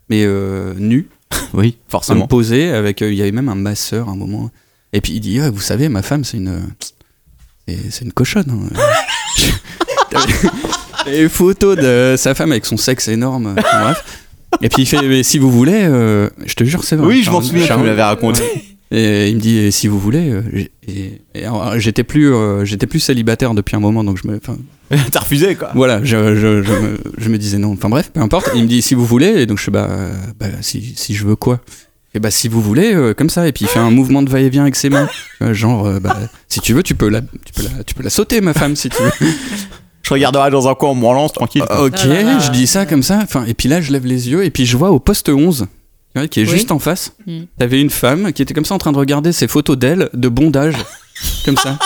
Speaker 9: mais euh, nue,
Speaker 1: Oui,
Speaker 9: posée
Speaker 1: forcément.
Speaker 9: avec, euh, il y avait même un masseur à un moment, et puis il dit, Ah, vous savez, ma femme, c'est une, euh, c'est- c'est une cochonne. hein. Les photos de sa femme avec son sexe énorme, enfin, bref. Et puis il fait, mais si vous voulez, euh, je te jure, c'est
Speaker 8: Ah,
Speaker 9: vrai.
Speaker 1: Oui, je m'en
Speaker 9: Charles-
Speaker 1: souviens, tu
Speaker 9: Charles-
Speaker 1: me l'avais raconté.
Speaker 9: et euh, il me dit, et si vous voulez, euh, j'ai- et- et alors, j'étais plus, euh, j'étais plus célibataire depuis un moment, donc je me, enfin,
Speaker 1: T'as refusé, quoi.
Speaker 9: voilà, je, je, je, me, je me disais non. Enfin bref, peu importe. Il me dit si vous voulez, et donc je fais bah, euh, bah, si, si je veux quoi Et bah si vous voulez, euh, comme ça. Et puis il fait un mouvement de va-et-vient avec ses mains, Euh, genre euh, bah si tu veux, tu peux la, tu peux la, tu peux la sauter ma femme si tu veux.
Speaker 1: Je regarderai dans un coin, on me relance tranquille.
Speaker 9: Ah, ok,
Speaker 7: Ah là là.
Speaker 9: je dis ça comme ça. Enfin, et puis là, je lève les yeux et puis je vois au poste 11, tu vois, qui est
Speaker 7: Oui.
Speaker 9: juste en face,
Speaker 7: Mm.
Speaker 9: t'avais une femme qui était comme ça en train de regarder ses photos d'elle de bondage, comme ça.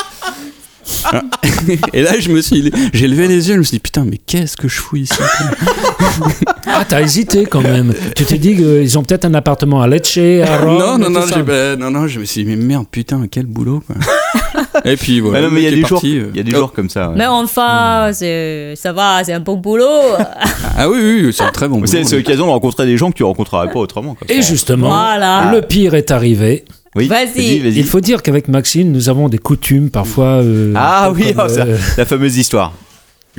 Speaker 9: Voilà. et là, je me suis, j'ai levé les yeux, je me suis dit putain, mais qu'est-ce que je fous ici
Speaker 8: Ah, t'as hésité quand même. tu t'es dit qu'ils ont peut-être un appartement à Lecce, à Rome.
Speaker 9: Non, non,
Speaker 8: tout
Speaker 9: non,
Speaker 8: ça.
Speaker 9: j'ai- bah, non, non, je me suis dit mais merde, putain, quel boulot quoi. et puis voilà.
Speaker 1: Ah non,
Speaker 9: le
Speaker 1: mais il y a
Speaker 9: mec
Speaker 1: des
Speaker 9: est
Speaker 1: jours,
Speaker 9: parti, euh.
Speaker 1: il y a des
Speaker 9: Oh,
Speaker 1: jours comme ça. ouais.
Speaker 7: Mais enfin, c'est- ça va, c'est un bon boulot.
Speaker 9: Ah oui, oui, oui, c'est un très bon
Speaker 1: Mais
Speaker 9: boulot.
Speaker 1: C'est c'est l'occasion de rencontrer des gens que tu rencontreras pas autrement. quoi.
Speaker 8: Et justement,
Speaker 7: Voilà.
Speaker 8: le pire est arrivé.
Speaker 1: Oui,
Speaker 7: Vas-y.
Speaker 1: vas-y.
Speaker 8: Il faut dire qu'avec Maxime, nous avons des coutumes parfois. euh,
Speaker 1: Ah
Speaker 8: un peu
Speaker 1: oui,
Speaker 8: comme,
Speaker 1: oh, ça-
Speaker 8: euh,
Speaker 1: la fameuse histoire.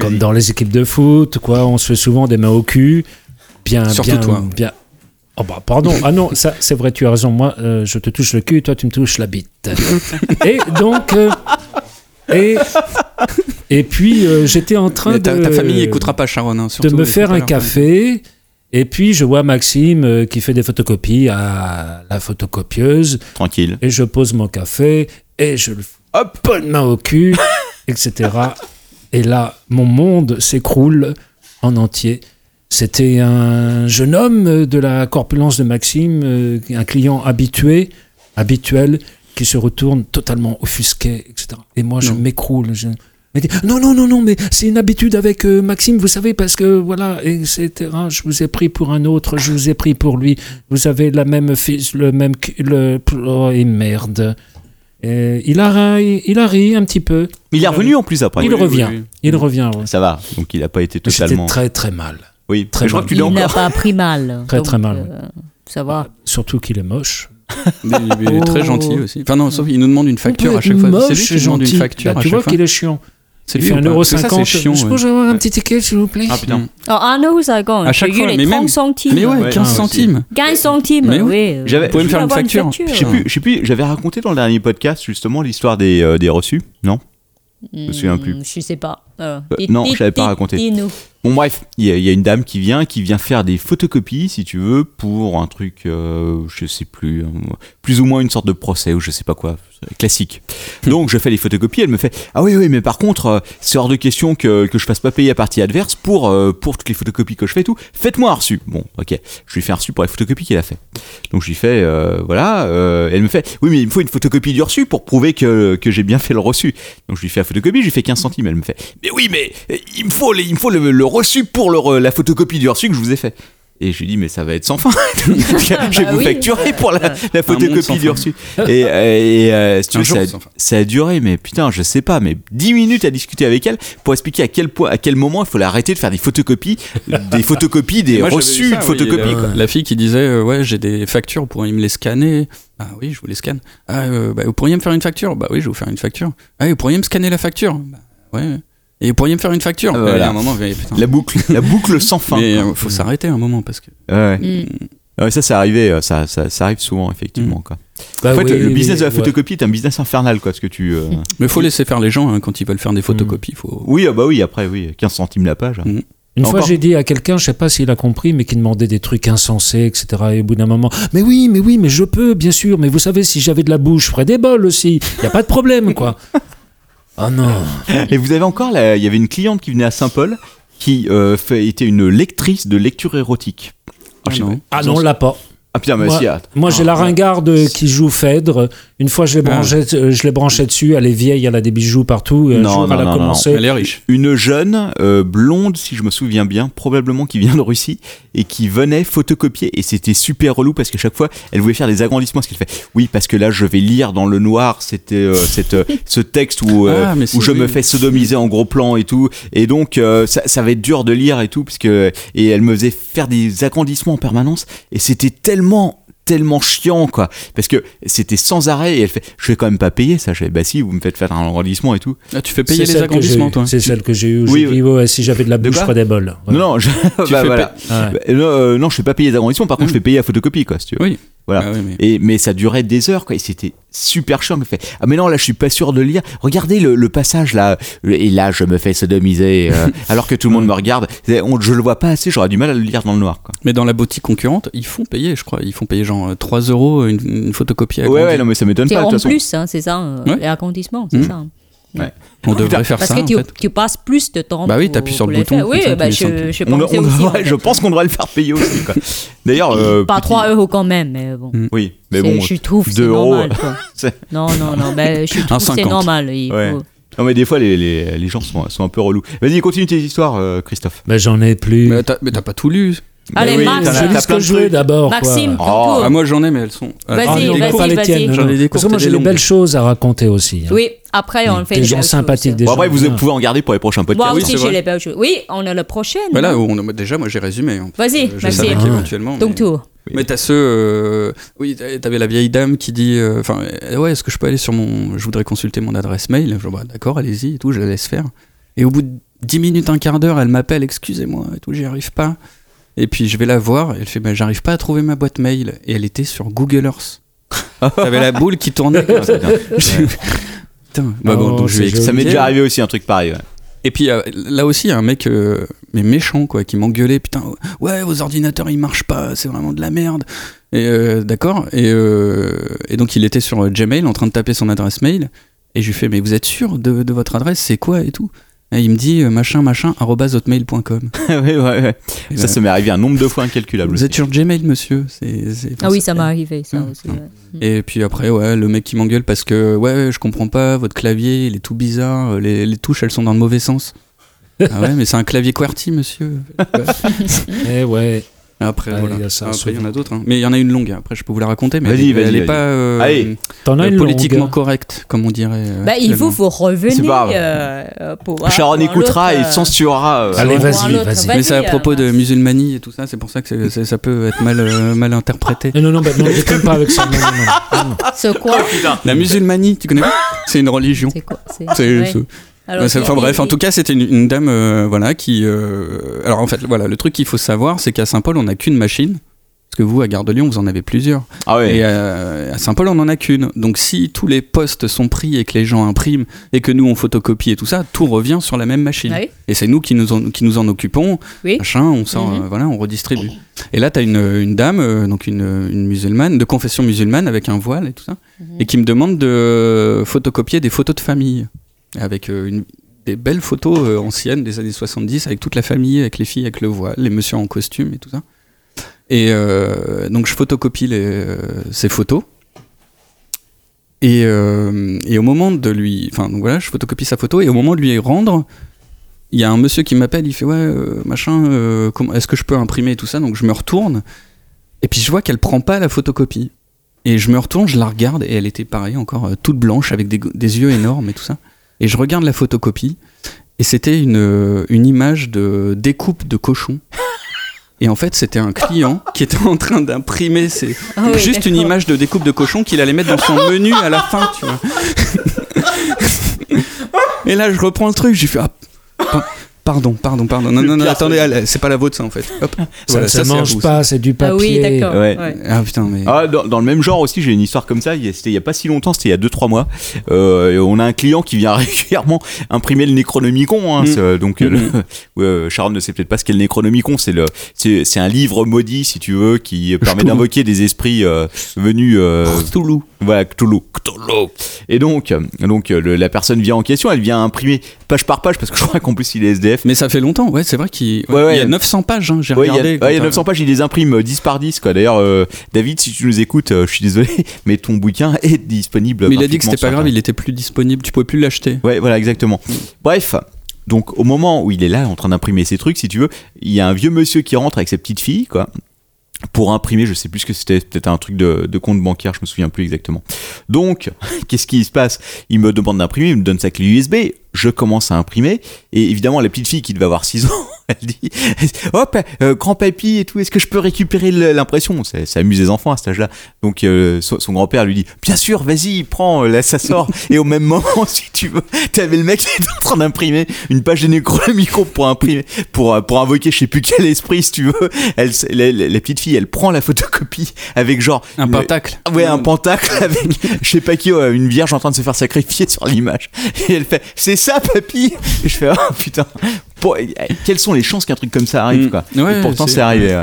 Speaker 8: comme dans les équipes de foot, quoi. On se fait souvent des mains au cul. Bien,
Speaker 9: Surtout
Speaker 8: bien,
Speaker 9: toi.
Speaker 8: bien. Oh bah pardon. Ah non, ça c'est vrai, tu as raison. Moi, euh, je te touche le cul, toi tu me touches la bite. et donc, euh, et et puis euh, j'étais en train
Speaker 9: Mais ta,
Speaker 8: de
Speaker 9: ta famille écoutera pas Sharon, hein,
Speaker 8: de
Speaker 9: surtout,
Speaker 8: me
Speaker 9: écoute
Speaker 8: faire
Speaker 9: pas
Speaker 8: un
Speaker 9: leur-
Speaker 8: café. Et puis je vois Maxime euh, qui fait des photocopies à la photocopieuse.
Speaker 1: Tranquille.
Speaker 8: Et je pose mon café et je le fous. Hop, une main au cul, etc. Et là, mon monde s'écroule en entier. C'était un jeune homme euh, de la corpulence de Maxime, euh, un client habitué, habituel, qui se retourne totalement offusqué, etc. Et moi, je
Speaker 9: Non.
Speaker 8: m'écroule. Je... me dis, Non, non, non, non, mais c'est une habitude avec euh, Maxime, vous savez, parce que voilà, etc. Je vous ai pris pour un autre, je vous ai pris pour lui. Vous avez la même fils, le même. cu- Le... Oh, et merde. Euh, il, a, ri- il a ri un petit peu.
Speaker 1: Mais il est revenu en plus après.
Speaker 8: il
Speaker 9: oui,
Speaker 8: revient.
Speaker 9: oui.
Speaker 8: Il revient. ouais.
Speaker 1: Ça va, donc il a pas été
Speaker 8: J'étais
Speaker 1: totalement.
Speaker 8: très très mal.
Speaker 1: Oui,
Speaker 8: très
Speaker 1: Mais je crois
Speaker 8: mal.
Speaker 1: que tu l'as
Speaker 7: Il n'a
Speaker 1: encore.
Speaker 7: pas pris mal.
Speaker 8: Très, très
Speaker 7: Donc,
Speaker 8: mal,
Speaker 7: euh, ça va.
Speaker 8: Surtout qu'il est moche.
Speaker 9: Il est- Il est très
Speaker 8: Oh.
Speaker 9: gentil aussi. Enfin non, sauf il nous demande une facture à chaque fois.
Speaker 8: Moche
Speaker 9: C'est lui qui
Speaker 8: et
Speaker 9: demande une
Speaker 8: gentil.
Speaker 9: facture
Speaker 8: Bah,
Speaker 9: à
Speaker 8: tu
Speaker 9: chaque
Speaker 8: vois
Speaker 9: fois.
Speaker 8: qu'il est chiant.
Speaker 9: C'est
Speaker 8: Il
Speaker 9: lui
Speaker 8: fait
Speaker 9: ou pas Parce que ça,
Speaker 8: 1,50€.
Speaker 9: c'est chiant,
Speaker 8: Je
Speaker 9: ouais.
Speaker 8: peux avoir un petit ticket, s'il vous plaît
Speaker 1: Ah putain.
Speaker 7: Oh, un euro, ça compte.
Speaker 9: À chaque
Speaker 7: J'ai eu
Speaker 9: fois,
Speaker 7: les
Speaker 9: mais
Speaker 7: 30
Speaker 9: même-
Speaker 7: centimes.
Speaker 9: Mais ouais,
Speaker 1: Ah, Ouais,
Speaker 9: 15
Speaker 1: non,
Speaker 9: centimes.
Speaker 7: 15 centimes,
Speaker 9: Mais oui.
Speaker 7: oui. euh,
Speaker 1: J'avais-
Speaker 9: Vous pouvez me
Speaker 7: je
Speaker 9: faire
Speaker 7: veux
Speaker 9: une
Speaker 7: avoir
Speaker 9: facture.
Speaker 1: Je sais plus, je sais plus, j'avais raconté dans le dernier podcast justement l'histoire des, euh, des reçus, non
Speaker 7: Je
Speaker 1: me souviens plus.
Speaker 7: Je sais pas. Euh,
Speaker 1: Euh,
Speaker 7: dites-
Speaker 1: non,
Speaker 7: dites-
Speaker 1: je l'avais pas
Speaker 7: dites-
Speaker 1: raconté.
Speaker 7: dites-nous.
Speaker 1: Bon bref, il y, a- il y a une dame qui vient, qui vient faire des photocopies, si tu veux, pour un truc, euh, je sais plus, euh, plus ou moins une sorte de procès ou je sais pas quoi, classique. Donc je fais les photocopies, elle me fait ah oui oui mais par contre euh, c'est hors de question que, que je fasse pas payer à partie adverse pour euh, pour toutes les photocopies que je fais et tout. Faites-moi un reçu. Bon ok, je lui fais un reçu pour les photocopies qu'elle a fait. Donc je lui fais euh, voilà, euh, elle me fait oui mais il me faut une photocopie du reçu pour prouver que, que j'ai bien fait le reçu. Donc je lui fais la photocopie, je lui fais 15 centimes, elle me fait mais oui mais euh, il me faut les- il me faut le, le reçu pour le re- la photocopie du reçu que je vous ai fait. Et je lui dis mais ça va être sans fin. je vais
Speaker 7: Bah
Speaker 1: vous
Speaker 7: oui.
Speaker 1: facturer pour la,
Speaker 9: monde sans
Speaker 1: la photocopie du
Speaker 9: fin.
Speaker 1: reçu. Et, euh, et, euh, si tu
Speaker 9: Un
Speaker 1: veux,
Speaker 9: jour
Speaker 1: ça, a-
Speaker 9: sans fin.
Speaker 1: ça a duré, mais putain, je sais pas, mais 10 minutes à discuter avec elle pour expliquer à quel point, à quel moment il faut l'arrêter de faire des photocopies, des photocopies, des
Speaker 9: Moi, j'avais eu
Speaker 1: reçus
Speaker 9: ça,
Speaker 1: de
Speaker 9: oui,
Speaker 1: photocopies.
Speaker 9: la,
Speaker 1: quoi.
Speaker 9: la fille qui disait euh, ouais j'ai des factures, pourriez me les scanner Ah oui je vous les scanne. Ah euh, bah, vous pourriez me faire une facture Bah oui je vais vous faire une facture. Ah vous pourriez me scanner la facture Bah ouais. Et vous pourriez me faire une facture
Speaker 1: Ah, voilà.
Speaker 9: Et à un moment mais, putain,
Speaker 1: La hein. boucle, la boucle sans fin.
Speaker 9: mais,
Speaker 1: quoi.
Speaker 9: euh, faut s'arrêter à un moment parce que
Speaker 1: Ouais, ouais.
Speaker 7: Mm.
Speaker 1: Ouais, ça, c'est arrivé, euh, ça, ça, ça arrive souvent, effectivement.
Speaker 9: Mm.
Speaker 1: Quoi.
Speaker 8: Bah
Speaker 1: en fait,
Speaker 8: oui,
Speaker 1: le business de
Speaker 8: mais-
Speaker 1: la photocopie est un business infernal, quoi, parce que tu. euh,
Speaker 9: mais faut laisser faire les gens hein, quand ils veulent faire des photocopies. Faut
Speaker 1: Hmm. Oui, ah bah oui, après, oui, 15 centimes la page.
Speaker 9: Mm.
Speaker 8: Une fois,
Speaker 1: Encore.
Speaker 8: j'ai dit à quelqu'un, je sais pas s'il a compris, mais qui demandait des trucs insensés, etc. Et au bout d'un moment, mais oui, mais oui, mais je peux, bien sûr. Mais vous savez, si j'avais de la bouche, je ferais des bols aussi. Il y a pas de problème, quoi. Ah non.
Speaker 1: Et vous avez encore, la- il y avait une cliente qui venait à Saint-Paul qui euh, fait- était une lectrice de lecture érotique. Ah, je sais pas.
Speaker 8: Ah non, on l'a pas.
Speaker 1: Ah, putain, mais
Speaker 8: Moi-
Speaker 1: si, ah,
Speaker 8: Moi, j'ai la ringarde euh, qui joue Phèdre. Une fois, je l'ai branchée, euh, je l'ai branchée dessus. Elle est vieille, elle a des bijoux partout. et Un
Speaker 1: Non,
Speaker 8: jour,
Speaker 1: non,
Speaker 8: elle a
Speaker 1: non, non,
Speaker 8: commencé.
Speaker 9: Elle est riche.
Speaker 1: une jeune euh, blonde, si je me souviens bien, probablement qui vient de Russie et qui venait photocopier et c'était super relou parce qu'à chaque fois elle voulait faire des agrandissements. Ce qu'elle fait, oui, parce que là je vais lire dans le noir, c'était euh, cette, euh, ce texte où, euh,
Speaker 9: Ah, mais
Speaker 1: où
Speaker 9: c'est-
Speaker 1: je me
Speaker 9: oui.
Speaker 1: fais sodomiser en gros plan et tout, et donc euh, ça, ça va être dur de lire et tout parce que et elle me faisait faire des agrandissements en permanence et c'était tellement tellement chiant quoi parce que c'était sans arrêt et elle fait je vais quand même pas payer ça je fais bah si vous me faites faire un agrandissement et tout
Speaker 9: Ah, tu fais
Speaker 8: C'est
Speaker 9: payer les
Speaker 8: celle que j'ai
Speaker 9: agrandissements,
Speaker 8: eue.
Speaker 9: toi.
Speaker 8: C'est celle que j'ai eue. où
Speaker 1: hein. Oui,
Speaker 8: j'ai dit, ouais, si j'avais de la
Speaker 1: De
Speaker 8: bouche,
Speaker 1: quoi
Speaker 8: pas des bols. Ouais.
Speaker 1: non non je... bah,
Speaker 9: fais
Speaker 1: voilà.
Speaker 8: Ah ouais.
Speaker 1: Bah, euh, non, je fais pas payer les agrandissements, par contre,
Speaker 9: Mm.
Speaker 1: je fais payer la photocopie, quoi, si tu veux.
Speaker 9: Oui.
Speaker 1: Voilà.
Speaker 9: Ah oui, mais-
Speaker 1: Et, mais ça durait des heures, quoi, et c'était super chiant. Elle Fait, ah, mais non, là, je suis pas sûr de lire. Regardez le, le passage, là, et là, je me fais sodomiser, euh, alors que tout le monde me regarde. C'est- on- je le vois pas assez, j'aurais du mal à le lire dans le noir, quoi.
Speaker 9: Mais dans la boutique concurrente, ils font payer, je crois. Ils font payer genre euh, 3 euros une, une photocopie.
Speaker 1: Ouais,
Speaker 9: agrandie.
Speaker 1: ouais, non, mais ça m'étonne
Speaker 7: C'est
Speaker 1: pas, Bah, de
Speaker 7: en
Speaker 1: toute façon.
Speaker 7: plus, hein, c'est ça, euh,
Speaker 9: Ouais.
Speaker 7: les arrondissements, c'est
Speaker 9: Mhm.
Speaker 7: ça. hein.
Speaker 9: On devrait faire
Speaker 7: Parce
Speaker 9: ça.
Speaker 7: que
Speaker 9: en
Speaker 7: tu,
Speaker 9: fait.
Speaker 7: tu passes plus de temps.
Speaker 9: Bah oui,
Speaker 7: pour-
Speaker 9: t'appuies sur
Speaker 7: pour
Speaker 9: le
Speaker 7: les
Speaker 9: bouton,
Speaker 7: faire.
Speaker 9: comme ça,
Speaker 7: Oui,
Speaker 9: tu
Speaker 7: bah,
Speaker 9: les
Speaker 7: je,
Speaker 9: sens.
Speaker 7: je
Speaker 1: On-
Speaker 7: pensais
Speaker 1: on
Speaker 7: aussi.
Speaker 1: devrait-
Speaker 7: en
Speaker 1: je
Speaker 7: fait.
Speaker 1: pense qu'on devrait le faire payer aussi, quoi. D'ailleurs, euh,
Speaker 7: Pas
Speaker 1: petit-
Speaker 7: 3 euros quand même, mais bon.
Speaker 9: Mm.
Speaker 1: Oui, mais
Speaker 7: C'est-
Speaker 1: bon.
Speaker 7: je trouve que c'est
Speaker 1: deux euros,
Speaker 7: normal. quoi.
Speaker 1: c'est-
Speaker 7: Non, non, non, ben, je trouve que c'est
Speaker 9: 50.
Speaker 7: normal. il
Speaker 1: Ouais.
Speaker 7: faut-
Speaker 1: Non, mais des fois, les, les, les gens sont, sont un peu relous. Vas-y, continue tes histoires, euh, Christophe.
Speaker 8: Mais j'en ai plus.
Speaker 9: Mais t'as mais t'as pas tout lu.
Speaker 7: Allez,
Speaker 1: oui,
Speaker 7: Max,
Speaker 1: t'en as-
Speaker 8: Je
Speaker 1: t'as
Speaker 8: lis ce
Speaker 1: plein
Speaker 8: que
Speaker 1: de
Speaker 8: je veux
Speaker 1: trucs.
Speaker 8: d'abord. quoi.
Speaker 7: Maxime, ton
Speaker 1: Oh,
Speaker 7: tour.
Speaker 9: Ah, moi j'en ai, mais elles sont.
Speaker 7: Vas-y,
Speaker 8: Ah,
Speaker 9: j'en ai
Speaker 8: non,
Speaker 9: des
Speaker 7: vas-y,
Speaker 9: courtes.
Speaker 8: pas les
Speaker 7: vas-y.
Speaker 8: tiennes.
Speaker 9: J'en ai des
Speaker 8: Parce que
Speaker 9: courtes
Speaker 8: moi,
Speaker 9: et
Speaker 8: j'ai
Speaker 9: des
Speaker 8: des
Speaker 9: longues.
Speaker 8: belles choses à raconter aussi. hein.
Speaker 7: Oui, après, on fait
Speaker 8: Des
Speaker 7: les
Speaker 8: gens
Speaker 7: belles choses.
Speaker 8: sympathiques, des
Speaker 1: Bon,
Speaker 8: gens.
Speaker 1: après, vous
Speaker 8: bien.
Speaker 1: êtes- pouvez en garder pour les prochains podcasts. hein,
Speaker 7: Moi
Speaker 9: Oui,
Speaker 7: aussi,
Speaker 9: c'est
Speaker 7: j'ai
Speaker 9: vrai.
Speaker 7: les belles choses. Oui, on a le prochain.
Speaker 9: Voilà,
Speaker 7: non
Speaker 9: Bah on a- déjà, moi j'ai résumé. hein.
Speaker 7: Vas-y,
Speaker 9: Euh, Je
Speaker 7: vas-y.
Speaker 9: savais
Speaker 8: Ah.
Speaker 9: qu'éventuellement.
Speaker 7: Ton
Speaker 9: mais-
Speaker 7: tour.
Speaker 9: Mais t'as ceux. euh, Oui, t'as- t'avais la vieille dame qui dit. euh, Enfin, euh, ouais, est-ce que je peux aller sur mon. Je voudrais consulter mon adresse mail. Je dis, bah, d'accord, allez-y et tout, je la laisse faire. Et au bout de 10 minutes, un quart d'heure, elle m'appelle, excusez-moi et tout, j'y arrive pas. Et puis je vais la voir, et elle fait, bah, j'arrive pas à trouver ma boîte mail. Et elle était sur Google Earth. t'avais la boule qui tournait. comme ça. Putain, bah, bon,
Speaker 8: Oh,
Speaker 9: donc je lui ai
Speaker 8: c'est
Speaker 1: Ça m'est
Speaker 9: expliqué.
Speaker 1: déjà arrivé aussi un truc pareil. ouais.
Speaker 9: Et puis euh, là aussi, un mec, euh, mais méchant, quoi, qui m'engueulait, putain, ouais, vos ordinateurs, ils marchent pas, c'est vraiment de la merde. Et euh, d'accord. Et, euh, et donc il était sur euh, Gmail en train de taper son adresse mail. Et je lui fais, mais vous êtes sûr de, de votre adresse, c'est quoi et tout Et il me dit, euh, machin, machin, arobase hotmail.com.
Speaker 1: Ouais, ouais, ouais.
Speaker 9: Et
Speaker 1: Ça,
Speaker 9: ben,
Speaker 1: ça m'est arrivé un nombre de fois incalculable.
Speaker 9: vous êtes sur Gmail, monsieur C'est- c'est-
Speaker 7: Ah oui, ça m'est arrivé, ça
Speaker 9: Hum,
Speaker 7: aussi.
Speaker 9: hum.
Speaker 7: ouais.
Speaker 9: Et puis après, ouais, le mec qui m'engueule parce que, ouais, je comprends pas, votre clavier, il est tout bizarre, euh, les, les touches, elles sont dans le mauvais sens. Ah ouais, mais c'est un clavier QWERTY, monsieur.
Speaker 8: Eh ouais.
Speaker 9: Ah, Après,
Speaker 8: Ouais,
Speaker 9: voilà.
Speaker 8: il y a ça,
Speaker 9: Après, il y en
Speaker 8: souvent.
Speaker 9: a d'autres. hein. Mais il y en a une longue. Après, je peux vous la raconter, mais
Speaker 1: Vas-y,
Speaker 9: elle, elle
Speaker 1: vas-y,
Speaker 9: est
Speaker 1: vas-y.
Speaker 9: pas euh,
Speaker 1: Allez.
Speaker 8: T'en as
Speaker 9: euh,
Speaker 8: une
Speaker 9: politiquement
Speaker 8: longue. hein.
Speaker 9: correcte, comme on dirait. euh,
Speaker 7: Bah, il
Speaker 9: actuellement.
Speaker 7: faut vous
Speaker 1: C'est pas
Speaker 7: revenir
Speaker 1: grave.
Speaker 7: euh, euh, pour.
Speaker 1: Sharon
Speaker 7: pour un
Speaker 1: écoutera
Speaker 7: autre,
Speaker 1: et
Speaker 7: euh,
Speaker 1: censurera. euh,
Speaker 8: Allez,
Speaker 7: pour un
Speaker 8: vas-y,
Speaker 7: autre.
Speaker 8: vas-y.
Speaker 9: Mais c'est à
Speaker 7: euh,
Speaker 9: propos de
Speaker 7: Max.
Speaker 9: musulmanie et tout ça, c'est pour ça que c'est- c'est- ça peut être mal, euh, mal interprété.
Speaker 8: Non, non, non, bah, non, déconne pas avec ça. Non, non, non, non.
Speaker 7: C'est quoi
Speaker 9: La musulmanie, tu connais pas C'est une religion.
Speaker 7: C'est quoi C'est.
Speaker 9: C'est-
Speaker 7: ouais.
Speaker 9: c'est-
Speaker 7: Alors,
Speaker 9: Ouais, c'est- enfin
Speaker 7: il-
Speaker 9: bref, en
Speaker 7: il-
Speaker 9: tout cas, c'était une, une dame, euh, voilà, qui. euh, alors en fait, voilà, le truc qu'il faut savoir, c'est qu'à Saint-Paul, on n'a qu'une machine. Parce que vous, à Gare de Lyon, vous en avez plusieurs.
Speaker 1: Ah ouais.
Speaker 9: Et euh, à Saint-Paul, on en a qu'une. Donc si tous les postes sont pris et que les gens impriment et que nous, on photocopie et tout ça, tout revient sur la même machine.
Speaker 7: Ouais.
Speaker 9: Et c'est nous qui nous en, qui nous en occupons.
Speaker 7: Oui.
Speaker 9: Machin, on sort,
Speaker 7: Mhm.
Speaker 9: euh, voilà, on redistribue. Et là, tu as une, une dame, euh, donc une, une musulmane, de confession musulmane, avec un voile et tout ça,
Speaker 7: Mhm.
Speaker 9: et qui me demande de euh, photocopier des photos de famille. Avec euh, une- des belles photos euh, anciennes des années 70, avec toute la famille, avec les filles, avec le voile, les messieurs en costume et tout ça. Et euh, donc, je photocopie les, euh, ces photos. Et, euh, et au moment de lui. Enfin, donc voilà, je photocopie sa photo, et au moment de lui rendre, il y a un monsieur qui m'appelle, il fait ouais euh, machin, euh, comment- est-ce que je peux imprimer et tout ça Donc je me retourne et puis je vois qu'elle prend pas la photocopie. Et je me retourne, je la regarde et elle était pareil encore euh, toute blanche avec des, go- des yeux énormes et tout ça. Et je regarde la photocopie et c'était une euh, une image de découpe de cochon. Et en fait, c'était un client qui était en train d'imprimer ses-
Speaker 7: Ah oui,
Speaker 9: juste une
Speaker 7: d'accord.
Speaker 9: image de découpe de cochon qu'il allait mettre dans son menu à la fin, tu vois. Et là, je reprends le truc, j'ai fait ah, pa- pardon, pardon, pardon. Non, non, non, attendez, elle- c'est pas la vôtre ça en fait. Hop,
Speaker 8: Ça
Speaker 9: voilà,
Speaker 8: ne se
Speaker 9: c'est à
Speaker 8: mange
Speaker 9: vous, ça.
Speaker 8: pas, c'est du
Speaker 7: Ah
Speaker 8: papier.
Speaker 7: oui, d'accord.
Speaker 1: Ouais.
Speaker 7: ouais.
Speaker 9: Ah putain, mais.
Speaker 1: Ah, dans, dans le même genre aussi, j'ai une histoire comme ça. Il y a- C'était il y a pas si longtemps, c'était il y a 2-3 mois. Euh, et on a un client qui vient régulièrement imprimer le Necronomicon. hein,
Speaker 9: Mm.
Speaker 1: c'est- donc, euh,
Speaker 9: Mm.
Speaker 1: le- ouais, Sharon ne sait peut-être pas ce qu'est le Necronomicon. C'est le, c'est c'est un livre maudit, si tu veux, qui permet d'invoquer des esprits euh, venus euh,
Speaker 9: Cthulhu.
Speaker 1: Voilà, Cthulhu, Cthulhu. Et donc, euh, donc euh, le- la personne vient en question, elle vient imprimer page par page, parce que je crois qu'en plus il est SDF, PDF.
Speaker 9: Mais ça fait longtemps, ouais, c'est vrai qu'il
Speaker 1: Ouais,
Speaker 9: il
Speaker 1: ouais,
Speaker 9: y
Speaker 1: il y
Speaker 9: a
Speaker 1: a-
Speaker 9: 900 pages, hein, j'ai
Speaker 1: Ouais, il y a-
Speaker 9: regardé.
Speaker 1: ouais, il y a 900 pages, il les imprime euh, 10 par 10. quoi. D'ailleurs, euh, David, si tu nous écoutes, euh, je suis désolé, mais ton bouquin est disponible.
Speaker 9: Mais il a dit que
Speaker 1: gratuitement
Speaker 9: c'était pas
Speaker 1: sur
Speaker 9: grave, il était plus disponible, tu pouvais plus l'acheter.
Speaker 1: Ouais, voilà, exactement. Bref, donc au moment où il est là, en train d'imprimer ses trucs, si tu veux, il y a un vieux monsieur qui rentre avec sa petite fille, quoi, pour imprimer, je sais plus ce que c'était, peut-être un truc de, de compte bancaire, je me souviens plus exactement. Donc, qu'est-ce qui se passe Il me demande d'imprimer, il me donne sa clé USB, je commence à imprimer, et évidemment, la petite fille qui devait avoir 6 ans, elle dit Hop, euh, grand-papy et tout, est-ce que je peux récupérer le- l'impression ça, ça amuse les enfants à cet âge-là. Donc, euh, so- son grand-père lui dit Bien sûr, vas-y, prends, euh, là, ça sort. et au même moment, si tu veux, t'avais le mec qui était en train d'imprimer une page de Necronomicon pour imprimer, pour, euh, pour invoquer je sais plus quel esprit, si tu veux. Elle, s- la, la- la petite fille, elle prend la photocopie avec genre.
Speaker 9: Ah Un
Speaker 1: une-
Speaker 9: pentacle.
Speaker 1: Ah Ouais, un pentacle avec, je sais pas qui, ouais, une vierge en train de se faire sacrifier sur l'image. Et elle fait, c'est ça, papy Et je fais, oh putain. Bon, eh, quelles sont les chances qu'un truc comme ça arrive,
Speaker 9: Mm.
Speaker 1: quoi
Speaker 9: Ouais,
Speaker 1: Et pourtant, c'est arrivé,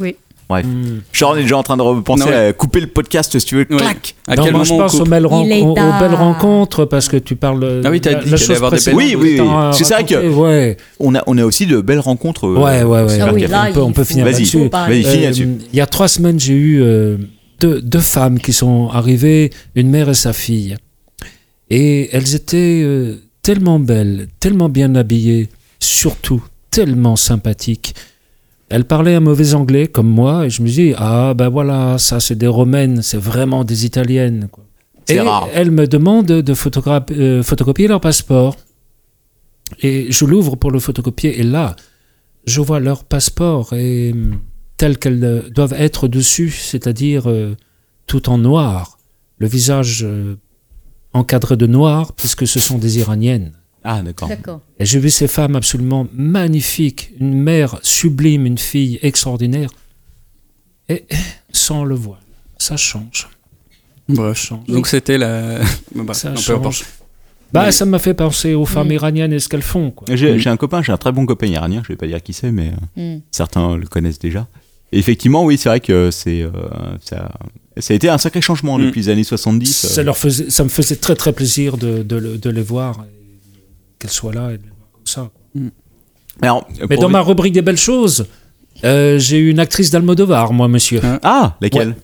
Speaker 1: ouais.
Speaker 9: ouais. Mm.
Speaker 1: Genre, on est déjà en train de repenser
Speaker 9: Non, ouais.
Speaker 1: à couper le podcast, si tu veux,
Speaker 9: Ouais.
Speaker 1: clac
Speaker 9: À
Speaker 8: non,
Speaker 9: quel moment
Speaker 8: moi, je
Speaker 9: on
Speaker 8: pense aux
Speaker 9: coupe
Speaker 8: belles,
Speaker 7: Il
Speaker 8: rencontres,
Speaker 7: est
Speaker 8: aux,
Speaker 7: tard.
Speaker 8: belles rencontres parce que tu parles.
Speaker 9: Ah oui, t'as
Speaker 8: la-
Speaker 9: dit
Speaker 8: la
Speaker 9: qu'il allait
Speaker 8: chose
Speaker 9: avoir des
Speaker 8: précédente,
Speaker 1: belles- Oui, oui, oui.
Speaker 8: t'as
Speaker 1: C'est
Speaker 7: Ah,
Speaker 1: vrai que-
Speaker 8: raconté, Ouais,
Speaker 1: on a, on a aussi de belles rencontres. euh,
Speaker 8: ouais, ouais. ouais.
Speaker 1: Super
Speaker 7: Ah oui,
Speaker 1: Café.
Speaker 7: là,
Speaker 8: on peut, on
Speaker 7: il
Speaker 8: peut
Speaker 7: faut-
Speaker 8: finir
Speaker 1: Vas-y,
Speaker 8: là-dessus.
Speaker 1: Vas-y,
Speaker 8: Euh,
Speaker 1: finis là-dessus.
Speaker 8: il y a trois semaines, j'ai eu euh, deux, deux femmes qui sont arrivées, une mère et sa fille. Et elles étaient euh, tellement belles, tellement bien habillées, surtout tellement sympathiques. Elles parlaient un mauvais anglais comme moi, et je me dis ah ben voilà, ça c'est des romaines, c'est vraiment des italiennes. quoi.
Speaker 1: C'est
Speaker 8: et
Speaker 1: rare.
Speaker 8: elles me demandent de photogra- euh, photocopier leur passeport. Et je l'ouvre pour le photocopier, et là, je vois leur passeport et hum, tel qu'elles euh, doivent être dessus, c'est-à-dire euh, tout en noir, le visage euh, encadré de noir, puisque ce sont des Iraniennes.
Speaker 1: Ah, d'accord.
Speaker 7: D'accord.
Speaker 8: Et j'ai vu ces femmes absolument magnifiques, une mère sublime, une fille extraordinaire, et sans le voile. Ça change.
Speaker 9: Bref.
Speaker 8: change.
Speaker 9: Donc c'était la. Bah,
Speaker 8: ça
Speaker 9: un peu
Speaker 8: change.
Speaker 9: importe.
Speaker 8: Bah, ça m'a fait penser aux femmes
Speaker 7: Mm.
Speaker 8: iraniennes et ce qu'elles font. Quoi.
Speaker 1: J'ai j'ai un copain, j'ai un très bon copain iranien, je vais pas dire qui c'est, mais euh,
Speaker 7: Hmm.
Speaker 1: certains le connaissent déjà. Et effectivement, oui, c'est vrai que c'est euh, ça, ça a été un sacré changement
Speaker 9: Mm.
Speaker 1: depuis les années 70. euh.
Speaker 8: Ça, leur faisait, ça me faisait très très plaisir de, de, le- de les voir, et qu'elles soient là et de les voir comme ça.
Speaker 1: Alors,
Speaker 8: Mais
Speaker 1: pour-
Speaker 8: dans ma rubrique des belles choses, euh, j'ai eu une actrice d'Almodovar, moi, monsieur.
Speaker 9: Ah.
Speaker 1: Ah, laquelle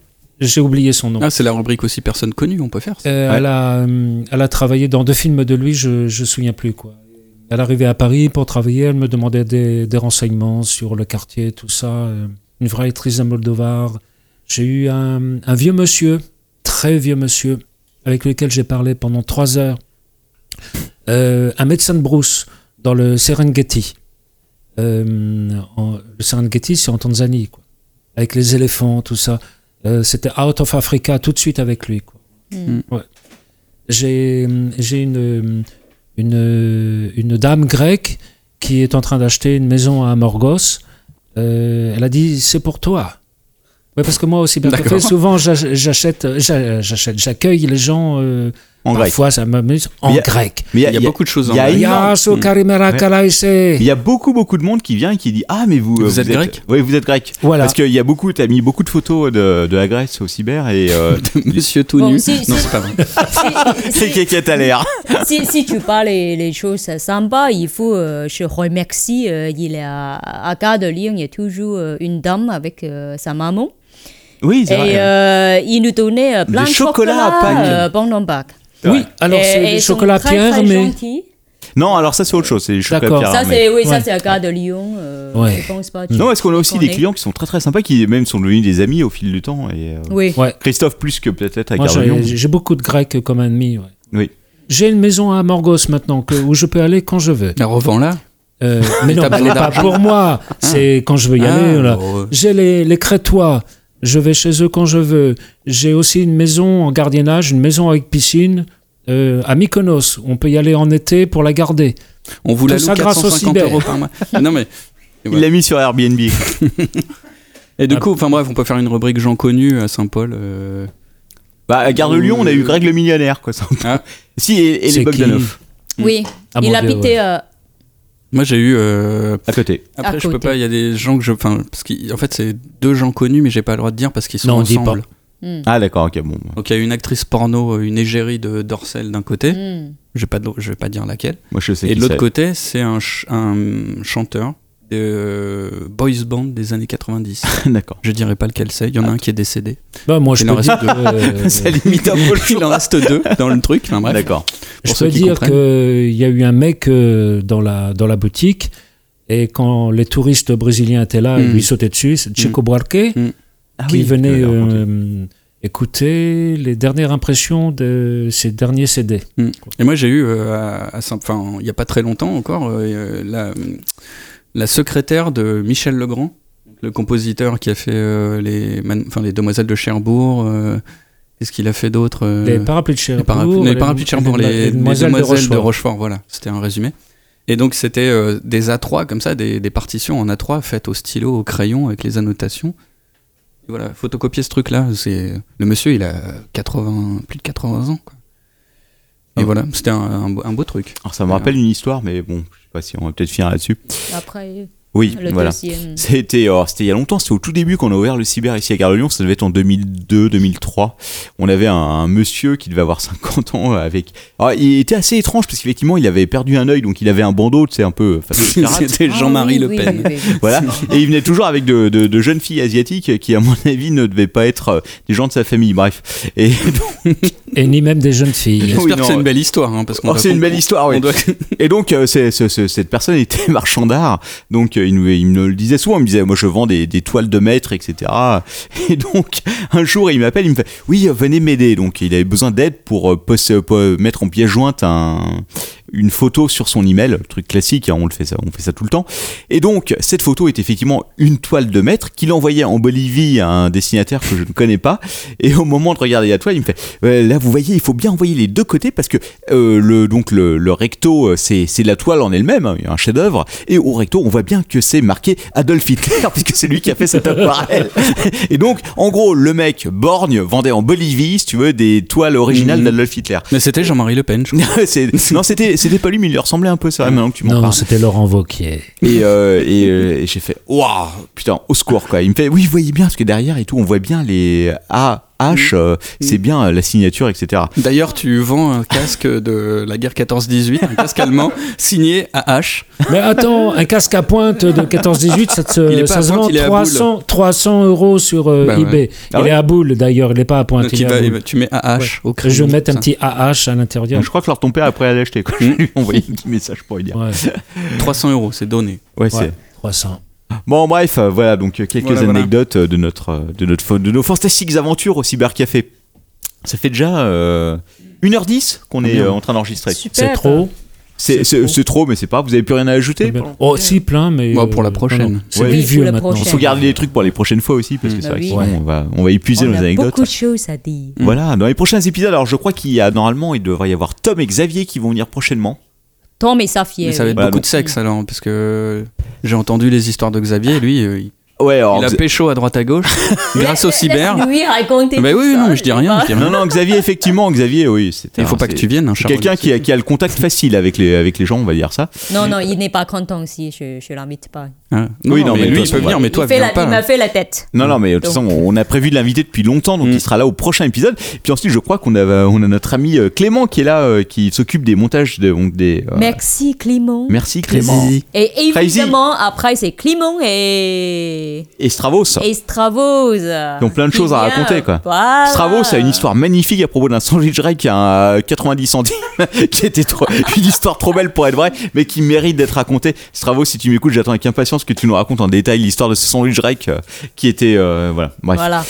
Speaker 8: J'ai oublié son nom.
Speaker 9: Ah, c'est la rubrique aussi personne connue, on peut faire ça.
Speaker 8: Euh,
Speaker 1: ouais.
Speaker 8: elle, a, hum, elle a travaillé dans deux films de lui, je ne me souviens plus. quoi. Elle arrivait à Paris pour travailler, elle me demandait des, des renseignements sur le quartier, tout ça. euh, Une vraie actrice d'Almodovar. J'ai eu un, un vieux monsieur, très vieux monsieur, avec lequel j'ai parlé pendant trois heures. Euh, un médecin de brousse dans le Serengeti. Euh, en- le Serengeti, c'est en Tanzanie, quoi. avec les éléphants, tout ça. Euh, C'était Out of Africa tout de suite avec lui. Quoi.
Speaker 7: Mm.
Speaker 8: Ouais. J'ai j'ai une, une, une dame grecque qui est en train d'acheter une maison à Morgos. Euh, elle a dit c'est pour toi. Ouais, parce que moi aussi, bien que
Speaker 9: D'accord.
Speaker 8: fait, souvent j'ach- j'achète, j'a- j'achète, j'accueille les gens euh,
Speaker 1: En grec.
Speaker 8: parfois ça m'amuse en
Speaker 1: Mais y a-
Speaker 8: grec.
Speaker 1: Mais
Speaker 9: Il y a beaucoup de choses en
Speaker 1: il y a
Speaker 9: vrai.
Speaker 1: énorme-
Speaker 8: Yasso karimera
Speaker 1: Ouais.
Speaker 8: kalaise.
Speaker 1: Il y a beaucoup beaucoup de monde qui vient et qui dit ah mais vous euh,
Speaker 9: Vous êtes grec
Speaker 1: Oui, vous êtes grec.
Speaker 8: Voilà.
Speaker 1: Parce qu'il y a beaucoup, t'as mis beaucoup de photos de, de la Grèce au cyber et euh,
Speaker 9: Monsieur tout
Speaker 7: Bon,
Speaker 9: nu.
Speaker 7: si-
Speaker 9: Non,
Speaker 7: si-
Speaker 9: c'est pas vrai.
Speaker 7: Si-
Speaker 1: c'est
Speaker 7: si-
Speaker 1: qui hein. à l'air.
Speaker 7: si, si tu parles les, les choses sympas, il faut, euh, je remercie, euh, il est à, à Gare de Lyon, il y a toujours euh, une dame avec euh, sa maman.
Speaker 1: Oui,
Speaker 7: Et
Speaker 1: c'est vrai.
Speaker 7: euh, il nous donnait euh, plein
Speaker 1: Des
Speaker 7: de
Speaker 1: chocolats
Speaker 7: chocolats,
Speaker 1: à Pâques.
Speaker 7: euh, pendant Pâques.
Speaker 8: Oui, alors
Speaker 7: Et-
Speaker 8: c'est
Speaker 7: et
Speaker 8: des
Speaker 7: ils sont
Speaker 8: chocolats
Speaker 7: très,
Speaker 8: Pierre,
Speaker 7: très
Speaker 8: mais
Speaker 7: gentils.
Speaker 1: Non, alors ça c'est autre chose, c'est les chocolats
Speaker 8: D'accord.
Speaker 1: Pierre,
Speaker 7: Ça,
Speaker 1: Ah, mais-
Speaker 7: c'est, oui, ça,
Speaker 8: Ouais.
Speaker 7: c'est à Gare de Lyon. euh,
Speaker 8: Ouais.
Speaker 7: Je pense pas.
Speaker 1: Non, est-ce qu'on a aussi
Speaker 7: qu'on
Speaker 1: des
Speaker 7: est.
Speaker 1: clients qui sont très très sympas, qui même sont devenus des amis au fil du temps et euh,
Speaker 7: Oui.
Speaker 8: Ouais.
Speaker 1: Christophe plus que peut-être à
Speaker 8: moi
Speaker 1: Gare de Lyon.
Speaker 8: j'ai j'ai beaucoup de Grecs comme ennemis. ouais.
Speaker 1: Oui.
Speaker 8: J'ai une maison à Morgos maintenant que, où je peux aller quand je veux.
Speaker 9: La revend là.
Speaker 8: Euh, mais non,
Speaker 9: t'as
Speaker 8: elle n'est
Speaker 9: besoin
Speaker 8: pas
Speaker 9: d'argent.
Speaker 8: pour moi. C'est quand je veux y
Speaker 9: Ah,
Speaker 8: aller. là.
Speaker 9: bon, ouais.
Speaker 8: J'ai les, les Crétois. Je vais chez eux quand je veux. J'ai aussi une maison en gardiennage, une maison avec piscine euh, à Mykonos. On peut y aller en été pour la garder.
Speaker 9: On vous la
Speaker 8: Tout
Speaker 9: loue
Speaker 8: ça grâce au
Speaker 9: 450
Speaker 8: cyber.
Speaker 9: euros par mois. Non mais.
Speaker 1: Il l'a mis sur Airbnb.
Speaker 9: Et du
Speaker 8: Ah.
Speaker 9: coup, enfin bref, on peut faire une rubrique gens connus à Saint-Paul. euh,
Speaker 1: bah, à Gare de Lyon, on a eu Greg le millionnaire, quoi. ça.
Speaker 9: Ah.
Speaker 1: Si, et, et
Speaker 8: C'est
Speaker 1: les
Speaker 8: qui
Speaker 1: Bogdanov.
Speaker 7: Oui.
Speaker 8: Ah, mon
Speaker 7: il
Speaker 8: Dieu,
Speaker 7: habitait.
Speaker 8: ouais.
Speaker 7: euh,
Speaker 9: Moi, j'ai eu. euh,
Speaker 1: À côté.
Speaker 9: Après,
Speaker 7: À
Speaker 9: je peux
Speaker 7: côté.
Speaker 9: pas. Il y a des gens que je. Enfin, parce qu'en fait, c'est deux gens connus, mais j'ai pas le droit de dire parce qu'ils sont
Speaker 8: Non, on dit
Speaker 9: ensemble.
Speaker 7: Hmm.
Speaker 1: Ah, d'accord, ok, bon.
Speaker 9: Donc il y a une actrice porno, euh, une égérie de dorsale d'un côté,
Speaker 7: Hmm.
Speaker 9: je vais pas de- je vais pas dire laquelle.
Speaker 1: Moi, je sais
Speaker 9: Et
Speaker 1: qui
Speaker 9: de l'autre
Speaker 1: c'est.
Speaker 9: côté, c'est un, ch- un chanteur de euh, boys band des années 90.
Speaker 1: D'accord.
Speaker 9: Je dirais pas lequel c'est, il y
Speaker 8: Ah.
Speaker 9: en a un qui est décédé.
Speaker 8: Bah, moi, je
Speaker 9: Il
Speaker 8: peux
Speaker 9: en reste
Speaker 8: dire que, euh,
Speaker 1: Ça limite un peu le
Speaker 9: Il en
Speaker 1: choix.
Speaker 9: reste deux dans le truc, enfin bref.
Speaker 1: D'accord.
Speaker 8: Je
Speaker 9: Pour ceux
Speaker 8: peux
Speaker 9: qui
Speaker 8: dire
Speaker 9: comprennent.
Speaker 8: qu'il y a eu un mec euh, dans la, dans la boutique, et quand les touristes brésiliens étaient là, ils
Speaker 9: Mm.
Speaker 8: lui sautaient dessus, c'est
Speaker 9: Hmm.
Speaker 8: Chico Buarque,
Speaker 1: Ah
Speaker 8: qui
Speaker 1: oui, tu
Speaker 8: venait
Speaker 1: l'avais raconté.
Speaker 8: euh, écouter les dernières impressions de ses derniers CD.
Speaker 9: Et moi, j'ai eu, euh, à, à Saint- enfin, il n'y a pas très longtemps encore, euh, la, la secrétaire de Michel Legrand, le compositeur qui a fait euh, les, Man- enfin, les Demoiselles de Cherbourg. euh, Qu'est-ce qu'il a fait d'autre euh,
Speaker 8: les parapluies de
Speaker 9: les parapluies-
Speaker 8: Cherbourg.
Speaker 9: les parapluies de Cherbourg, les, les
Speaker 8: demoiselles de Rochefort.
Speaker 9: voilà, c'était un résumé. Et donc, c'était euh, des A3 comme ça, des, des partitions en A3 faites au stylo, au crayon, avec les annotations. Et voilà, photocopier ce truc-là. c'est Le monsieur, il a 80, plus de 80 ans. Quoi. Et
Speaker 1: Ah.
Speaker 9: voilà, c'était un, un beau- un beau truc.
Speaker 1: Alors, ça me rappelle une histoire, mais bon, je sais pas si on va peut-être finir là-dessus.
Speaker 7: Après, euh,
Speaker 1: Oui,
Speaker 7: le hmm.
Speaker 1: voilà.
Speaker 7: deuxième.
Speaker 1: C'était alors, c'était il y a longtemps, c'était au tout début qu'on a ouvert le cyber ici à Gare de Lyon, ça devait être en 2002-2003. On avait un, un monsieur qui devait avoir 50 ans avec. Alors, il était assez étrange parce qu'effectivement il avait perdu un œil, donc il avait un bandeau, tu sais, un peu. façon pirate.
Speaker 9: c'était
Speaker 7: Ah
Speaker 9: Jean-Marie
Speaker 7: oui,
Speaker 9: Le
Speaker 7: oui,
Speaker 9: Pen.
Speaker 7: oui, oui, oui.
Speaker 1: voilà. Et il venait toujours avec de, de- de jeunes filles asiatiques qui, à mon avis, ne devaient pas être euh, des gens de sa famille. Bref. Et donc,
Speaker 8: Et ni même des jeunes filles.
Speaker 1: Oui,
Speaker 9: J'espère que
Speaker 1: non,
Speaker 9: c'est
Speaker 1: ouais.
Speaker 9: une belle histoire. hein, parce qu'on
Speaker 1: oh,
Speaker 9: va
Speaker 1: c'est une
Speaker 9: comprendre-
Speaker 1: belle histoire. oui.
Speaker 9: on doit-
Speaker 1: Et donc, euh, c'est- ce- ce- cette personne était marchand d'art. Donc, euh, il, nous, il me le disait souvent. Il me disait, moi, je vends des, des toiles de maître, etc. Et donc, un jour, il m'appelle, il me fait, oui, euh, venez m'aider. Donc, il avait besoint d'aide pour, euh, poss- euh, pour, euh, mettre en pièce jointe un- une photo sur son email, le truc classique. hein, on le fait ça, on fait ça tout le temps. Et donc, cette photo est effectivement une toile de maître qu'il envoyait en Bolivie à un destinataire que je ne connais pas. Et au moment de regarder la toile, il me fait, Ouais, là, vous voyez, il faut bien envoyer les deux côtés parce que euh, le, donc le, le recto, euh, c'est c'est la toile en elle-même, hein, un chef-d'œuvre. Et au recto, on voit bien que c'est marqué Adolf Hitler, puisque c'est lui qui a fait cette aquarelle. Et donc, en gros, le mec borgne vendait en Bolivie, si tu veux, des toiles originales
Speaker 9: Mhm.
Speaker 1: d'Adolf Hitler.
Speaker 9: Mais c'était Jean-Marie Le Pen, je crois.
Speaker 1: C'est- non, c'était c'était pas lui, mais il lui ressemblait un peu, ça, maintenant que tu m'en
Speaker 8: Non,
Speaker 1: parles.
Speaker 8: c'était Laurent Vauquier.
Speaker 1: Et, euh, et, euh, et j'ai fait waouh putain au secours quoi. Il me fait oui vous voyez bien parce que derrière et tout on voit bien les A H euh, c'est bien euh, la signature etc.
Speaker 9: D'ailleurs, tu vends un casque de la guerre 14-18, un casque allemand signé AH.
Speaker 8: Mais attends, un casque à pointe de 14-18, ça,
Speaker 9: Il est
Speaker 8: se,
Speaker 9: pas
Speaker 8: ça
Speaker 9: à
Speaker 8: se
Speaker 9: pointe,
Speaker 8: vend
Speaker 9: il est à
Speaker 8: 300, 300 euros sur euh,
Speaker 9: Bah ouais.
Speaker 8: eBay.
Speaker 1: Ah
Speaker 8: il
Speaker 1: ouais
Speaker 8: est à boule d'ailleurs, il n'est pas à pointe.
Speaker 9: Donc,
Speaker 8: il
Speaker 9: il
Speaker 8: est à
Speaker 9: va- il
Speaker 8: boule.
Speaker 9: va- tu mets AH
Speaker 8: Ouais.
Speaker 9: au
Speaker 8: Et
Speaker 9: crayon.
Speaker 8: je vais mettre un
Speaker 9: Putain.
Speaker 8: petit AH à l'intérieur.
Speaker 1: Je crois que leur ton père après allait l'acheter quoi. Je lui ai envoyé un petit message pour lui dire.
Speaker 8: Ouais,
Speaker 9: 300 euros, c'est donné.
Speaker 1: Ouais,
Speaker 8: ouais,
Speaker 1: c'est
Speaker 8: 300.
Speaker 1: bon bref euh, voilà donc euh, quelques
Speaker 9: Voilà, voilà.
Speaker 1: anecdotes euh, de notre euh, de notre fa- de nos fantastiques aventures au cybercafé. Ça fait déjà euh, 1h10 qu'on est euh, en train d'enregistrer.
Speaker 7: Super.
Speaker 8: C'est trop. c'est
Speaker 1: C'est c'est-
Speaker 8: trop.
Speaker 1: c'est trop mais c'est pas vous avez plus rien à ajouter.
Speaker 8: Oh, si, plein, mais.
Speaker 9: Bon, pour la
Speaker 8: euh,
Speaker 9: prochaine.
Speaker 8: non, non, C'est
Speaker 1: Ouais.
Speaker 8: des
Speaker 7: Oui, pour
Speaker 8: vieux
Speaker 7: la
Speaker 8: maintenant.
Speaker 1: Il
Speaker 7: prochaine.
Speaker 1: faut garder les trucs pour les prochaines fois aussi parce que
Speaker 9: Mm.
Speaker 1: c'est
Speaker 7: Bah
Speaker 1: vrai que
Speaker 7: oui.
Speaker 1: sinon, on va on va épuiser
Speaker 7: On
Speaker 1: nos
Speaker 7: a
Speaker 1: anecdotes.
Speaker 7: beaucoup de choses à dire.
Speaker 1: Voilà, dans les prochaines épisodes, alors je crois qu'il y a normalement, il devrait y avoir Tom et Xavier qui vont venir prochainement.
Speaker 7: Tom et sa fille.
Speaker 9: Mais ça va être
Speaker 1: Voilà,
Speaker 9: beaucoup
Speaker 1: donc-
Speaker 9: de sexe alors, parce que euh, j'ai entendu les histoires de Xavier, lui, euh, il,
Speaker 1: Ouais, alors.
Speaker 9: il a
Speaker 1: Xa-
Speaker 9: pécho à droite à gauche grâce au cyber.
Speaker 7: Oui, raconter.
Speaker 9: Bah oui,
Speaker 7: tout
Speaker 9: non,
Speaker 7: ça,
Speaker 9: mais je dis rien. je dis rien.
Speaker 1: Non, non, Xavier, effectivement, Xavier, oui, c'était.
Speaker 9: Il faut pas
Speaker 1: c'est-
Speaker 9: que tu viennes, hein,
Speaker 1: c'est quelqu'un qui a, qui a le contact facile avec les, avec les gens, on va dire ça.
Speaker 7: Non, non, il n'est pas content si je, je l'invite pas.
Speaker 9: Ah. Non,
Speaker 1: Oui,
Speaker 9: non,
Speaker 1: non, mais
Speaker 9: mais
Speaker 1: de
Speaker 9: lui,
Speaker 1: toute
Speaker 9: il peut
Speaker 1: façon,
Speaker 9: venir, mais toi,
Speaker 7: il fait
Speaker 9: viens
Speaker 7: la- il m'a
Speaker 9: pas.
Speaker 7: fait la tête.
Speaker 1: Non, non, mais de toute façon, on a prévu de l'inviter depuis longtemps, donc
Speaker 9: Mm.
Speaker 1: il sera là au prochain épisode. Et puis ensuite, je crois qu'on a, on a notre ami euh, Clément qui est là, euh, qui s'occupe des montages de, donc des. euh,
Speaker 7: Merci Clément.
Speaker 1: Merci Clément.
Speaker 7: Et
Speaker 1: Crazy.
Speaker 7: évidemment, après, c'est Clément et,
Speaker 1: Et Stravos.
Speaker 7: et Stravos. Ils
Speaker 1: ont plein de choses à raconter, quoi. Stravos a une histoire magnifique à propos d'un sandwich rack qui a un 90 centimes, qui était trop- une histoire trop belle pour être vraie, mais qui mérite d'être racontée. Stravos, si tu m'écoutes, j'attends avec impatience que tu nous racontes en détail l'histoire de ce sandwich rack euh, qui était euh, voilà. Bref.
Speaker 7: Voilà.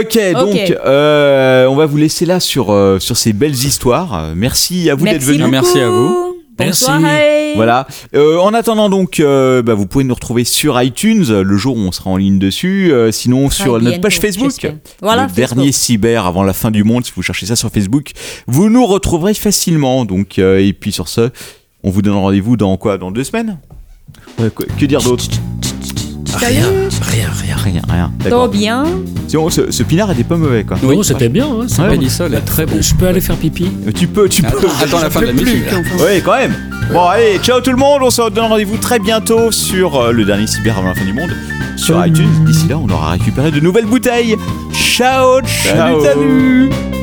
Speaker 1: Ok, donc euh, on va vous laisser là sur euh, sur ces belles histoires. Euh, Merci à vous d'être
Speaker 7: Merci
Speaker 1: venus.
Speaker 7: beaucoup.
Speaker 9: Merci à vous.
Speaker 7: Bonne
Speaker 8: Merci.
Speaker 7: soirée.
Speaker 1: Voilà. Euh, en attendant donc, euh, bah, vous pouvez nous retrouver sur iTunes euh, le jour où on sera en ligne dessus. euh, sinon
Speaker 7: Très
Speaker 1: sur notre
Speaker 7: bientôt,
Speaker 1: page Facebook.
Speaker 7: j'espère. Voilà.
Speaker 1: le
Speaker 7: Facebook.
Speaker 1: dernier cyber avant la fin du monde, si vous cherchez ça sur Facebook, vous nous retrouverez facilement. Donc, euh, et puis sur ce, on vous donne rendez-vous dans quoi Dans deux semaines Ouais, quoi- Que dire d'autre
Speaker 7: Challenge.
Speaker 6: rien, rien.
Speaker 1: Rien, rien.
Speaker 7: Tant
Speaker 1: D'accord.
Speaker 7: bien.
Speaker 1: Sinon, ce, ce pinard était pas mauvais quoi.
Speaker 9: Oui.
Speaker 8: Non, c'était bien. hein, c'est
Speaker 9: Ah,
Speaker 8: pas-
Speaker 9: Pélissol est très bon.
Speaker 8: Je peux aller faire pipi
Speaker 1: Euh, Tu peux, tu peux.
Speaker 9: Attends, attends la fin de la musique. là.
Speaker 1: Ouais, quand même. Bon, allez, ciao tout le monde. On se donne rendez-vous très bientôt sur euh, le dernier cyber avant la fin du monde. Sur iTunes, d'ici là, on aura récupéré de nouvelles bouteilles. Ciao, ciao.
Speaker 9: Salut,
Speaker 1: salut